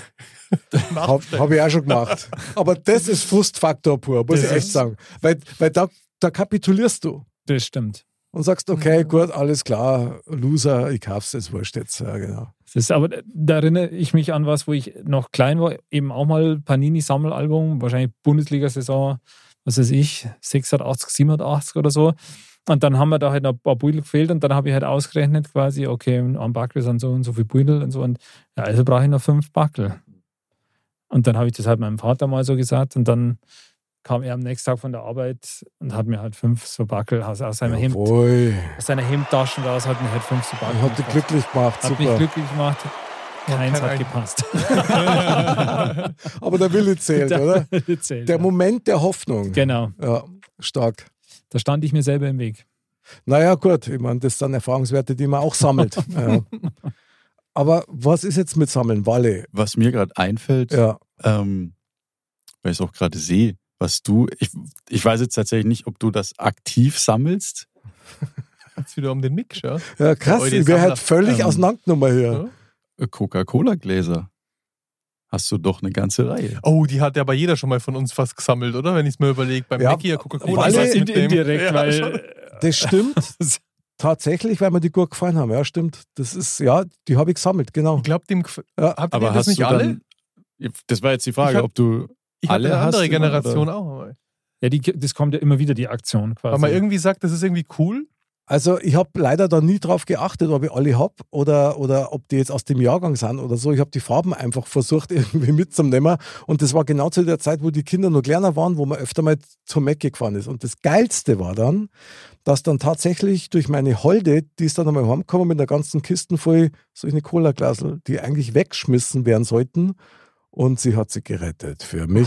Speaker 1: bestellen.
Speaker 3: Habe hab ich auch schon gemacht. Aber das ist Frustfaktor pur, muss
Speaker 1: Das
Speaker 3: ich echt
Speaker 1: ist-
Speaker 3: sagen. Weil, weil da, da kapitulierst du
Speaker 4: Das stimmt.
Speaker 3: und sagst, okay,
Speaker 1: Ja.
Speaker 3: gut, alles klar, Loser, ich kauf's, es wurscht jetzt. Ja, genau.
Speaker 4: Das ist, aber äh, da erinnere ich mich an was, wo ich noch klein war, eben auch mal Panini-Sammelalbum, wahrscheinlich Bundesliga-Saison, was weiß ich, 86, 87 oder so. Und dann haben wir da halt noch ein paar Beutel gefehlt und dann habe ich halt ausgerechnet quasi, okay, am Backel sind so und so viel Beutel und so und ja, also brauche ich noch fünf Backel. Und dann habe ich das halt meinem Vater mal so gesagt und dann kam er am nächsten Tag von der Arbeit und hat mir halt fünf so Backel aus, aus seiner Hemd, aus
Speaker 3: Jawohl.
Speaker 4: seiner Hemdtaschen raus, hat mir halt fünf so Backel.
Speaker 3: Hat dich
Speaker 4: gekauft.
Speaker 3: glücklich gemacht,
Speaker 4: Hat mich
Speaker 3: super.
Speaker 4: glücklich gemacht. Keins
Speaker 1: kein
Speaker 4: hat gepasst.
Speaker 3: Aber der Wille zählt, oder?
Speaker 4: Zählt,
Speaker 3: Der
Speaker 4: ja.
Speaker 3: Moment der Hoffnung.
Speaker 4: Genau,
Speaker 3: Ja, stark.
Speaker 4: da stand ich mir selber im Weg.
Speaker 3: Naja, gut, ich meine, das sind Erfahrungswerte, die man auch sammelt. ja. Aber was ist jetzt mit Sammeln? Walle.
Speaker 7: Was mir gerade einfällt,
Speaker 3: Ja,
Speaker 7: ähm, weil ich es auch gerade sehe, was du, ich, ich weiß jetzt tatsächlich nicht, ob du das aktiv sammelst.
Speaker 1: Jetzt wieder um den Mix, ja?
Speaker 3: ja krass,
Speaker 1: Eure
Speaker 3: ich wäre
Speaker 1: Sammler-
Speaker 3: halt völlig
Speaker 7: ähm,
Speaker 3: auseinandergenommen hier.
Speaker 1: ja?
Speaker 7: Äh, Coca-Cola-Gläser. Hast du doch eine ganze Reihe.
Speaker 1: Oh, die hat ja aber jeder schon mal von uns fast gesammelt, oder? Wenn ich es mir überlege, beim
Speaker 3: Ja,
Speaker 1: Mackie, ja Coca-Cola.
Speaker 3: weil-
Speaker 1: was
Speaker 3: in-
Speaker 1: mit dem- Ja, schon.
Speaker 4: weil
Speaker 3: Das stimmt tatsächlich, weil mir die gut gefallen haben. Ja, stimmt. Das ist, ja, die habe ich gesammelt, genau.
Speaker 1: Ich glaube, dem. gef-
Speaker 3: Ja,
Speaker 1: Habt ihr
Speaker 7: Aber
Speaker 1: das
Speaker 7: hast
Speaker 1: nicht
Speaker 7: du
Speaker 1: alle?
Speaker 7: dann, Das war jetzt die Frage,
Speaker 1: Ich hab-
Speaker 7: ob du.
Speaker 1: ich hatte
Speaker 7: alle
Speaker 1: eine andere
Speaker 7: hast du immer,
Speaker 1: Generation auch. mal.
Speaker 4: ja, die, das kommt ja immer wieder, die Aktion quasi.
Speaker 1: Weil man irgendwie sagt, das ist irgendwie cool.
Speaker 3: Also ich habe leider da nie drauf geachtet, ob ich alle habe oder, oder ob die jetzt aus dem Jahrgang sind oder so. Ich habe die Farben einfach versucht irgendwie mitzunehmen. Und das war genau zu der Zeit, wo die Kinder noch kleiner waren, wo man öfter mal zum Mac gefahren ist. Und das Geilste war dann, dass dann tatsächlich durch meine Holde, die ist dann einmal heimgekommen mit einer ganzen Kisten voll solche Cola-Glasel, die eigentlich weggeschmissen werden sollten. Und sie hat sie gerettet. Für mich,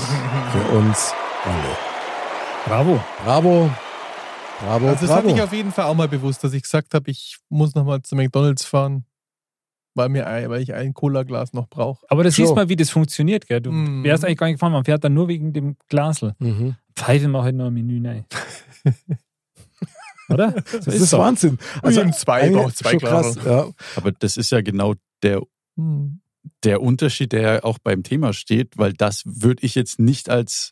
Speaker 3: für uns alle.
Speaker 4: Bravo.
Speaker 3: Bravo. Bravo,
Speaker 1: Also das
Speaker 3: bravo.
Speaker 1: hatte ich auf jeden Fall auch mal bewusst, dass ich gesagt habe, ich muss nochmal zu McDonalds fahren, weil, mir ein, weil ich ein Cola-Glas noch brauche.
Speaker 4: Aber das
Speaker 3: So.
Speaker 4: siehst mal, wie das funktioniert, gell? Du
Speaker 3: Mm.
Speaker 1: Mhm.
Speaker 4: wärst eigentlich gar nicht gefahren, man fährt dann nur wegen dem Glasl.
Speaker 3: mhm.
Speaker 4: Pfeifen wir halt noch ein Menü rein. Oder? So
Speaker 3: Das ist,
Speaker 4: doch.
Speaker 3: Wahnsinn. Also
Speaker 1: Wir haben Also zwei,
Speaker 3: eigentlich
Speaker 1: braucht zwei
Speaker 3: schon
Speaker 1: Gläser.
Speaker 3: krass, ja.
Speaker 7: Aber das ist ja genau der,
Speaker 1: Hm.
Speaker 7: der Unterschied, der ja auch beim Thema steht, weil das würde ich jetzt nicht als,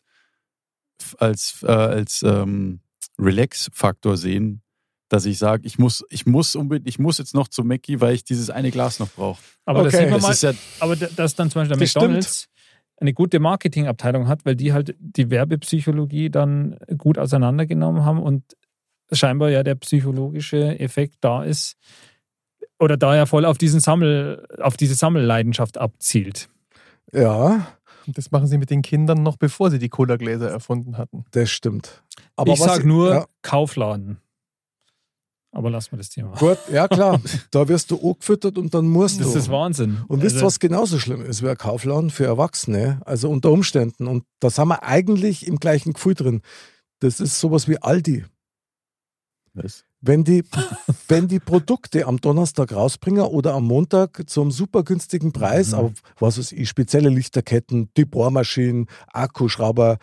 Speaker 7: als, äh, als ähm, Relax-Faktor sehen, dass ich sage, ich muss, ich muss unbedingt, ich muss jetzt noch zu Mackie, weil ich dieses eine Glas noch brauche.
Speaker 4: Aber das
Speaker 3: Okay.
Speaker 4: sieht man
Speaker 7: Das
Speaker 4: mal,
Speaker 7: ist ja
Speaker 4: aber da- dass dann zum Beispiel der
Speaker 3: Das stimmt.
Speaker 4: McDonalds eine gute Marketingabteilung hat, weil die halt die Werbepsychologie dann gut auseinandergenommen haben und scheinbar ja der psychologische Effekt da ist oder da ja voll auf diesen Sammel, auf diese Sammelleidenschaft abzielt.
Speaker 3: ja,
Speaker 1: Und das machen sie mit den Kindern noch, bevor sie die Cola-Gläser erfunden hatten.
Speaker 3: das stimmt.
Speaker 4: ich sage nur
Speaker 3: Ja,
Speaker 4: Kaufladen. Aber lassen wir das Thema.
Speaker 3: gut, ja klar, da wirst du angefüttert und dann musst
Speaker 4: Das
Speaker 3: du.
Speaker 4: ist Wahnsinn.
Speaker 3: und wisst ihr,
Speaker 4: Also,
Speaker 3: was genauso schlimm ist wie ein Kaufladen für Erwachsene? Also unter Umständen. Und da sind wir eigentlich im gleichen Gefühl drin. Das ist sowas wie Aldi.
Speaker 7: Was?
Speaker 3: Wenn die, wenn die Produkte am Donnerstag rausbringen oder am Montag zum super günstigen Preis,
Speaker 7: Mhm.
Speaker 3: auf was weiß ich, spezielle Lichterketten, die Bohrmaschinen, Akkuschrauber,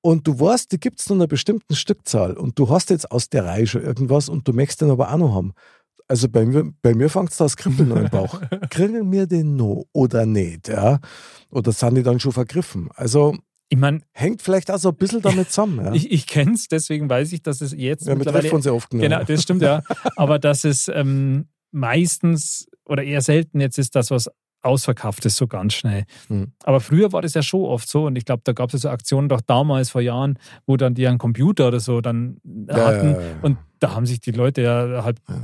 Speaker 3: und du weißt, die gibt es nur in einer bestimmten Stückzahl und du hast jetzt aus der Reihe schon irgendwas und du möchtest den aber auch noch haben. Also bei mir, bei mir fängt es das Kribbeln an im Bauch. Kriegen wir den noch oder nicht? Ja? Oder sind die dann schon vergriffen? Also
Speaker 4: ich meine,
Speaker 3: hängt vielleicht auch so ein bisschen damit zusammen. Ja,
Speaker 4: ich, ich kenne es, deswegen weiß ich, dass es jetzt
Speaker 3: ja mit
Speaker 4: mittlerweile
Speaker 3: Treffen sehr oft genommen.
Speaker 4: Genau, das stimmt ja. Aber dass es ähm, meistens oder eher selten jetzt ist, dass was ausverkauft ist, so ganz schnell.
Speaker 3: Hm.
Speaker 4: Aber früher war das ja schon oft so und ich glaube, da gab es ja so Aktionen doch damals vor Jahren, wo dann die einen Computer oder so dann hatten
Speaker 3: ja, ja, ja.
Speaker 4: und da haben sich die Leute ja halt
Speaker 3: Ja.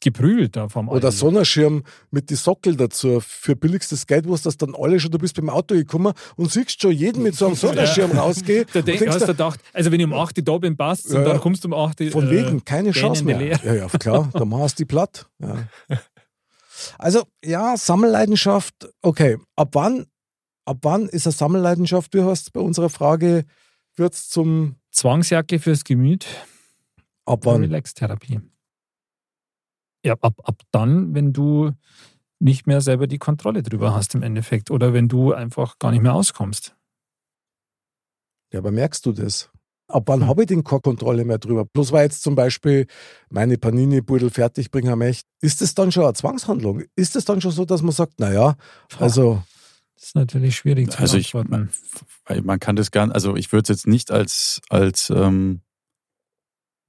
Speaker 4: geprügelt da vom
Speaker 3: Oder
Speaker 4: Aldi.
Speaker 3: Sonnenschirm mit die Sockel dazu. Für billigstes Geld, wo es das dann alle schon, du bist beim Auto gekommen und siehst schon jeden mit so einem Sonnenschirm rausgehen.
Speaker 4: Da
Speaker 3: und
Speaker 4: denk,
Speaker 3: denkst
Speaker 4: hast du gedacht, also wenn ich um 8 Uhr da bin, passt
Speaker 3: Ja,
Speaker 4: und
Speaker 3: ja.
Speaker 4: dann kommst du um 8 Uhr.
Speaker 3: dir, von
Speaker 4: äh,
Speaker 3: wegen, keine
Speaker 4: Gähnende
Speaker 3: Chance mehr.
Speaker 4: Leer.
Speaker 3: Ja, ja, klar, da machst du die platt. Ja. Also, ja, Sammelleidenschaft, okay. Ab wann, ab wann ist eine Sammelleidenschaft, du hast bei unserer Frage, wird es zum,
Speaker 4: Zwangsjacke fürs Gemüt.
Speaker 3: ab
Speaker 4: Bei
Speaker 3: wann?
Speaker 4: Relax-Therapie. Ja, ab, ab dann, wenn du nicht mehr selber die Kontrolle drüber hast im Endeffekt oder wenn du einfach gar nicht mehr auskommst.
Speaker 3: Ja, aber merkst du das? Ab wann habe ich denn keine Kontrolle mehr drüber? Bloß weil jetzt zum Beispiel meine Panini-Budel fertig bringen am echt, ist das dann schon eine Zwangshandlung? Ist es dann schon so, dass man sagt, naja, also
Speaker 4: Das ist natürlich schwierig zu
Speaker 7: Also ich, man,
Speaker 4: beantworten.
Speaker 7: weil man kann das gar also ich würde es jetzt nicht als, als ähm,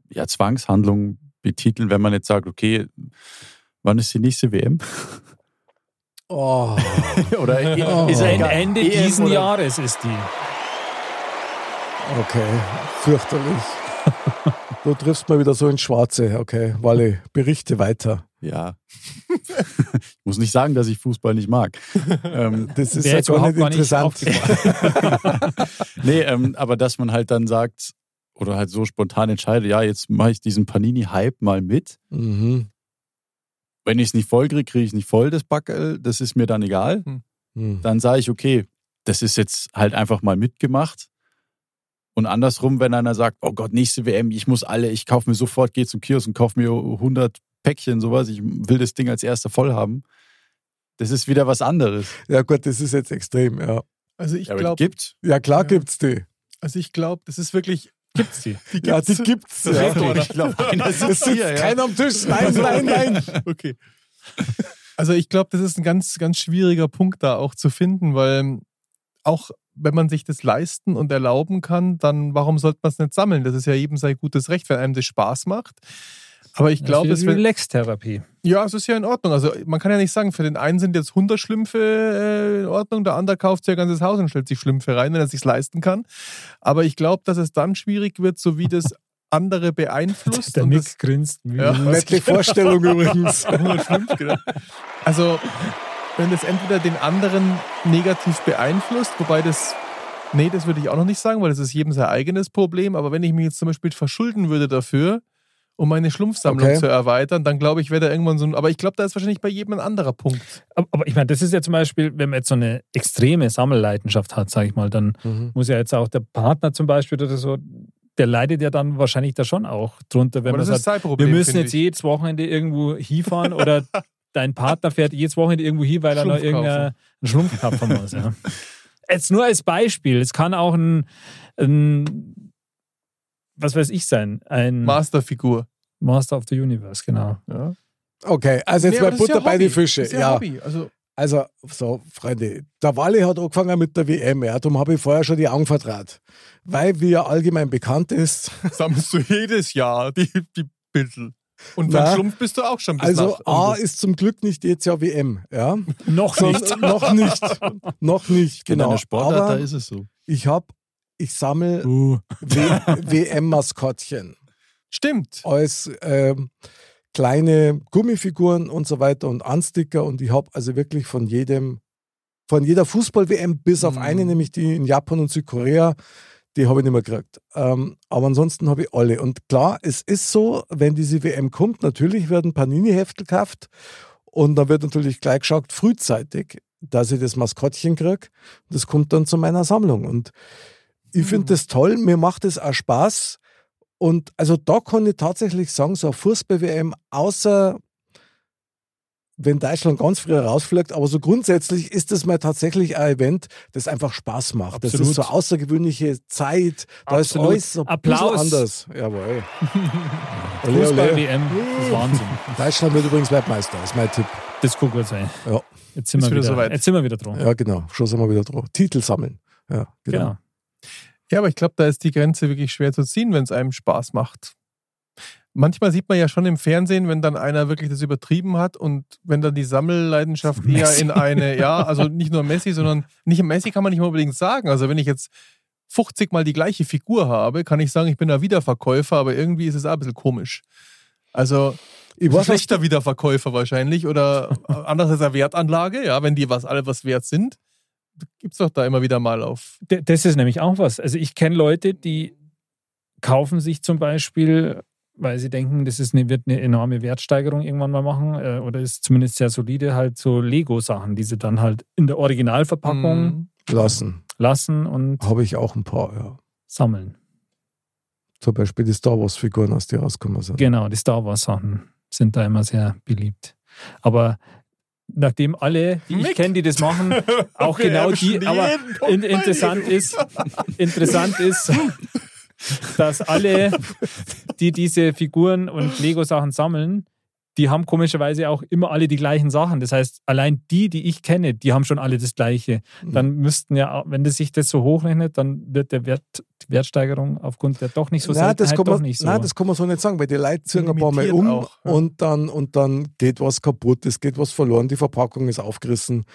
Speaker 7: ja, Zwangshandlung betiteln, wenn man jetzt sagt, okay, wann ist die nächste WM?
Speaker 3: oh,
Speaker 7: Oder e,
Speaker 3: Oh.
Speaker 7: ist
Speaker 4: also
Speaker 7: er
Speaker 4: ein
Speaker 7: in,
Speaker 4: Ende
Speaker 7: EM
Speaker 4: diesen
Speaker 7: oder-
Speaker 4: Jahres ist die.
Speaker 3: okay, fürchterlich. Du triffst mal wieder so ins Schwarze, okay, Walle, berichte weiter.
Speaker 7: Ja. ich muss nicht sagen, dass ich Fußball nicht mag. ähm,
Speaker 3: Das ist
Speaker 4: Wäre
Speaker 3: ja
Speaker 4: jetzt
Speaker 3: gar
Speaker 4: überhaupt
Speaker 3: nicht
Speaker 4: gar nicht
Speaker 3: interessant.
Speaker 4: aufgefallen.
Speaker 7: nee, ähm, aber dass man halt dann sagt oder halt so spontan entscheidet, ja, jetzt mache ich diesen Panini-Hype mal mit.
Speaker 3: mhm.
Speaker 7: Wenn ich es nicht voll kriege, kriege ich es nicht voll, das Backel, das ist mir dann egal.
Speaker 3: Mhm.
Speaker 7: Dann sage ich, okay, das ist jetzt halt einfach mal mitgemacht. Und andersrum, wenn einer sagt, oh Gott, nächste WM, ich muss alle, ich kaufe mir sofort, gehe zum Kiosk und kaufe mir 100 Päckchen, sowas, ich will das Ding als erster voll haben. Das ist wieder was anderes.
Speaker 3: Ja gut, das ist jetzt extrem, ja.
Speaker 1: Also ich
Speaker 7: Ja, aber die
Speaker 1: glaube,
Speaker 7: gibt's.
Speaker 3: Ja klar
Speaker 1: Ja.
Speaker 3: gibt's die.
Speaker 1: also ich glaube, das ist wirklich.
Speaker 4: Gibt's die?
Speaker 1: Die
Speaker 3: Ja, die gibt's.
Speaker 1: gibt's. Das
Speaker 3: Ja.
Speaker 1: ist doch-
Speaker 7: Ich glaube, einer
Speaker 3: Es
Speaker 7: sitzt
Speaker 3: sitzt
Speaker 7: hier. Ja.
Speaker 3: keiner am Tisch. Nein, nein, nein.
Speaker 1: Okay. Also ich glaube, das ist ein ganz, ganz schwieriger Punkt da auch zu finden, weil ähm, auch wenn man sich das leisten und erlauben kann, dann warum sollte man es nicht sammeln? Das ist ja jedem sein gutes Recht, wenn einem das Spaß macht. Aber ich glaube,
Speaker 4: das
Speaker 1: es
Speaker 4: ist
Speaker 1: wird,
Speaker 4: Relax-Therapie.
Speaker 1: ja, es ist ja in Ordnung. Also man kann ja nicht sagen, für den einen sind jetzt Hunderschlümpfe äh, in Ordnung, der andere kauft sich ein ganzes Haus und stellt sich Schlümpfe rein, wenn er sich's leisten kann. Aber ich glaube, dass es dann schwierig wird, so wie das andere beeinflusst.
Speaker 4: Der
Speaker 1: und das,
Speaker 4: Mick grinst.
Speaker 1: Ja.
Speaker 3: Nette Vorstellung übrigens.
Speaker 1: genau. Also, wenn es entweder den anderen negativ beeinflusst, wobei das. Nee, das würde ich auch noch nicht sagen, weil das ist jedem sein eigenes Problem. Aber wenn ich mich jetzt zum Beispiel verschulden würde dafür, um meine Schlumpfsammlung
Speaker 3: Okay.
Speaker 1: zu erweitern, dann glaube ich, wäre da irgendwann so ein. Aber ich glaube, da ist wahrscheinlich bei jedem ein anderer Punkt.
Speaker 4: Aber, aber ich meine, das ist ja zum Beispiel, wenn man jetzt so eine extreme Sammelleidenschaft hat, sage ich mal, dann
Speaker 3: Mhm.
Speaker 4: muss ja jetzt auch der Partner zum Beispiel oder so, der leidet ja dann wahrscheinlich da schon auch drunter, wenn
Speaker 1: aber
Speaker 4: man
Speaker 1: das ist
Speaker 4: sagt,
Speaker 1: sein Problem.
Speaker 4: wir müssen
Speaker 1: finde
Speaker 4: jetzt
Speaker 1: ich.
Speaker 4: jedes Wochenende irgendwo hinfahren oder dein Partner fährt jedes Wochenende irgendwo hin, weil er noch
Speaker 1: Schlumpf
Speaker 4: irgendeinen Schlumpf kaufen muss. Ja. Jetzt nur als Beispiel. Es kann auch ein, ein was weiß ich sein, ein
Speaker 1: Masterfigur.
Speaker 4: Master of the Universe, genau.
Speaker 1: Ja.
Speaker 3: Okay, also jetzt
Speaker 1: Nee,
Speaker 3: mal
Speaker 1: aber das ist
Speaker 3: Butter
Speaker 1: ja
Speaker 3: bei
Speaker 1: Hobby.
Speaker 3: die Fische.
Speaker 1: Das ist ja,
Speaker 3: ja.
Speaker 1: Hobby. Also,
Speaker 3: Also, so, Freunde, der Walle hat angefangen mit der WM, ja, darum habe ich vorher schon die Augen vertraut. Weil, wie ja allgemein bekannt ist,
Speaker 1: sammelst du jedes Jahr die, die Bittel. Und
Speaker 3: Na,
Speaker 1: beim Schlumpf bist du auch schon bis
Speaker 3: also
Speaker 1: nach-
Speaker 3: A ist zum Glück nicht jetzt ja WM, ja.
Speaker 4: Noch
Speaker 3: Sondern- Noch nicht. Noch nicht,
Speaker 7: Genau. In
Speaker 3: genau.
Speaker 7: einer Sportart, da
Speaker 3: Aber
Speaker 7: ist es so.
Speaker 3: ich habe, ich sammle
Speaker 4: Uh.
Speaker 3: WM-Maskottchen
Speaker 1: Stimmt.
Speaker 3: als ähm, kleine Gummifiguren und so weiter und Ansticker und ich habe also wirklich von jedem, von jeder Fußball-WM bis auf
Speaker 1: Mhm.
Speaker 3: eine, nämlich die in Japan und Südkorea, die habe ich nicht mehr gekriegt. Ähm, aber ansonsten habe ich alle. Und klar, es ist so, wenn diese WM kommt, natürlich werden Panini-Heftel gekauft und dann wird natürlich gleich geschaut, frühzeitig, dass ich das Maskottchen kriege. Das kommt dann zu meiner Sammlung. Und ich finde
Speaker 4: Mhm.
Speaker 3: das toll, mir macht es auch Spaß. Und also da kann ich tatsächlich sagen, so eine Fußball-WM, außer wenn Deutschland ganz früh rausfliegt, aber so grundsätzlich ist das mal tatsächlich ein Event, das einfach Spaß macht. Das
Speaker 4: Absolut.
Speaker 3: ist so eine außergewöhnliche Zeit. Da
Speaker 4: Absolut.
Speaker 3: ist alles so ein bisschen
Speaker 4: Applaus.
Speaker 3: anders. Jawohl. Ole, ole.
Speaker 4: Fußball-WM, das ist Wahnsinn.
Speaker 3: Deutschland wird übrigens Weltmeister, ist mein Tipp.
Speaker 4: Das kann gut sein.
Speaker 3: Ja.
Speaker 4: Jetzt sind,
Speaker 1: Ist
Speaker 4: wir
Speaker 1: wieder
Speaker 4: wieder,
Speaker 1: soweit.
Speaker 4: jetzt sind wir wieder dran.
Speaker 3: Ja, genau. Schon sind wir wieder drauf. Titel sammeln. Ja, genau.
Speaker 4: Genau.
Speaker 1: Ja, aber ich glaube, da ist die Grenze wirklich schwer zu ziehen, wenn es einem Spaß macht. Manchmal sieht man ja schon im Fernsehen, wenn dann einer wirklich das übertrieben hat und wenn dann die Sammelleidenschaft eher
Speaker 4: Messi.
Speaker 1: in eine, ja, also nicht nur Messi, sondern nicht Messi kann man nicht mal unbedingt sagen. Also wenn ich jetzt 50 mal die gleiche Figur habe, kann ich sagen, ich bin ein Wiederverkäufer, aber irgendwie ist es auch ein bisschen komisch. Also
Speaker 3: Ich
Speaker 1: ein
Speaker 3: weiß, was,
Speaker 1: schlechter Wiederverkäufer wahrscheinlich oder anders als eine Wertanlage, ja, wenn die was alle was wert sind, gibt es doch da immer wieder mal auf.
Speaker 4: D- Das ist nämlich auch was. Also ich kenne Leute, die kaufen sich zum Beispiel, weil sie denken, das ist eine, wird eine enorme Wertsteigerung irgendwann mal machen äh, oder ist zumindest sehr solide, halt so Lego-Sachen, die sie dann halt in der Originalverpackung
Speaker 1: Mhm.
Speaker 3: lassen.
Speaker 4: lassen und
Speaker 3: Habe ich auch ein paar, ja.
Speaker 4: sammeln.
Speaker 3: Zum Beispiel die Star Wars-Figuren, aus die rausgekommen sind.
Speaker 4: Genau, die Star Wars-Sachen sind da immer sehr beliebt. Aber nachdem alle, die ich
Speaker 1: Mick.
Speaker 4: kenne, die das machen, auch genau die, aber in, interessant ist, interessant ist, dass alle, die diese Figuren und Lego-Sachen sammeln, die haben komischerweise auch immer alle die gleichen Sachen. Das heißt, allein die, die ich kenne, die haben schon alle das Gleiche. Dann müssten ja, auch- wenn das sich das so hochrechnet, dann wird der Wert, die Wertsteigerung aufgrund der doch nicht so
Speaker 3: Nein, das
Speaker 4: Seltenheit
Speaker 3: kann
Speaker 4: doch
Speaker 3: man,
Speaker 4: nicht so.
Speaker 3: nein, das kann man so nicht sagen, weil die Leute ziehen ein paar Mal
Speaker 1: Limitiert
Speaker 3: um
Speaker 1: auch, ja.
Speaker 3: und, dann, und dann geht was kaputt, es geht was verloren, die Verpackung ist aufgerissen.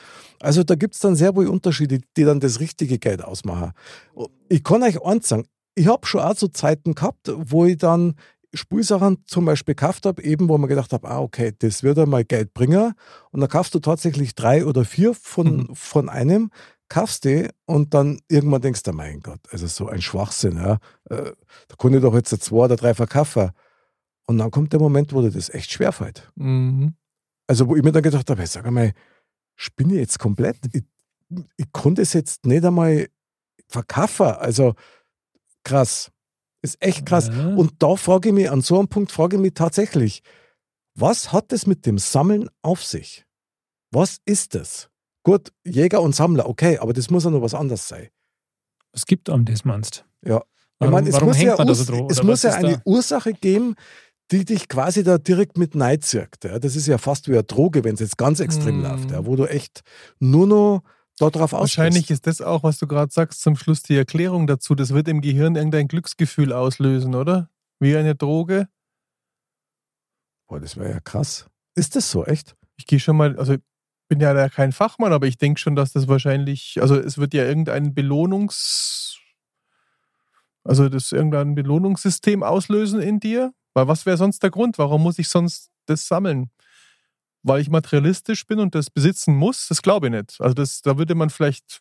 Speaker 3: Also da gibt es dann sehr wohl Unterschiede, die dann das richtige Geld ausmachen. Ich kann euch eins sagen, ich habe schon auch so Zeiten gehabt, wo ich dann Spielsachen zum Beispiel gekauft habe, eben wo man gedacht habe, ah, okay, das wird einmal Geld bringen. Und dann kaufst du tatsächlich drei oder vier
Speaker 4: Mhm.
Speaker 3: von, von einem, kaufst die und dann irgendwann denkst du, mein Gott, also so ein Schwachsinn, ja. Äh, da konnte ich doch jetzt zwei oder drei verkaufen. Und dann kommt der Moment, wo dir das echt schwerfällt.
Speaker 1: Mhm.
Speaker 3: Also, wo ich mir dann gedacht habe, hey, sag einmal, spinne ich jetzt komplett. Ich, ich konnte es jetzt nicht einmal verkaufen. Also, krass. Ist echt krass.
Speaker 4: Ja.
Speaker 3: Und da frage ich mich, an so einem Punkt frage ich mich tatsächlich, was hat es mit dem Sammeln auf sich? Was ist das? Gut, Jäger und Sammler, okay, aber das muss ja noch was anderes sein.
Speaker 4: Es gibt einem das, meinst
Speaker 3: Ich
Speaker 4: Warum-
Speaker 3: meine, es
Speaker 4: warum
Speaker 3: muss
Speaker 4: hängt
Speaker 3: ja,
Speaker 4: man da so
Speaker 3: Urs-
Speaker 4: drauf?
Speaker 3: es
Speaker 4: Oder
Speaker 3: muss
Speaker 4: was
Speaker 3: ja
Speaker 4: ist
Speaker 3: eine
Speaker 4: da?
Speaker 3: Ursache geben, die dich quasi da direkt mit Neid zirkt. Ja? Das ist ja fast wie eine Droge, wenn es jetzt ganz extrem
Speaker 4: Mhm.
Speaker 1: Hm.
Speaker 3: läuft, ja? wo du echt nur noch darauf aus
Speaker 1: Wahrscheinlich ist das auch, was du gerade sagst, zum Schluss die Erklärung dazu. Das wird im Gehirn irgendein Glücksgefühl auslösen, oder? Wie eine Droge.
Speaker 3: Boah, das wäre ja krass. Ist das so, echt?
Speaker 1: Ich gehe schon mal, also ich bin ja da kein Fachmann, aber ich denke schon, dass das wahrscheinlich, also es wird ja irgendein Belohnungs, also das irgendein Belohnungssystem auslösen in dir. Weil was wäre sonst der Grund? Warum muss ich sonst das sammeln? Weil ich materialistisch bin und das besitzen muss? Das glaube ich nicht. Also das, da würde man vielleicht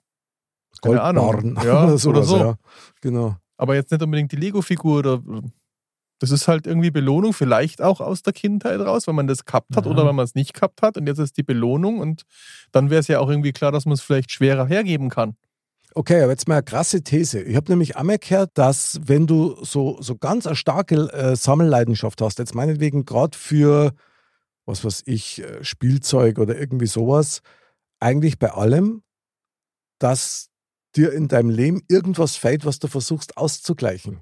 Speaker 1: Keine
Speaker 3: Goldbarren
Speaker 1: Ahnung. Ja,
Speaker 3: oder sowas,
Speaker 1: oder so.
Speaker 3: ja. Genau.
Speaker 1: Aber jetzt nicht unbedingt die Lego-Figur oder. Das ist halt irgendwie Belohnung, vielleicht auch aus der Kindheit raus, wenn man das gehabt hat
Speaker 4: Ja.
Speaker 1: oder wenn man es nicht gehabt hat. Und jetzt ist die Belohnung und dann wäre es ja auch irgendwie klar, dass man es vielleicht schwerer hergeben kann.
Speaker 3: Okay, aber jetzt mal eine krasse These. Ich habe nämlich einmal gehört, dass wenn du so, so ganz eine starke äh, Sammelleidenschaft hast, jetzt meinetwegen gerade für, was weiß ich, äh, Spielzeug oder irgendwie sowas, eigentlich bei allem, dass dir in deinem Leben irgendwas fehlt, was du versuchst auszugleichen.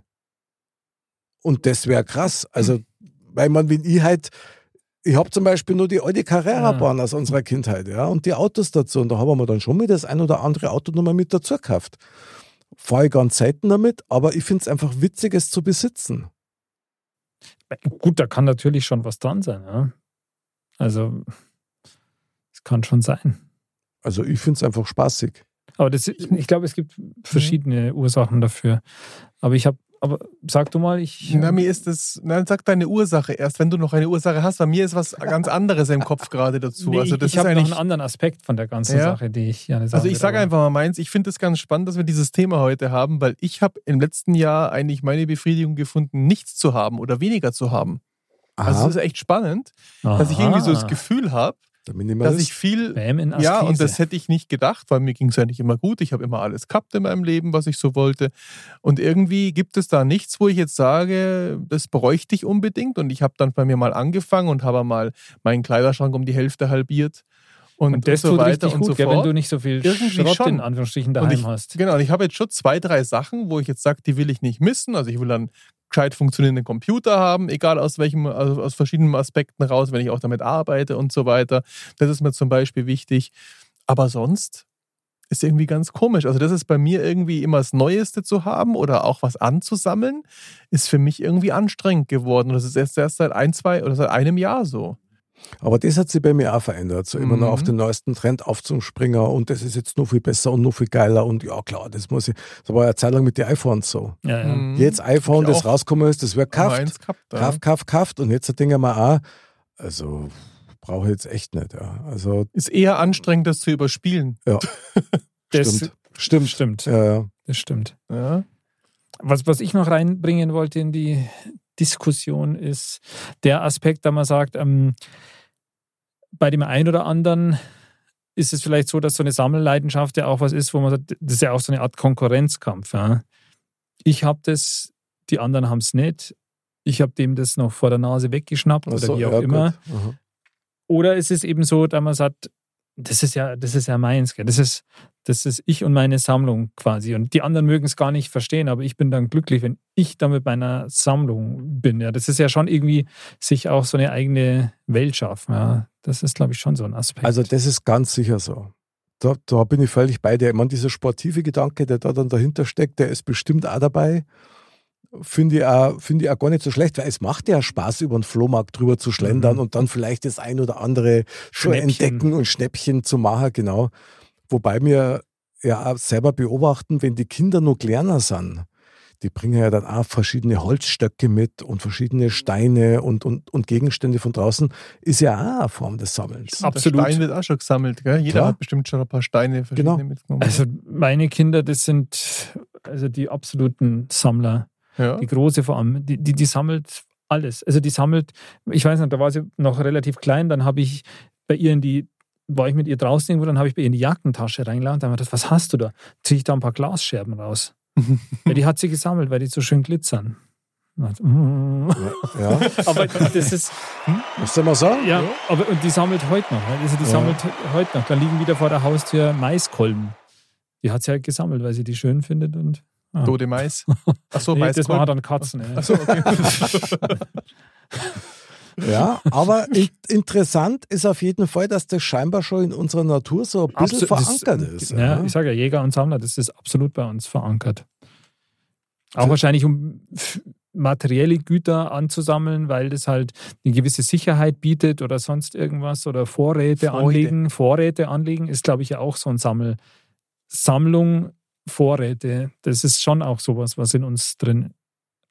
Speaker 3: Und das wäre krass. Also,
Speaker 1: Mhm.
Speaker 3: weil man, wenn ich halt, ich habe zum Beispiel nur die alte Carrera-Bahn aus unserer Kindheit, ja, und die Autos dazu. Und da haben wir dann schon mit das ein oder andere Auto nochmal mit dazu gekauft. Fahre ich ganz selten damit, aber ich finde es einfach witzig, es zu besitzen.
Speaker 4: du? Gut, da kann natürlich schon was dran sein. Ja? Also, es kann schon sein.
Speaker 3: Also ich finde es einfach spaßig.
Speaker 4: Aber das, ich glaube, es gibt
Speaker 1: Mhm.
Speaker 4: verschiedene Ursachen dafür. Aber ich habe, aber sag du mal, ich.
Speaker 1: Na, mir ist das. Nein, sag deine Ursache erst, wenn du noch eine Ursache hast. Bei mir ist was ganz anderes im Kopf gerade dazu.
Speaker 4: Nee,
Speaker 1: also
Speaker 4: ich-
Speaker 1: das
Speaker 4: ich
Speaker 1: ist
Speaker 4: habe noch
Speaker 1: eigentlich.
Speaker 4: einen anderen Aspekt von der ganzen
Speaker 1: Ja.
Speaker 4: Sache, die ich gerne sagen
Speaker 1: Also ich
Speaker 4: will,
Speaker 1: sage
Speaker 4: aber-
Speaker 1: einfach mal meins, ich finde es ganz spannend, dass wir dieses Thema heute haben, weil ich habe im letzten Jahr eigentlich meine Befriedigung gefunden, nichts zu haben oder weniger zu haben. Also
Speaker 3: Aha,
Speaker 1: das ist echt spannend, dass ich irgendwie so das
Speaker 4: Aha.
Speaker 1: Gefühl habe,
Speaker 3: der Minimalist.
Speaker 1: dass ich viel
Speaker 4: Bam in Askese.
Speaker 1: ja, und das hätte ich nicht gedacht, weil mir ging es ja nicht immer gut. Ich habe immer alles gehabt in meinem Leben, was ich so wollte. Und irgendwie gibt es da nichts, wo ich jetzt sage, das bräuchte ich unbedingt. Und ich habe dann bei mir mal angefangen und habe mal meinen Kleiderschrank um die Hälfte halbiert. Und,
Speaker 4: und das
Speaker 1: und so
Speaker 4: tut
Speaker 1: weiter
Speaker 4: richtig
Speaker 1: und
Speaker 4: gut,
Speaker 1: so
Speaker 4: gell,
Speaker 1: fort.
Speaker 4: wenn du nicht so viel
Speaker 1: Irgendwie
Speaker 4: Schrott
Speaker 1: schon.
Speaker 4: in Anführungsstrichen
Speaker 1: Und
Speaker 4: daheim
Speaker 1: ich,
Speaker 4: hast.
Speaker 1: Genau, und ich habe jetzt schon zwei, drei Sachen, wo ich jetzt sage, die will ich nicht missen. Also ich will dann gescheit funktionierenden Computer haben, egal aus welchem, also aus verschiedenen Aspekten raus, wenn ich auch damit arbeite und so weiter. Das ist mir zum Beispiel wichtig. Aber sonst ist irgendwie ganz komisch. Also das ist bei mir irgendwie immer das Neueste zu haben oder auch was anzusammeln, ist für mich irgendwie anstrengend geworden. Und das ist erst, erst seit ein, zwei oder seit einem Jahr so.
Speaker 3: Aber das hat sich bei mir auch verändert. So immer
Speaker 1: Mhm.
Speaker 3: noch auf den neuesten Trend aufzuspringen und das ist jetzt noch viel besser und noch viel geiler und ja klar, das muss ich. Das war ja eine Zeit lang mit den iPhones so.
Speaker 4: Ja, ja.
Speaker 1: Mhm.
Speaker 3: Jetzt iPhone,
Speaker 1: Hab ich
Speaker 3: das
Speaker 1: auch
Speaker 3: rausgekommen ist, das wird kauft.
Speaker 1: meins gehabt, ja.
Speaker 3: Kaff, kaff, kauft und jetzt denke ich mir auch, also brauche ich jetzt echt nicht. Ja. Also
Speaker 1: Ist eher anstrengend, das zu überspielen.
Speaker 4: Das
Speaker 3: stimmt. Stimmt.
Speaker 4: stimmt.
Speaker 3: Ja, ja.
Speaker 4: Das stimmt.
Speaker 1: Ja.
Speaker 4: Was, was ich noch reinbringen wollte in die Diskussion ist der Aspekt, da man sagt, ähm, bei dem einen oder anderen ist es vielleicht so, dass so eine Sammelleidenschaft ja auch was ist, wo man sagt, das ist ja auch so eine Art Konkurrenzkampf. Ja. Ich habe das, die anderen haben es nicht. Ich habe dem das noch vor der Nase weggeschnappt oder
Speaker 3: Also,
Speaker 4: wie auch
Speaker 3: ja,
Speaker 4: immer.
Speaker 3: Gut. Aha.
Speaker 4: Oder ist es eben so, dass man sagt, das ist ja, das ist ja meins, gell? Das ist, das ist ich und meine Sammlung quasi. Und die anderen mögen es gar nicht verstehen, aber ich bin dann glücklich, wenn ich dann mit meiner Sammlung bin. Ja, das ist ja schon irgendwie sich auch so eine eigene Welt schaffen. Ja, das ist, glaube ich, schon so ein Aspekt.
Speaker 3: Also das ist ganz sicher so. Da, da bin ich völlig bei dir. Ich meine, dieser sportive Gedanke, der da dann dahinter steckt, der ist bestimmt auch dabei. Finde ich, auch, finde ich auch gar nicht so schlecht, weil es macht ja Spaß, über den Flohmarkt drüber zu schlendern
Speaker 4: Mhm.
Speaker 3: und dann vielleicht das ein oder andere zu
Speaker 4: Schnäppchen.
Speaker 3: entdecken und Schnäppchen zu machen, genau. Wobei wir ja auch selber beobachten, wenn die Kinder noch kleiner sind, die bringen ja dann auch verschiedene Holzstöcke mit und verschiedene Steine und, und, und Gegenstände von draußen. Ist ja auch eine Form des Sammelns.
Speaker 1: Und
Speaker 4: Absolut.
Speaker 1: Der Stein wird auch schon gesammelt, gell? Jeder
Speaker 3: Klar.
Speaker 1: hat bestimmt schon ein paar Steine verschiedene
Speaker 3: Genau.
Speaker 1: mitgenommen.
Speaker 4: Also meine Kinder, das sind also die absoluten Sammler.
Speaker 1: ja.
Speaker 4: Die große vor allem, die, die, die sammelt alles. Also die sammelt, ich weiß nicht, da war sie noch relativ klein, dann habe ich bei ihr in die, war ich mit ihr draußen irgendwo, dann habe ich bei ihr in die Jackentasche reingeladen und dann habe ich gedacht, was hast du da? Ziehe ich da ein paar Glasscherben raus. ja, die hat sie gesammelt, weil die so schön glitzern. Und- mm.
Speaker 3: Ja,
Speaker 4: Aber das ist,
Speaker 3: was soll man sagen?
Speaker 4: ja, aber und die sammelt heute noch. Also die
Speaker 3: Ja.
Speaker 4: sammelt he- heute noch. Da liegen wieder vor der Haustür Maiskolben. Die hat sie halt gesammelt, weil sie die schön findet und. Ah.
Speaker 1: Tote Mais. Achso,
Speaker 4: Nee,
Speaker 1: Mais.
Speaker 4: das waren dann Katzen. Ja.
Speaker 1: Achso, okay.
Speaker 3: Ja, aber in, interessant ist auf jeden Fall, dass das scheinbar schon in unserer Natur so ein bisschen
Speaker 4: Absolut, das-
Speaker 3: verankert ist.
Speaker 4: Ja,
Speaker 3: ja.
Speaker 4: Ich sage ja, Jäger und Sammler, das ist absolut bei uns verankert. Auch wahrscheinlich, um f- materielle Güter anzusammeln, weil das halt eine gewisse Sicherheit bietet oder sonst irgendwas oder Vorräte
Speaker 1: Freude.
Speaker 4: anlegen. Vorräte anlegen ist, glaube ich, ja auch so ein Sammel. Sammlung, Vorräte, das ist schon auch sowas, was in uns drin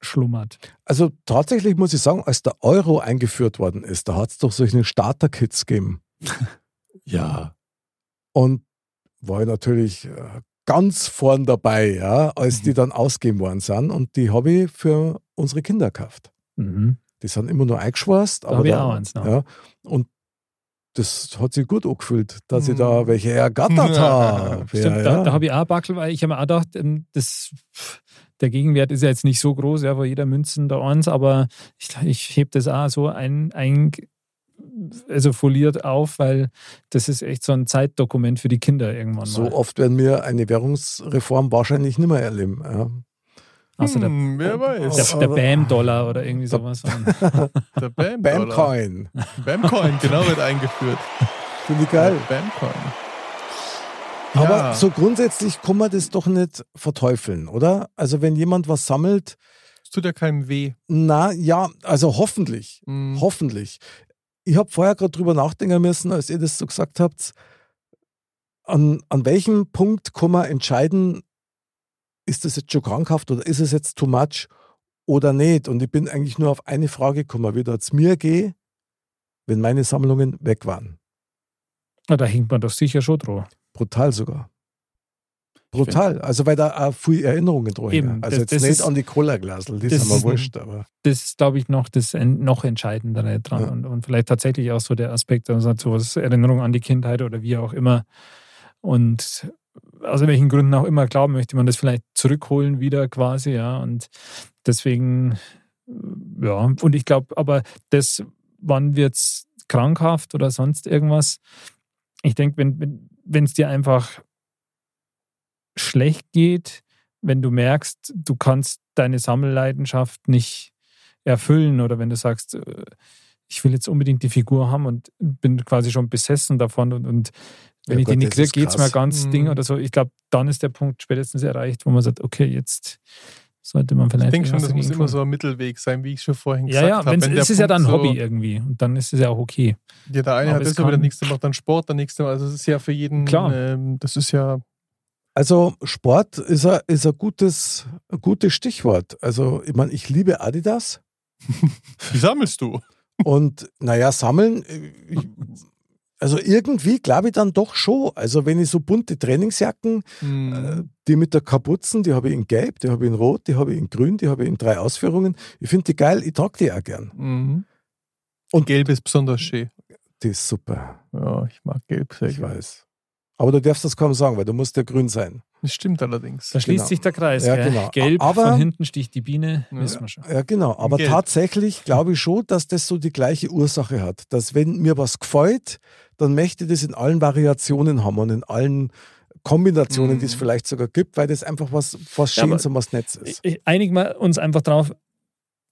Speaker 4: schlummert.
Speaker 3: Also tatsächlich muss ich sagen, als der Euro eingeführt worden ist, da hat es doch solche Starter-Kits gegeben.
Speaker 7: Ja.
Speaker 3: Und war ich natürlich äh, ganz vorn dabei, ja, als
Speaker 4: Mhm.
Speaker 3: die dann ausgegeben worden sind. Und die habe ich für unsere Kinder gekauft.
Speaker 4: Mhm.
Speaker 3: Die sind immer nur eingeschweißt.
Speaker 4: hab
Speaker 3: Aber
Speaker 4: ich
Speaker 3: da,
Speaker 4: auch eins ne? noch.
Speaker 3: Ja, und das hat sich gut angefühlt, dass ich
Speaker 1: Mhm.
Speaker 3: da welche ergattert habe.
Speaker 4: Stimmt,
Speaker 3: ja,
Speaker 4: da,
Speaker 3: ja.
Speaker 4: da habe ich auch Backel, weil ich habe mir auch gedacht, ähm, das, pff, der Gegenwert ist ja jetzt nicht so groß, ja, wo jeder Münzen da eins, aber ich, ich heb das auch so ein, ein, also foliert auf, weil das ist echt so ein Zeitdokument für die Kinder irgendwann mal.
Speaker 3: so oft werden wir eine Währungsreform wahrscheinlich nicht mehr erleben. Ja.
Speaker 4: Also der,
Speaker 1: hm, wer
Speaker 4: der,
Speaker 1: weiß.
Speaker 3: Oh.
Speaker 4: der BAM-Dollar oder irgendwie sowas.
Speaker 1: Der Bam
Speaker 3: Bamcoin,
Speaker 1: Bamcoin, genau, wird eingeführt.
Speaker 3: finde ich geil.
Speaker 1: Bamcoin.
Speaker 3: Aber so grundsätzlich kann man das doch nicht verteufeln, oder? Also wenn jemand was sammelt,
Speaker 1: Es tut ja keinem weh.
Speaker 3: na ja, also hoffentlich,
Speaker 4: Mhm.
Speaker 1: Hm.
Speaker 3: hoffentlich. Ich habe vorher gerade drüber nachdenken müssen, als ihr das so gesagt habt, an, an welchem Punkt kann man entscheiden, ist das jetzt schon krankhaft oder ist es jetzt too much oder nicht? Und ich bin eigentlich nur auf eine Frage gekommen, wie das mir gehe, wenn meine Sammlungen weg waren.
Speaker 4: Na, da hängt man doch sicher schon drauf.
Speaker 3: Brutal sogar. Brutal. Also, weil da auch viel Erinnerungen drin
Speaker 4: Eben,
Speaker 3: hängen. Also,
Speaker 4: das-
Speaker 3: jetzt
Speaker 4: das
Speaker 3: nicht
Speaker 4: ist-
Speaker 3: an die Cola-Glasel, die
Speaker 4: das
Speaker 3: sind mir
Speaker 4: ist-
Speaker 3: wurscht, aber.
Speaker 4: das ist, glaube ich, noch das en- noch Entscheidendere dran.
Speaker 3: Ja.
Speaker 4: Und, und vielleicht tatsächlich auch so der Aspekt, also so was Erinnerung an die Kindheit oder wie auch immer. Und aus welchen Gründen auch immer, glauben möchte man das vielleicht zurückholen wieder quasi, ja. Und deswegen, ja, und ich glaube, aber das, wann wird es krankhaft oder sonst irgendwas? Ich denke, wenn es dir einfach schlecht geht, wenn du merkst, du kannst deine Sammelleidenschaft nicht erfüllen oder wenn du sagst, äh, ich will jetzt unbedingt die Figur haben und bin quasi schon besessen davon und, und wenn
Speaker 3: Ja
Speaker 4: ich die
Speaker 3: Gott,
Speaker 4: nicht
Speaker 3: das
Speaker 4: kriege,
Speaker 3: ist
Speaker 4: geht es mir
Speaker 3: krass.
Speaker 4: ganz
Speaker 1: Mhm.
Speaker 4: Ding oder so. Ich glaube, dann ist der Punkt spätestens erreicht, wo man sagt, okay, jetzt sollte man vielleicht.
Speaker 1: Ich denke schon,
Speaker 4: irgendwas
Speaker 1: das muss
Speaker 4: dagegen
Speaker 1: immer so
Speaker 4: tun.
Speaker 1: ein Mittelweg sein, wie ich schon vorhin
Speaker 4: Ja,
Speaker 1: gesagt
Speaker 4: ja,
Speaker 1: habe.
Speaker 4: wenn's,
Speaker 1: Wenn
Speaker 4: es
Speaker 1: der
Speaker 4: ist ja
Speaker 1: Punkt
Speaker 4: dann
Speaker 1: so-
Speaker 4: Hobby irgendwie und dann ist es ja auch okay.
Speaker 1: Ja, der eine
Speaker 4: Aber
Speaker 1: hat
Speaker 4: es
Speaker 1: das, aber der
Speaker 4: kann-
Speaker 1: nächste macht dann Sport, der nächste Mal. Also es ist ja für jeden,
Speaker 4: Klar.
Speaker 1: Ähm, das ist ja
Speaker 3: Also Sport ist ein, ist ein, gutes, ein gutes Stichwort. Also ich meine, ich liebe Adidas
Speaker 1: Wie sammelst du?
Speaker 3: und naja, sammeln, äh, ich, also irgendwie glaube ich dann doch schon. Also wenn ich so bunte Trainingsjacken,
Speaker 1: Hm.
Speaker 3: äh, die mit der Kapuzen, die habe ich in gelb, die habe ich in rot, die habe ich in grün, die habe ich in drei Ausführungen. Ich finde die geil, ich trage die auch gern.
Speaker 1: Mhm.
Speaker 3: Und-
Speaker 1: Und gelb ist besonders schön.
Speaker 3: Die ist super,
Speaker 1: Ja, ich mag gelb sehr
Speaker 3: ich
Speaker 1: gerne.
Speaker 3: weiß. Aber du darfst das kaum sagen, weil du musst ja grün sein.
Speaker 1: Das stimmt allerdings.
Speaker 4: Da schließt
Speaker 3: Genau.
Speaker 4: sich der Kreis.
Speaker 3: Ja,
Speaker 4: gell?
Speaker 3: genau.
Speaker 4: Gelb,
Speaker 3: Aber-
Speaker 4: von hinten sticht die Biene,
Speaker 1: Ja. Äh,
Speaker 4: wissen wir schon.
Speaker 3: Ja, genau. Aber
Speaker 1: Geld.
Speaker 3: tatsächlich glaube ich schon, dass das so die gleiche Ursache hat. Dass wenn mir was gefällt, dann möchte ich das in allen Variationen haben und in allen Kombinationen,
Speaker 1: Mhm.
Speaker 3: die es vielleicht sogar gibt, weil das einfach was, was
Speaker 4: Ja,
Speaker 3: Schönes
Speaker 4: aber
Speaker 3: und was Nettes ist.
Speaker 4: Ich- ich- Einigen wir uns einfach drauf.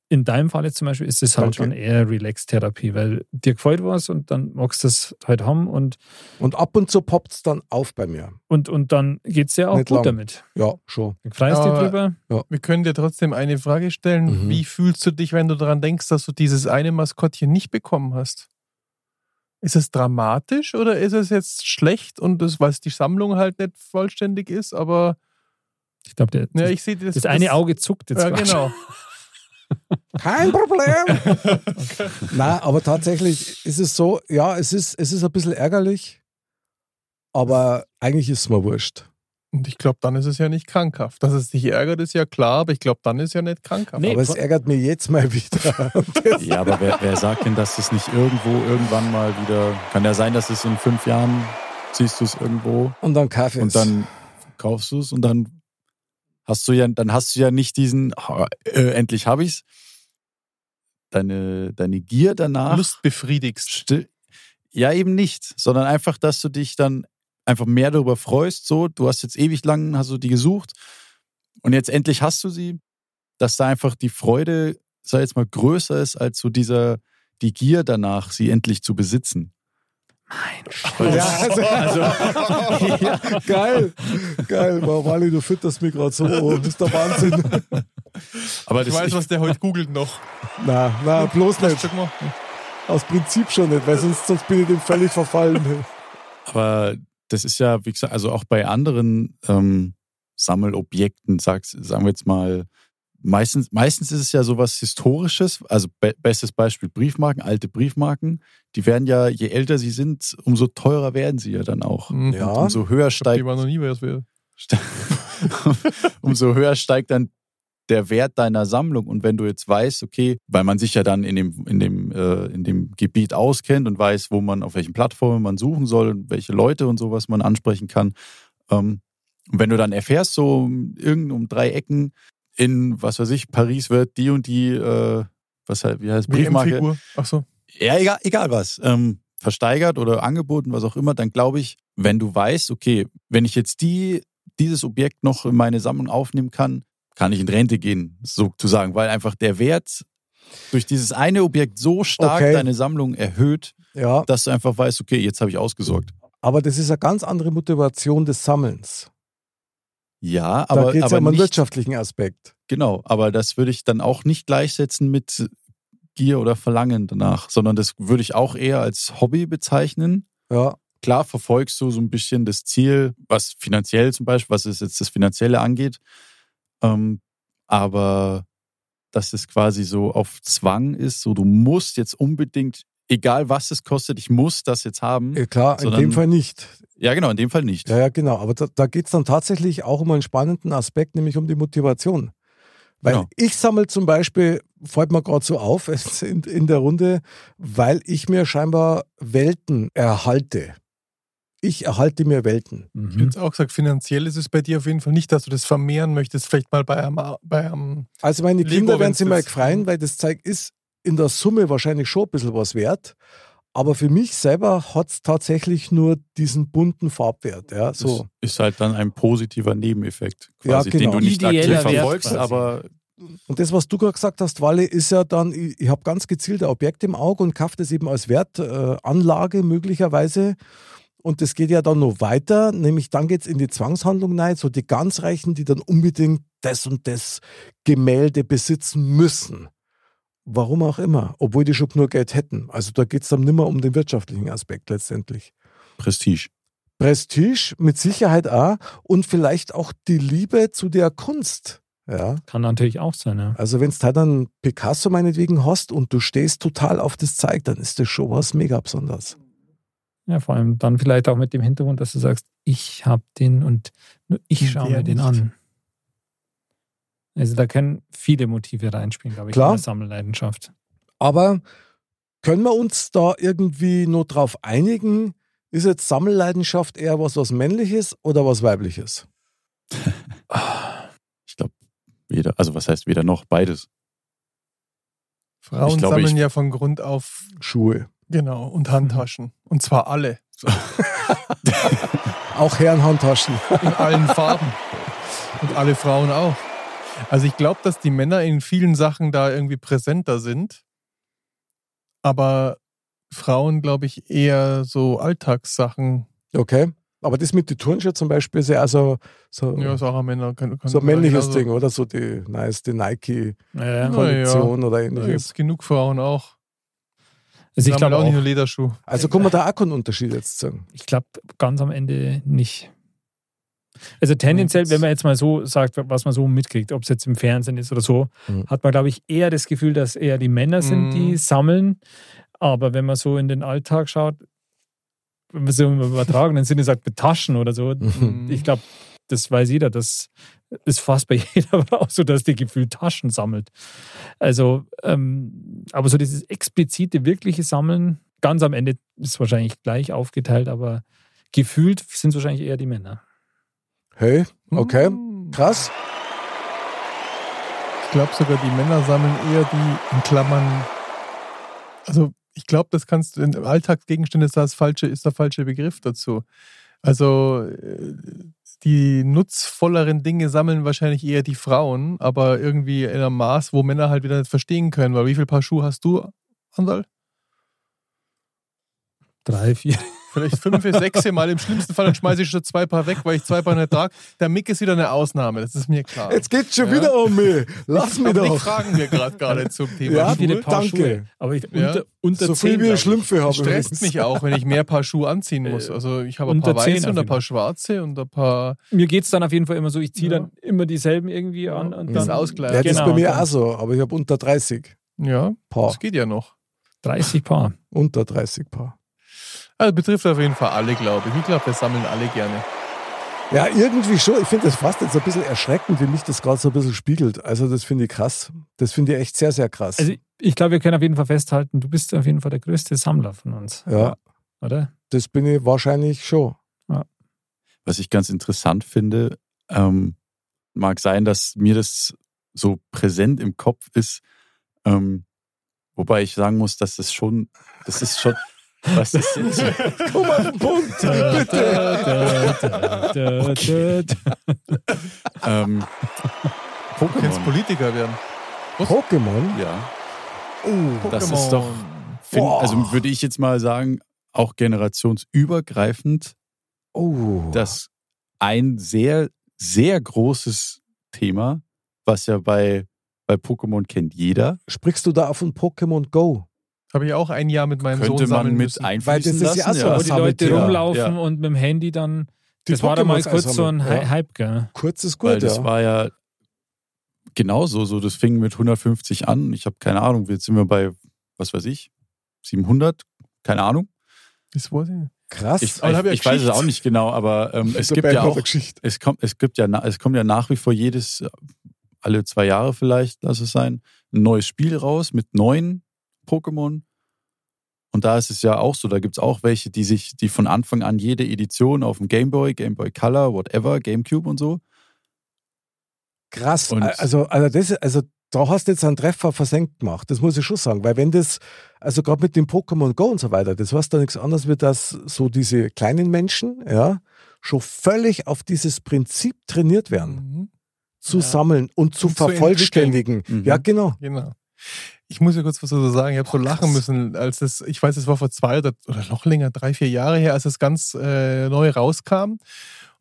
Speaker 4: In deinem Fall jetzt zum Beispiel ist es halt
Speaker 3: Danke.
Speaker 4: schon eher Relax-Therapie, weil dir gefällt was und dann magst du es halt haben und,
Speaker 3: Und ab und zu poppt es dann auf bei mir.
Speaker 4: und, und dann geht es dir auch
Speaker 3: Nicht
Speaker 4: gut
Speaker 3: lang.
Speaker 4: damit.
Speaker 3: Ja, schon.
Speaker 4: Du freust dich
Speaker 1: Aber-
Speaker 4: drüber.
Speaker 1: Wir können dir trotzdem eine Frage stellen.
Speaker 3: Mhm.
Speaker 1: Wie fühlst du dich, wenn du daran denkst, dass du dieses eine Maskottchen nicht bekommen hast? Ist es dramatisch oder ist es jetzt schlecht und das, weil die Sammlung halt nicht vollständig ist, aber
Speaker 4: Ich glaube, der,
Speaker 1: Ja,
Speaker 4: das,
Speaker 1: ich sehe das,
Speaker 4: das eine Auge zuckt jetzt
Speaker 1: Ja,
Speaker 4: gerade.
Speaker 1: genau.
Speaker 3: Kein Problem. Nein, aber tatsächlich ist es so, ja, es ist, es ist ein bisschen ärgerlich, aber eigentlich ist es mir wurscht.
Speaker 1: Und ich glaube, dann ist es ja nicht krankhaft. Dass es dich ärgert, ist ja klar, aber ich glaube, dann ist ja nicht krankhaft.
Speaker 4: Nee,
Speaker 3: aber es ärgert mir jetzt mal wieder.
Speaker 7: Ja, aber wer, wer sagt denn, dass das nicht irgendwo irgendwann mal wieder. Kann ja sein, dass es in fünf Jahren siehst du es irgendwo
Speaker 3: Und dann Kaffee.
Speaker 7: und dann kaufst du es und dann hast du ja, dann hast du ja nicht diesen, "Ah, äh, endlich habe ich's. Deine, deine Gier danach.
Speaker 1: Lust befriedigst.
Speaker 7: still. Ja, eben nicht, sondern einfach, dass du dich dann einfach mehr darüber freust. So, du hast jetzt ewig lang hast du die gesucht und jetzt endlich hast du sie, dass da einfach die Freude, sei jetzt mal größer ist als so dieser die Gier danach, sie endlich zu besitzen.
Speaker 3: ja, also, Geil, geil. Wow, Wally, du fütterst mich gerade so. Oh, bist der Wahnsinn.
Speaker 7: Aber
Speaker 1: Ich
Speaker 7: das,
Speaker 1: weiß,
Speaker 7: ich,
Speaker 1: was der heute googelt noch.
Speaker 3: Na, na, bloß nicht.
Speaker 1: Sag mal.
Speaker 3: Aus Prinzip schon nicht, weil sonst, sonst bin ich dem völlig verfallen.
Speaker 7: aber das ist ja, wie gesagt, also auch bei anderen ähm, Sammelobjekten, sag's, sagen wir jetzt mal, meistens, meistens ist es ja sowas Historisches, also be bestes Beispiel Briefmarken, alte Briefmarken, die werden ja, je älter sie sind, umso teurer werden sie ja dann auch.
Speaker 1: Mhm.
Speaker 3: Ja.
Speaker 7: Umso höher
Speaker 1: Ich glaub,
Speaker 7: steigt
Speaker 1: die war noch nie, wer es wäre.
Speaker 7: Ste- umso höher steigt dann der Wert deiner Sammlung. Und wenn du jetzt weißt, okay, weil man sich ja dann in dem, in dem, äh, in dem Gebiet auskennt und weiß, wo man, auf welchen Plattformen man suchen soll und welche Leute und sowas man ansprechen kann. Ähm, und wenn du dann erfährst, so um, irgend um drei Ecken in, was weiß ich, Paris wird die und die, äh, was halt, wie heißt Briefmarke,
Speaker 1: WM-Figur. Ach so.
Speaker 7: ja, egal, egal was, ähm, versteigert oder angeboten, was auch immer, dann glaube ich, wenn du weißt, okay, wenn ich jetzt die, dieses Objekt noch in meine Sammlung aufnehmen kann, kann ich in Rente gehen, sozusagen, weil einfach der Wert durch dieses eine Objekt so stark
Speaker 3: Okay.
Speaker 7: deine Sammlung erhöht,
Speaker 3: Ja,
Speaker 7: dass du einfach weißt, okay, jetzt habe ich ausgesorgt.
Speaker 3: aber das ist eine ganz andere Motivation des Sammelns.
Speaker 7: Ja,
Speaker 3: da
Speaker 7: aber,
Speaker 3: geht es ja
Speaker 7: aber
Speaker 3: um einen
Speaker 7: nicht,
Speaker 3: wirtschaftlichen Aspekt.
Speaker 7: genau, aber das würde ich dann auch nicht gleichsetzen mit Gier oder Verlangen danach, sondern das würde ich auch eher als Hobby bezeichnen.
Speaker 3: Ja,
Speaker 7: klar verfolgst du so ein bisschen das Ziel, was finanziell zum Beispiel, was es jetzt das Finanzielle angeht. Ähm, aber dass es quasi so auf Zwang ist, so du musst jetzt unbedingt, egal was es kostet, ich muss das jetzt haben.
Speaker 3: ja, eh klar, in
Speaker 7: Sondern-
Speaker 3: dem Fall nicht.
Speaker 7: Ja, genau, in dem Fall nicht.
Speaker 3: Äh. Ja, ja, genau. Aber da, da geht es dann tatsächlich auch um einen spannenden Aspekt, nämlich um die Motivation. Weil
Speaker 7: Genau.
Speaker 3: ich sammle zum Beispiel, fällt mir gerade so auf jetzt in, in der Runde, weil ich mir scheinbar Welten erhalte. Ich erhalte mir Welten.
Speaker 1: Ich
Speaker 4: Mhm.
Speaker 1: hätte auch gesagt, finanziell ist es bei dir auf jeden Fall nicht, dass du das vermehren möchtest. Vielleicht mal bei einem, bei einem
Speaker 3: Also meine
Speaker 1: Lego,
Speaker 3: Kinder werden
Speaker 1: wenn's
Speaker 3: sie mal
Speaker 1: das- Mhm.
Speaker 3: gefreien, weil das Zeug ist in der Summe wahrscheinlich schon ein bisschen was wert. Aber für mich selber hat es tatsächlich nur diesen bunten Farbwert. Ja,
Speaker 7: Das
Speaker 3: so.
Speaker 7: ist halt dann ein positiver Nebeneffekt,
Speaker 3: Ja,
Speaker 7: quasi,
Speaker 3: genau.
Speaker 7: den du nicht
Speaker 4: Ideeller
Speaker 7: aktiv
Speaker 4: Wert
Speaker 7: verfolgst,
Speaker 4: quasi.
Speaker 7: aber
Speaker 3: Und das, was du gerade gesagt hast, Walle, ist ja dann, ich, ich habe ganz gezielt ein Objekt im Auge und kaufe das eben als Wertanlage äh, Anlage möglicherweise. Und das geht ja dann noch weiter, nämlich dann geht es in die Zwangshandlung rein, so die ganz Reichen, die dann unbedingt das und das Gemälde besitzen müssen. Warum auch immer, obwohl die schon nur Geld hätten. Also da geht es dann nimmer um den wirtschaftlichen Aspekt letztendlich.
Speaker 7: Prestige.
Speaker 3: Prestige mit Sicherheit auch und vielleicht auch die Liebe zu der Kunst. Ja.
Speaker 4: Kann natürlich auch sein, ja.
Speaker 3: Also wenn du halt dann Picasso meinetwegen hast und du stehst total auf das Zeug, dann ist das schon was mega besonders.
Speaker 4: Ja, vor allem dann vielleicht auch mit dem Hintergrund, dass du sagst, ich habe den und nur ich schaue
Speaker 1: Hm, Der
Speaker 4: mir den
Speaker 1: nicht.
Speaker 4: an. Also da können viele Motive reinspielen, glaube ich,
Speaker 3: Klar.
Speaker 4: in der Sammelleidenschaft.
Speaker 3: Aber können wir uns da irgendwie nur drauf einigen? Ist jetzt Sammelleidenschaft eher was, was männliches oder was weibliches?
Speaker 1: Ah.
Speaker 7: Ich glaube, weder, also was heißt weder noch, beides.
Speaker 1: Frauen
Speaker 7: Ich glaube,
Speaker 1: sammeln
Speaker 7: ich-
Speaker 1: ja von Grund auf,
Speaker 3: Schuhe.
Speaker 1: genau, und Handtaschen. Und zwar alle.
Speaker 3: Auch Herrenhandtaschen.
Speaker 1: In allen Farben. Und alle Frauen auch. Also ich glaube, dass die Männer in vielen Sachen da irgendwie präsenter sind. Aber Frauen, glaube ich, eher so Alltagssachen.
Speaker 3: Okay. Aber das mit den Turnschuhen zum Beispiel ist ja auch so, so,
Speaker 1: Ja, ist auch ein Männer. Kann, kann
Speaker 3: so ein männliches
Speaker 1: also,
Speaker 3: Ding, oder? So die, nice, die Nike-Kollektion
Speaker 4: Ja,
Speaker 1: Na ja.
Speaker 3: oder
Speaker 1: Da gibt
Speaker 3: ähnliches.
Speaker 1: es genug Frauen auch.
Speaker 4: Also ich
Speaker 1: Sammeln
Speaker 4: glaube
Speaker 1: auch nicht nur
Speaker 4: auch,
Speaker 1: Lederschuh.
Speaker 3: Also kann man da auch keinen Unterschied jetzt sagen.
Speaker 4: ich glaube ganz am Ende nicht. Also tendenziell,
Speaker 1: das-
Speaker 4: wenn man jetzt mal so sagt, was man so mitkriegt, ob es jetzt im Fernsehen ist oder so,
Speaker 3: Mhm.
Speaker 4: hat man, glaube ich, eher das Gefühl, dass eher die Männer sind, die
Speaker 1: Mhm.
Speaker 4: sammeln. Aber wenn man so in den Alltag schaut, wenn man so im übertragenen Sinne sagt, mit halt Taschen oder so,
Speaker 1: Mhm.
Speaker 4: hm, ich glaube, das weiß jeder, das ist fast bei jeder aber auch so, dass die Gefühl Taschen sammelt. Also, ähm, aber so dieses explizite, wirkliche Sammeln, ganz am Ende ist wahrscheinlich gleich aufgeteilt, aber gefühlt sind es wahrscheinlich eher die Männer.
Speaker 3: Hey, okay,
Speaker 1: Hm.
Speaker 3: krass.
Speaker 1: Ich glaube sogar, die Männer sammeln eher die in Klammern. Also ich glaube, das kannst du in Alltagsgegenstände ist das falsche, ist der falsche Begriff dazu. Also äh, die nutzvolleren Dinge sammeln wahrscheinlich eher die Frauen, aber irgendwie in einem Maß, wo Männer halt wieder nicht verstehen können. Weil wie viel Paar Schuhe hast du, Andal?
Speaker 4: Drei, vier.
Speaker 1: Vielleicht fünf, sechs Mal. Im schlimmsten Fall dann schmeiße ich schon zwei Paar weg, weil ich zwei Paar nicht trage. Der Mick ist wieder eine Ausnahme, das ist mir klar.
Speaker 3: Jetzt geht's schon
Speaker 1: Ja.
Speaker 3: wieder um mich. Lass mich
Speaker 1: Aber nicht
Speaker 3: doch.
Speaker 1: fragen wir gerade gar nicht zum Thema
Speaker 3: Ja,
Speaker 1: Schuhe.
Speaker 3: viele Paar Danke. Schuhe.
Speaker 4: Aber ich,
Speaker 1: Ja.
Speaker 4: unter, unter
Speaker 3: So viel
Speaker 4: zehn,
Speaker 3: wie
Speaker 4: glaub
Speaker 3: ich
Speaker 4: ich.
Speaker 3: Schlümpfe habe.
Speaker 1: Das stresst mich auch, wenn ich mehr Paar Schuhe anziehen muss.
Speaker 4: Äh,
Speaker 1: Also ich habe ein
Speaker 4: und
Speaker 1: paar
Speaker 4: der Zehner
Speaker 1: weiße und ein
Speaker 4: vielleicht.
Speaker 1: paar schwarze und ein paar.
Speaker 4: Mir geht es dann auf jeden Fall immer so, ich ziehe
Speaker 1: Ja.
Speaker 4: dann immer dieselben irgendwie an. Und
Speaker 1: Das
Speaker 4: dann Genau,
Speaker 1: Ausgleich.
Speaker 3: Ja, das ist bei mir
Speaker 4: dann
Speaker 3: auch so, aber ich habe unter 30
Speaker 1: Ja,
Speaker 3: Paar.
Speaker 1: das geht ja noch.
Speaker 4: 30 Paar.
Speaker 3: Unter 30 Paar.
Speaker 1: Also betrifft auf jeden Fall alle, glaube ich. Ich glaube, wir sammeln alle gerne.
Speaker 3: Ja, irgendwie schon. Ich finde das fast jetzt ein bisschen erschreckend, wie mich das gerade so ein bisschen spiegelt. Also das finde ich krass. Das finde ich echt sehr, sehr krass.
Speaker 4: Also ich glaube, wir können auf jeden Fall festhalten, du bist auf jeden Fall der größte Sammler von uns.
Speaker 3: ja,
Speaker 4: Oder?
Speaker 3: das bin ich wahrscheinlich schon.
Speaker 7: Was ich ganz interessant finde, ähm, mag sein, dass mir das so präsent im Kopf ist, ähm, wobei ich sagen muss, dass das schon, das ist schon, was ist jetzt?
Speaker 3: Komm auf den Punkt,
Speaker 4: Da, da, da,
Speaker 7: Okay.
Speaker 4: da, da.
Speaker 7: ähm,
Speaker 1: Du kannst
Speaker 7: Pokémon.
Speaker 1: Politiker werden.
Speaker 3: Pokémon?
Speaker 7: Ja,
Speaker 1: Oh,
Speaker 7: das ist doch- find,
Speaker 3: Boah.
Speaker 7: also würde ich jetzt mal sagen, auch generationsübergreifend
Speaker 3: Oh.
Speaker 7: das ein sehr, sehr großes Thema, was ja bei, bei Pokémon kennt jeder,
Speaker 3: Sprichst du da auf ein Pokémon Go?
Speaker 1: Habe ich auch ein Jahr mit meinem
Speaker 7: könnte
Speaker 1: Sohn
Speaker 7: man
Speaker 1: sammeln
Speaker 7: mit
Speaker 1: müssen.
Speaker 3: Weil
Speaker 7: einfließen
Speaker 3: das ist ja
Speaker 7: lassen.
Speaker 3: auch so
Speaker 4: Wo die
Speaker 3: Was haben
Speaker 4: Leute
Speaker 3: wir?
Speaker 4: rumlaufen
Speaker 7: Ja.
Speaker 4: und mit dem Handy dann.
Speaker 3: Die
Speaker 4: das war da mal
Speaker 3: Pokémons
Speaker 4: kurz so ein
Speaker 3: einsammeln,
Speaker 4: Hy-
Speaker 3: ja.
Speaker 4: Hype, gell?
Speaker 3: Kurz ist
Speaker 7: Weil
Speaker 3: gut,
Speaker 7: das
Speaker 3: ja.
Speaker 7: war ja genauso so. Das fing mit 150 an. Ich habe keine Ahnung. Jetzt sind wir bei, was weiß ich, 700? Keine Ahnung.
Speaker 1: Das weiß ich nicht.
Speaker 3: Krass.
Speaker 7: Ich, ich,
Speaker 1: Aber da hab ich ja
Speaker 7: ich weiß es
Speaker 1: Geschichte.
Speaker 7: auch nicht genau, aber ähm, es
Speaker 3: Der
Speaker 7: gibt
Speaker 3: Berg
Speaker 7: ja
Speaker 3: hat
Speaker 7: auch,
Speaker 3: eine Geschichte.
Speaker 7: es kommt, es gibt ja, na- es kommt ja nach wie vor jedes, äh, alle zwei Jahre vielleicht, lass es sein, ein neues Spiel raus mit neuen Pokémon. Und da ist es ja auch so, da gibt es auch welche, die sich, die von Anfang an jede Edition auf dem Game Boy, Game Boy Color, whatever, Gamecube und so.
Speaker 3: Krass.
Speaker 7: Und-
Speaker 3: also, also, das, also da hast du jetzt einen Treffer versenkt gemacht. Das muss ich schon sagen. Weil wenn das, also gerade mit dem Pokémon Go und so weiter, das heißt da nichts anderes, wie dass so diese kleinen Menschen, ja, schon völlig auf dieses Prinzip trainiert werden,
Speaker 1: Mhm.
Speaker 3: zu
Speaker 1: Ja.
Speaker 3: sammeln und zu
Speaker 1: Und zu
Speaker 3: vervollständigen.
Speaker 7: entwickeln. Mhm.
Speaker 3: Ja, genau.
Speaker 1: Genau. Ich muss ja kurz was dazu sagen. Ich habe so lachen müssen, als es, ich weiß, es war vor zwei oder, oder noch länger, drei, vier Jahre her, als es ganz äh, neu rauskam.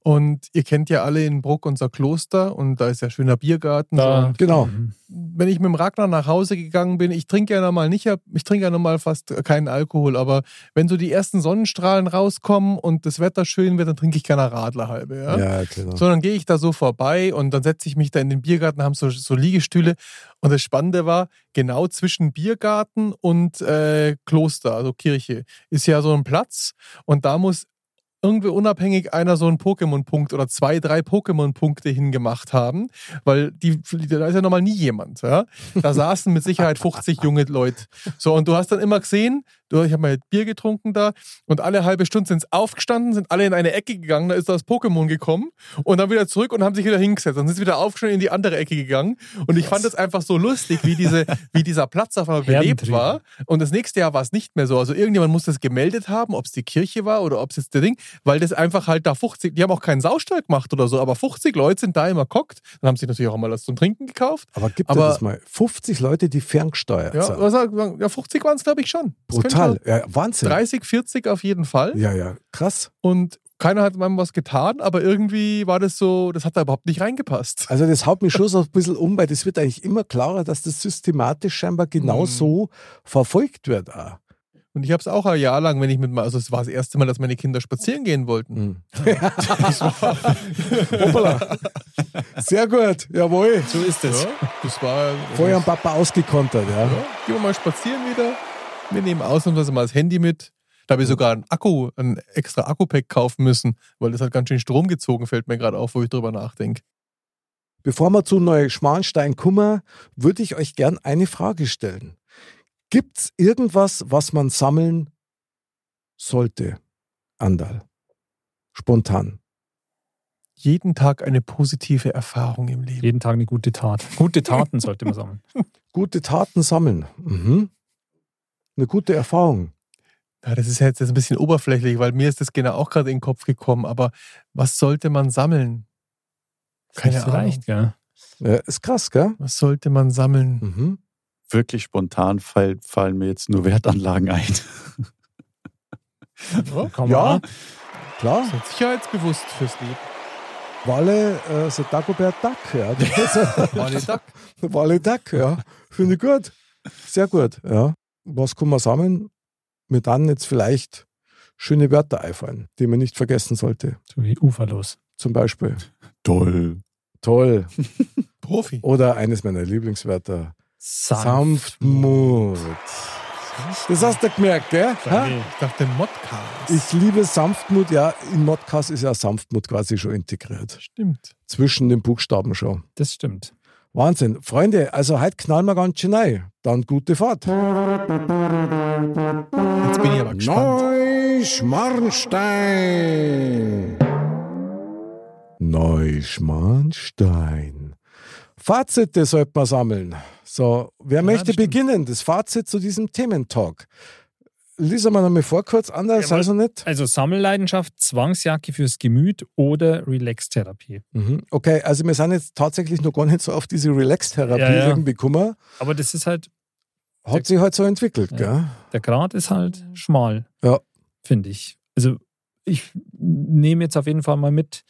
Speaker 1: Und ihr kennt ja alle in Bruck unser Kloster und da ist ja schöner Biergarten. So
Speaker 4: Da,
Speaker 3: Genau.
Speaker 4: Mhm.
Speaker 1: wenn ich mit dem Ragnar nach Hause gegangen bin, ich trinke ja normal nicht, ich trinke ja normal fast keinen Alkohol, aber wenn so die ersten Sonnenstrahlen rauskommen und das Wetter schön wird, dann trinke ich gerne Radlerhalbe. Ja?
Speaker 3: Ja, genau.
Speaker 1: So, dann gehe ich da so vorbei und dann setze ich mich da in den Biergarten, haben so, so Liegestühle. Und das Spannende war, genau zwischen Biergarten und äh, Kloster, also Kirche, ist ja so ein Platz und da muss irgendwie unabhängig einer so einen Pokémon-Punkt oder zwei, drei Pokémon-Punkte hingemacht haben, weil die, da ist ja nochmal nie jemand. Ja? Da saßen mit Sicherheit 50 junge Leute. So, und du hast dann immer gesehen, du, ich habe mal Bier getrunken da und alle halbe Stunde sind aufgestanden, sind alle in eine Ecke gegangen, da ist das Pokémon gekommen und dann wieder zurück und haben sich wieder hingesetzt. Dann sind sie wieder aufgestanden in die andere Ecke gegangen. Und ich fand das einfach so lustig, wie, diese, wie dieser Platz auf einmal belebt
Speaker 4: Herdentrieb.
Speaker 1: war. Und das nächste Jahr war es nicht mehr so. Also irgendjemand muss das gemeldet haben, ob es die Kirche war oder ob es jetzt der Ding, weil das einfach halt da 50, die haben auch keinen Saustall gemacht oder so, aber 50 Leute sind da immer kockt. Dann haben sie natürlich auch mal was zum Trinken gekauft.
Speaker 3: Aber gibt
Speaker 1: Aber-
Speaker 3: es das mal? 50 Leute, die ferngesteuert
Speaker 1: Ja,
Speaker 3: sind.
Speaker 1: was sag- ja 50 waren es, glaube ich, schon. Das könnte
Speaker 3: Brutal. Ja, Wahnsinn.
Speaker 1: 30, 40 auf jeden Fall.
Speaker 3: Ja, ja. Krass.
Speaker 1: Und keiner hat meinem was getan, aber irgendwie war das so, das hat da überhaupt nicht reingepasst.
Speaker 3: Also das haut mich schon so ein bisschen um, weil das wird eigentlich immer klarer, dass das systematisch scheinbar genau
Speaker 1: Mhm.
Speaker 3: so verfolgt wird. Auch.
Speaker 1: Und ich habe es auch ein Jahr lang, wenn ich mit, me- also es war das erste Mal, dass meine Kinder spazieren gehen wollten.
Speaker 3: Hm. Hoppala. Sehr gut, jawohl.
Speaker 1: So ist es. Ja, das war.
Speaker 3: Vorher am Papa ausgekontert, ja.
Speaker 1: Ja, gehen wir mal spazieren wieder. Wir nehmen ausnahmsweise mal das Handy mit. Da habe ich sogar einen Akku, ein extra Akku-Pack kaufen müssen, weil das hat ganz schön Strom gezogen, fällt mir gerade auf, wo ich drüber nachdenke.
Speaker 3: Bevor wir zu Neuschwanstein kommen, würde ich euch gern eine Frage stellen. Gibt's irgendwas, was man sammeln sollte? Andal. Spontan.
Speaker 1: Jeden Tag eine positive Erfahrung im Leben.
Speaker 4: Jeden Tag eine gute Tat. Gute Taten sollte man sammeln.
Speaker 3: Gute Taten sammeln. Mhm. Eine gute Erfahrung.
Speaker 1: Ja, das ist ja jetzt ein bisschen oberflächlich, weil mir ist das genau auch gerade in den Kopf gekommen. Aber was sollte man sammeln? Keine
Speaker 4: Ist
Speaker 1: Ahnung.
Speaker 4: leicht, gell?
Speaker 3: Ja, ist krass, gell?
Speaker 1: Was sollte man sammeln?
Speaker 3: Mhm.
Speaker 7: Wirklich spontan fall, fallen mir jetzt nur Wertanlagen ein.
Speaker 4: Kann man
Speaker 3: Ja,
Speaker 4: auch.
Speaker 3: klar.
Speaker 1: Seid sicherheitsbewusst fürs Leben.
Speaker 3: Walle, äh, so Dagobert Duck, ja. Das ist-
Speaker 1: War nicht da.
Speaker 3: Walle Duck, ja. Finde ich gut. Sehr gut, ja. Was kann man sammeln? Mir dann jetzt vielleicht schöne Wörter einfallen, die man nicht vergessen sollte.
Speaker 4: So wie uferlos.
Speaker 3: Zum Beispiel
Speaker 7: Toll.
Speaker 3: toll
Speaker 1: Profi.
Speaker 3: oder eines meiner Lieblingswörter,
Speaker 4: Sanft.
Speaker 3: Sanftmut. Das hast du gemerkt, gell? Ha?
Speaker 4: Nee.
Speaker 1: Ich dachte Modcast.
Speaker 3: Ich liebe Sanftmut, ja. In Modcast ist ja Sanftmut quasi schon integriert.
Speaker 1: Stimmt.
Speaker 3: Zwischen den Buchstaben schon.
Speaker 4: Das stimmt.
Speaker 3: Wahnsinn. Freunde, also heute knallen wir ganz schön rein. Dann gute Fahrt.
Speaker 1: Jetzt bin ich aber gespannt.
Speaker 8: Neuschmarnstein.
Speaker 3: Neuschmarnstein. Fazite sollte man sammeln. So, wer möchte
Speaker 1: stimmt.
Speaker 3: beginnen? Das Fazit zu diesem Thementalk. Lesen wir nochmal vor kurz, anders
Speaker 4: Jawohl.
Speaker 3: also nicht.
Speaker 4: Also Sammelleidenschaft, Zwangsjacke fürs Gemüt oder Relax-Therapie.
Speaker 3: Mhm. Okay, also wir sind jetzt tatsächlich noch gar nicht so auf diese Relax-Therapie
Speaker 4: Ja, ja.
Speaker 3: irgendwie gekommen.
Speaker 4: Aber das ist halt,
Speaker 3: Hat sich halt so entwickelt,
Speaker 4: Ja.
Speaker 3: gell?
Speaker 4: der Grad ist halt schmal.
Speaker 3: Ja.
Speaker 4: Finde ich. Also ich nehme jetzt auf jeden Fall mal mit,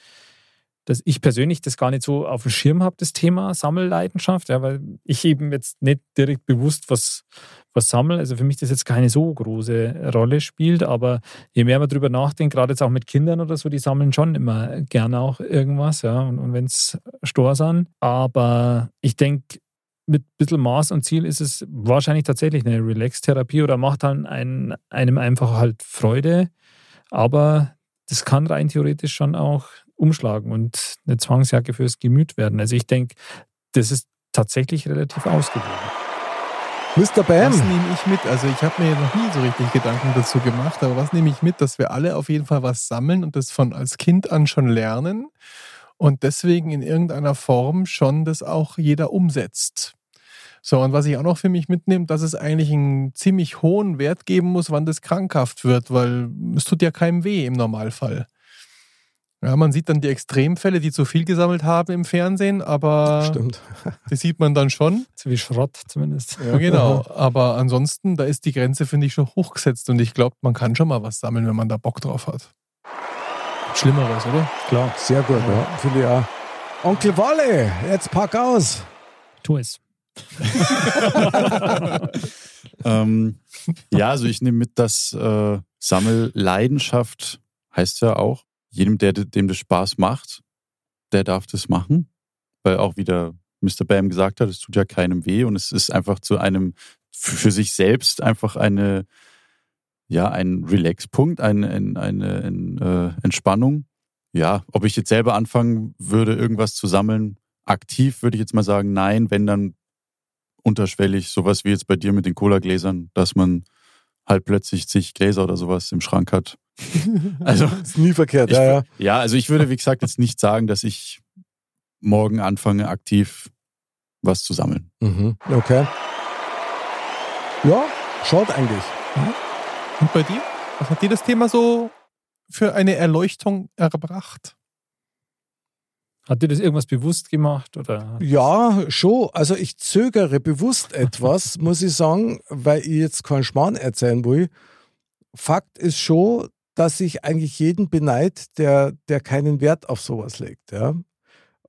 Speaker 4: dass ich persönlich das gar nicht so auf dem Schirm habe, das Thema Sammelleidenschaft, ja, weil ich eben jetzt nicht direkt bewusst was, was sammle. Also für mich das jetzt keine so große Rolle spielt, aber je mehr man drüber nachdenkt, gerade jetzt auch mit Kindern oder so, die sammeln schon immer gerne auch irgendwas, ja, und, und wenn es Stor sind. Aber ich denke, mit ein bisschen Maß und Ziel ist es wahrscheinlich tatsächlich eine Relax-Therapie oder macht dann ein, einem einfach halt Freude. Aber das kann rein theoretisch schon auch umschlagen und eine Zwangsjacke fürs Gemüt werden. Also ich denke, das ist tatsächlich relativ ausgewogen.
Speaker 3: Mr.
Speaker 1: Was
Speaker 3: Bam,
Speaker 1: nehme ich mit? Also ich habe mir noch nie so richtig Gedanken dazu gemacht, aber was nehme ich mit, dass wir alle auf jeden Fall was sammeln und das von als Kind an schon lernen und deswegen in irgendeiner Form schon das auch jeder umsetzt. So, und was ich auch noch für mich mitnehme, dass es eigentlich einen ziemlich hohen Wert geben muss, wann das krankhaft wird, weil es tut ja keinem weh im Normalfall. Ja, man sieht dann die Extremfälle, die zu viel gesammelt haben im Fernsehen, aber
Speaker 3: Stimmt.
Speaker 1: die sieht man dann schon.
Speaker 4: So wie Schrott zumindest.
Speaker 1: Ja, genau. Aber ansonsten, da ist die Grenze, finde ich, schon hochgesetzt. Und ich glaube, man kann schon mal was sammeln, wenn man da Bock drauf hat. Schlimmeres, oder?
Speaker 3: Klar. Sehr gut, ja. Finde ich auch. Onkel Walle, jetzt pack aus.
Speaker 4: Tu es.
Speaker 7: Ähm, ja, also ich nehme mit, dass äh, Sammelleidenschaft heißt ja auch, jedem, der dem das Spaß macht, der darf das machen. Weil auch wieder Mr. Bam gesagt hat, es tut ja keinem weh und es ist einfach zu einem, für für sich selbst einfach eine, ja, ein Relax-Punkt, ein, ein, eine, ein, äh, Entspannung. Ja, ob ich jetzt selber anfangen würde, irgendwas zu sammeln, aktiv würde ich jetzt mal sagen, nein, wenn dann unterschwellig, sowas wie jetzt bei dir mit den Cola-Gläsern, dass man halt plötzlich zig Gläser oder sowas im Schrank hat. Also,
Speaker 3: Ist nie verkehrt,
Speaker 7: ich,
Speaker 3: ja, ja.
Speaker 7: ja, also ich würde, wie gesagt, jetzt nicht sagen, dass ich morgen anfange, aktiv was zu sammeln.
Speaker 3: Mhm. Okay. Ja, schaut eigentlich.
Speaker 1: Und bei dir? Was hat dir das Thema so für eine Erleuchtung erbracht?
Speaker 4: Hat dir das irgendwas bewusst gemacht? Oder?
Speaker 3: Hm. Ja, schon. Also ich zögere bewusst etwas, muss ich sagen, weil ich jetzt keinen Schmarrn erzählen will. Fakt ist schon, dass ich eigentlich jeden beneid, der, der keinen Wert auf sowas legt. Ja?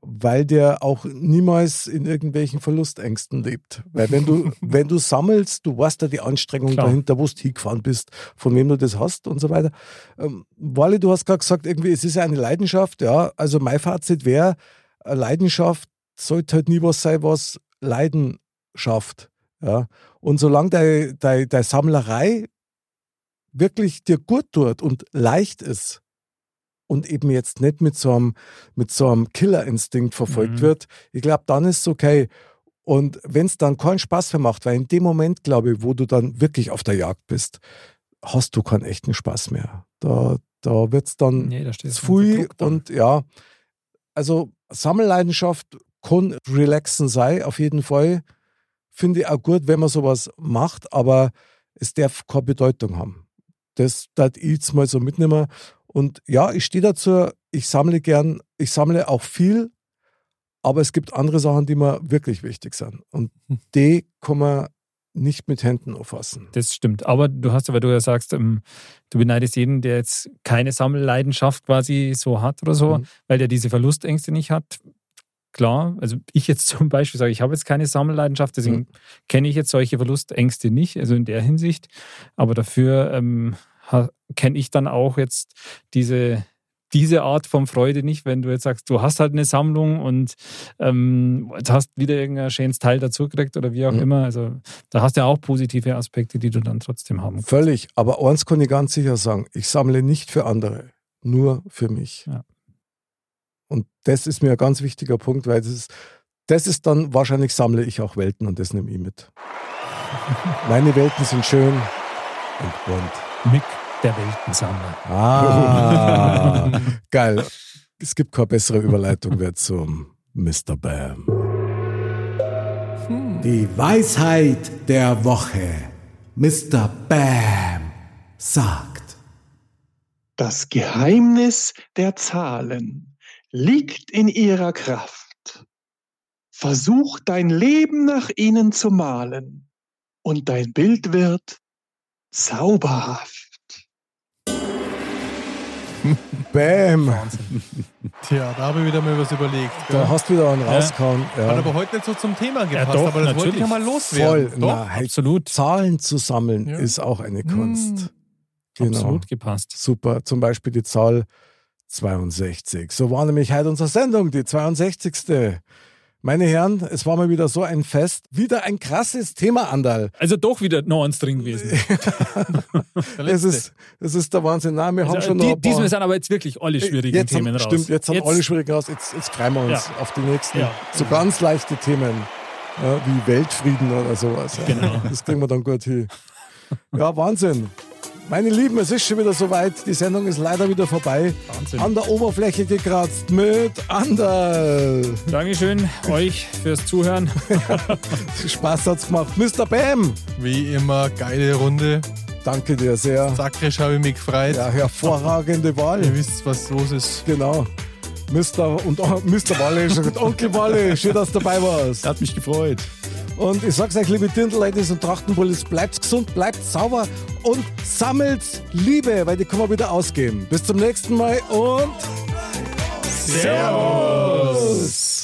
Speaker 3: weil der auch niemals in irgendwelchen Verlustängsten lebt. Weil wenn du, wenn du sammelst, du weißt ja die Anstrengung
Speaker 4: Klar.
Speaker 3: dahinter, wo du hingefahren bist, von wem du das hast und so weiter. Ähm, Wally, du hast gerade gesagt, irgendwie, es ist ja eine Leidenschaft, ja. Also mein Fazit wäre, eine Leidenschaft sollte halt nie was sein, was Leiden schafft. Ja. Und solange deine dei, dei Sammlerei wirklich dir gut tut und leicht ist und eben jetzt nicht mit so einem, mit so einem Killerinstinkt verfolgt
Speaker 4: Mhm.
Speaker 3: wird, ich glaube, dann ist es okay. Und wenn es dann keinen Spaß mehr macht, weil in dem Moment, glaube ich, wo du dann wirklich auf der Jagd bist, hast du keinen echten Spaß mehr. Da, da wird es dann
Speaker 4: Nee, da steht
Speaker 3: ist
Speaker 4: jetzt
Speaker 3: Pfui
Speaker 4: unter Druck dann.
Speaker 3: und ja, also Sammelleidenschaft kann relaxen sein, auf jeden Fall. Finde ich auch gut, wenn man sowas macht, aber es darf keine Bedeutung haben. Das darf ich jetzt mal so mitnehmen. Und ja, ich stehe dazu, ich sammle gern, ich sammle auch viel, aber es gibt andere Sachen, die mir wirklich wichtig sind. Und die kann man nicht mit Händen anfassen.
Speaker 4: Das stimmt. Aber du hast ja, weil du ja sagst, ähm, du beneidest jeden, der jetzt keine Sammelleidenschaft quasi so hat oder so,
Speaker 3: Mhm.
Speaker 4: weil der diese Verlustängste nicht hat. Klar, also ich jetzt zum Beispiel sage, ich habe jetzt keine Sammelleidenschaft, deswegen
Speaker 3: Mhm.
Speaker 4: kenne ich jetzt solche Verlustängste nicht, also in der Hinsicht. Aber dafür ähm, ha- kenne ich dann auch jetzt diese, diese Art von Freude nicht, wenn du jetzt sagst, du hast halt eine Sammlung und ähm, jetzt hast wieder irgendein schönes Teil dazu gekriegt oder wie auch
Speaker 3: Mhm.
Speaker 4: immer. Also da hast du ja auch positive Aspekte, die du dann trotzdem haben kannst.
Speaker 3: Völlig, aber eins kann ich ganz sicher sagen, ich sammle nicht für andere, nur für mich.
Speaker 4: Ja.
Speaker 3: Und das ist mir ein ganz wichtiger Punkt, weil das ist, das ist dann wahrscheinlich sammle ich auch Welten und das nehme ich mit. Meine Welten sind schön und bunt.
Speaker 4: Mick, der Weltensammler.
Speaker 3: Ah, geil. Es gibt keine bessere Überleitung mehr zum Mr. Bam.
Speaker 8: Die Weisheit der Woche. Mr. Bam sagt.
Speaker 9: Das Geheimnis der Zahlen liegt in ihrer Kraft. Versuch dein Leben nach ihnen zu malen und dein Bild wird zauberhaft.
Speaker 3: Bam!
Speaker 1: Tja, da habe ich wieder mal was überlegt. gell?
Speaker 3: Da hast du wieder einen rausgehauen.
Speaker 1: Hat
Speaker 3: Ja.
Speaker 1: aber heute nicht so zum Thema gepasst,
Speaker 4: doch,
Speaker 1: aber das wollte
Speaker 4: natürlich.
Speaker 1: ich ja mal
Speaker 3: Voll.
Speaker 1: loswerden.
Speaker 3: Na,
Speaker 1: Doch.
Speaker 3: hey,
Speaker 4: Absolut.
Speaker 3: Zahlen zu sammeln
Speaker 1: Ja. Hm.
Speaker 3: ist auch eine Kunst. Genau.
Speaker 4: Absolut gepasst.
Speaker 3: Super. Zum Beispiel die Zahl 62. So war nämlich heute unsere Sendung, die 62. Meine Herren, es war mal wieder so ein Fest. Wieder ein krasses Thema, Andal.
Speaker 4: Also doch wieder noch ans Dring gewesen.
Speaker 1: Der
Speaker 3: Es
Speaker 1: letzte.
Speaker 3: ist, es ist der Wahnsinn. Nein, wir haben
Speaker 4: Also,
Speaker 3: schon noch
Speaker 4: die,
Speaker 3: ein paar-
Speaker 4: diesmal sind aber jetzt wirklich alle schwierigen
Speaker 3: jetzt
Speaker 4: Themen
Speaker 3: haben,
Speaker 4: raus.
Speaker 3: Stimmt, jetzt haben
Speaker 4: Jetzt-
Speaker 3: alle schwierigen raus. Jetzt, jetzt freuen wir uns auf die nächsten.
Speaker 4: Ja.
Speaker 3: So ganz leichte Themen, ja, wie Weltfrieden oder sowas. Ja.
Speaker 4: Genau.
Speaker 3: Das kriegen wir dann gut hin. Ja, Wahnsinn. Meine Lieben, es ist schon wieder soweit. Die Sendung ist leider wieder vorbei.
Speaker 4: Wahnsinn.
Speaker 3: An der Oberfläche gekratzt mit Anderl.
Speaker 4: Dankeschön euch fürs Zuhören.
Speaker 3: Spaß hat's gemacht. Mr. Bam,
Speaker 1: Wie immer, geile Runde.
Speaker 3: danke dir sehr.
Speaker 1: Sakrisch habe ich mich gefreut.
Speaker 3: Ja, hervorragende Wahl.
Speaker 1: Ihr wisst, was los ist.
Speaker 3: Genau. Mr. und Mr. Walle, schon gesagt, Onkel Walle, schön, dass du dabei warst.
Speaker 7: Hat mich gefreut.
Speaker 3: Und ich sag's euch, liebe Dirndl-Ladies und Trachtenbullis, bleibt gesund, bleibt sauber und sammelt Liebe, weil die kann man wieder ausgeben. Bis zum nächsten Mal und Servus!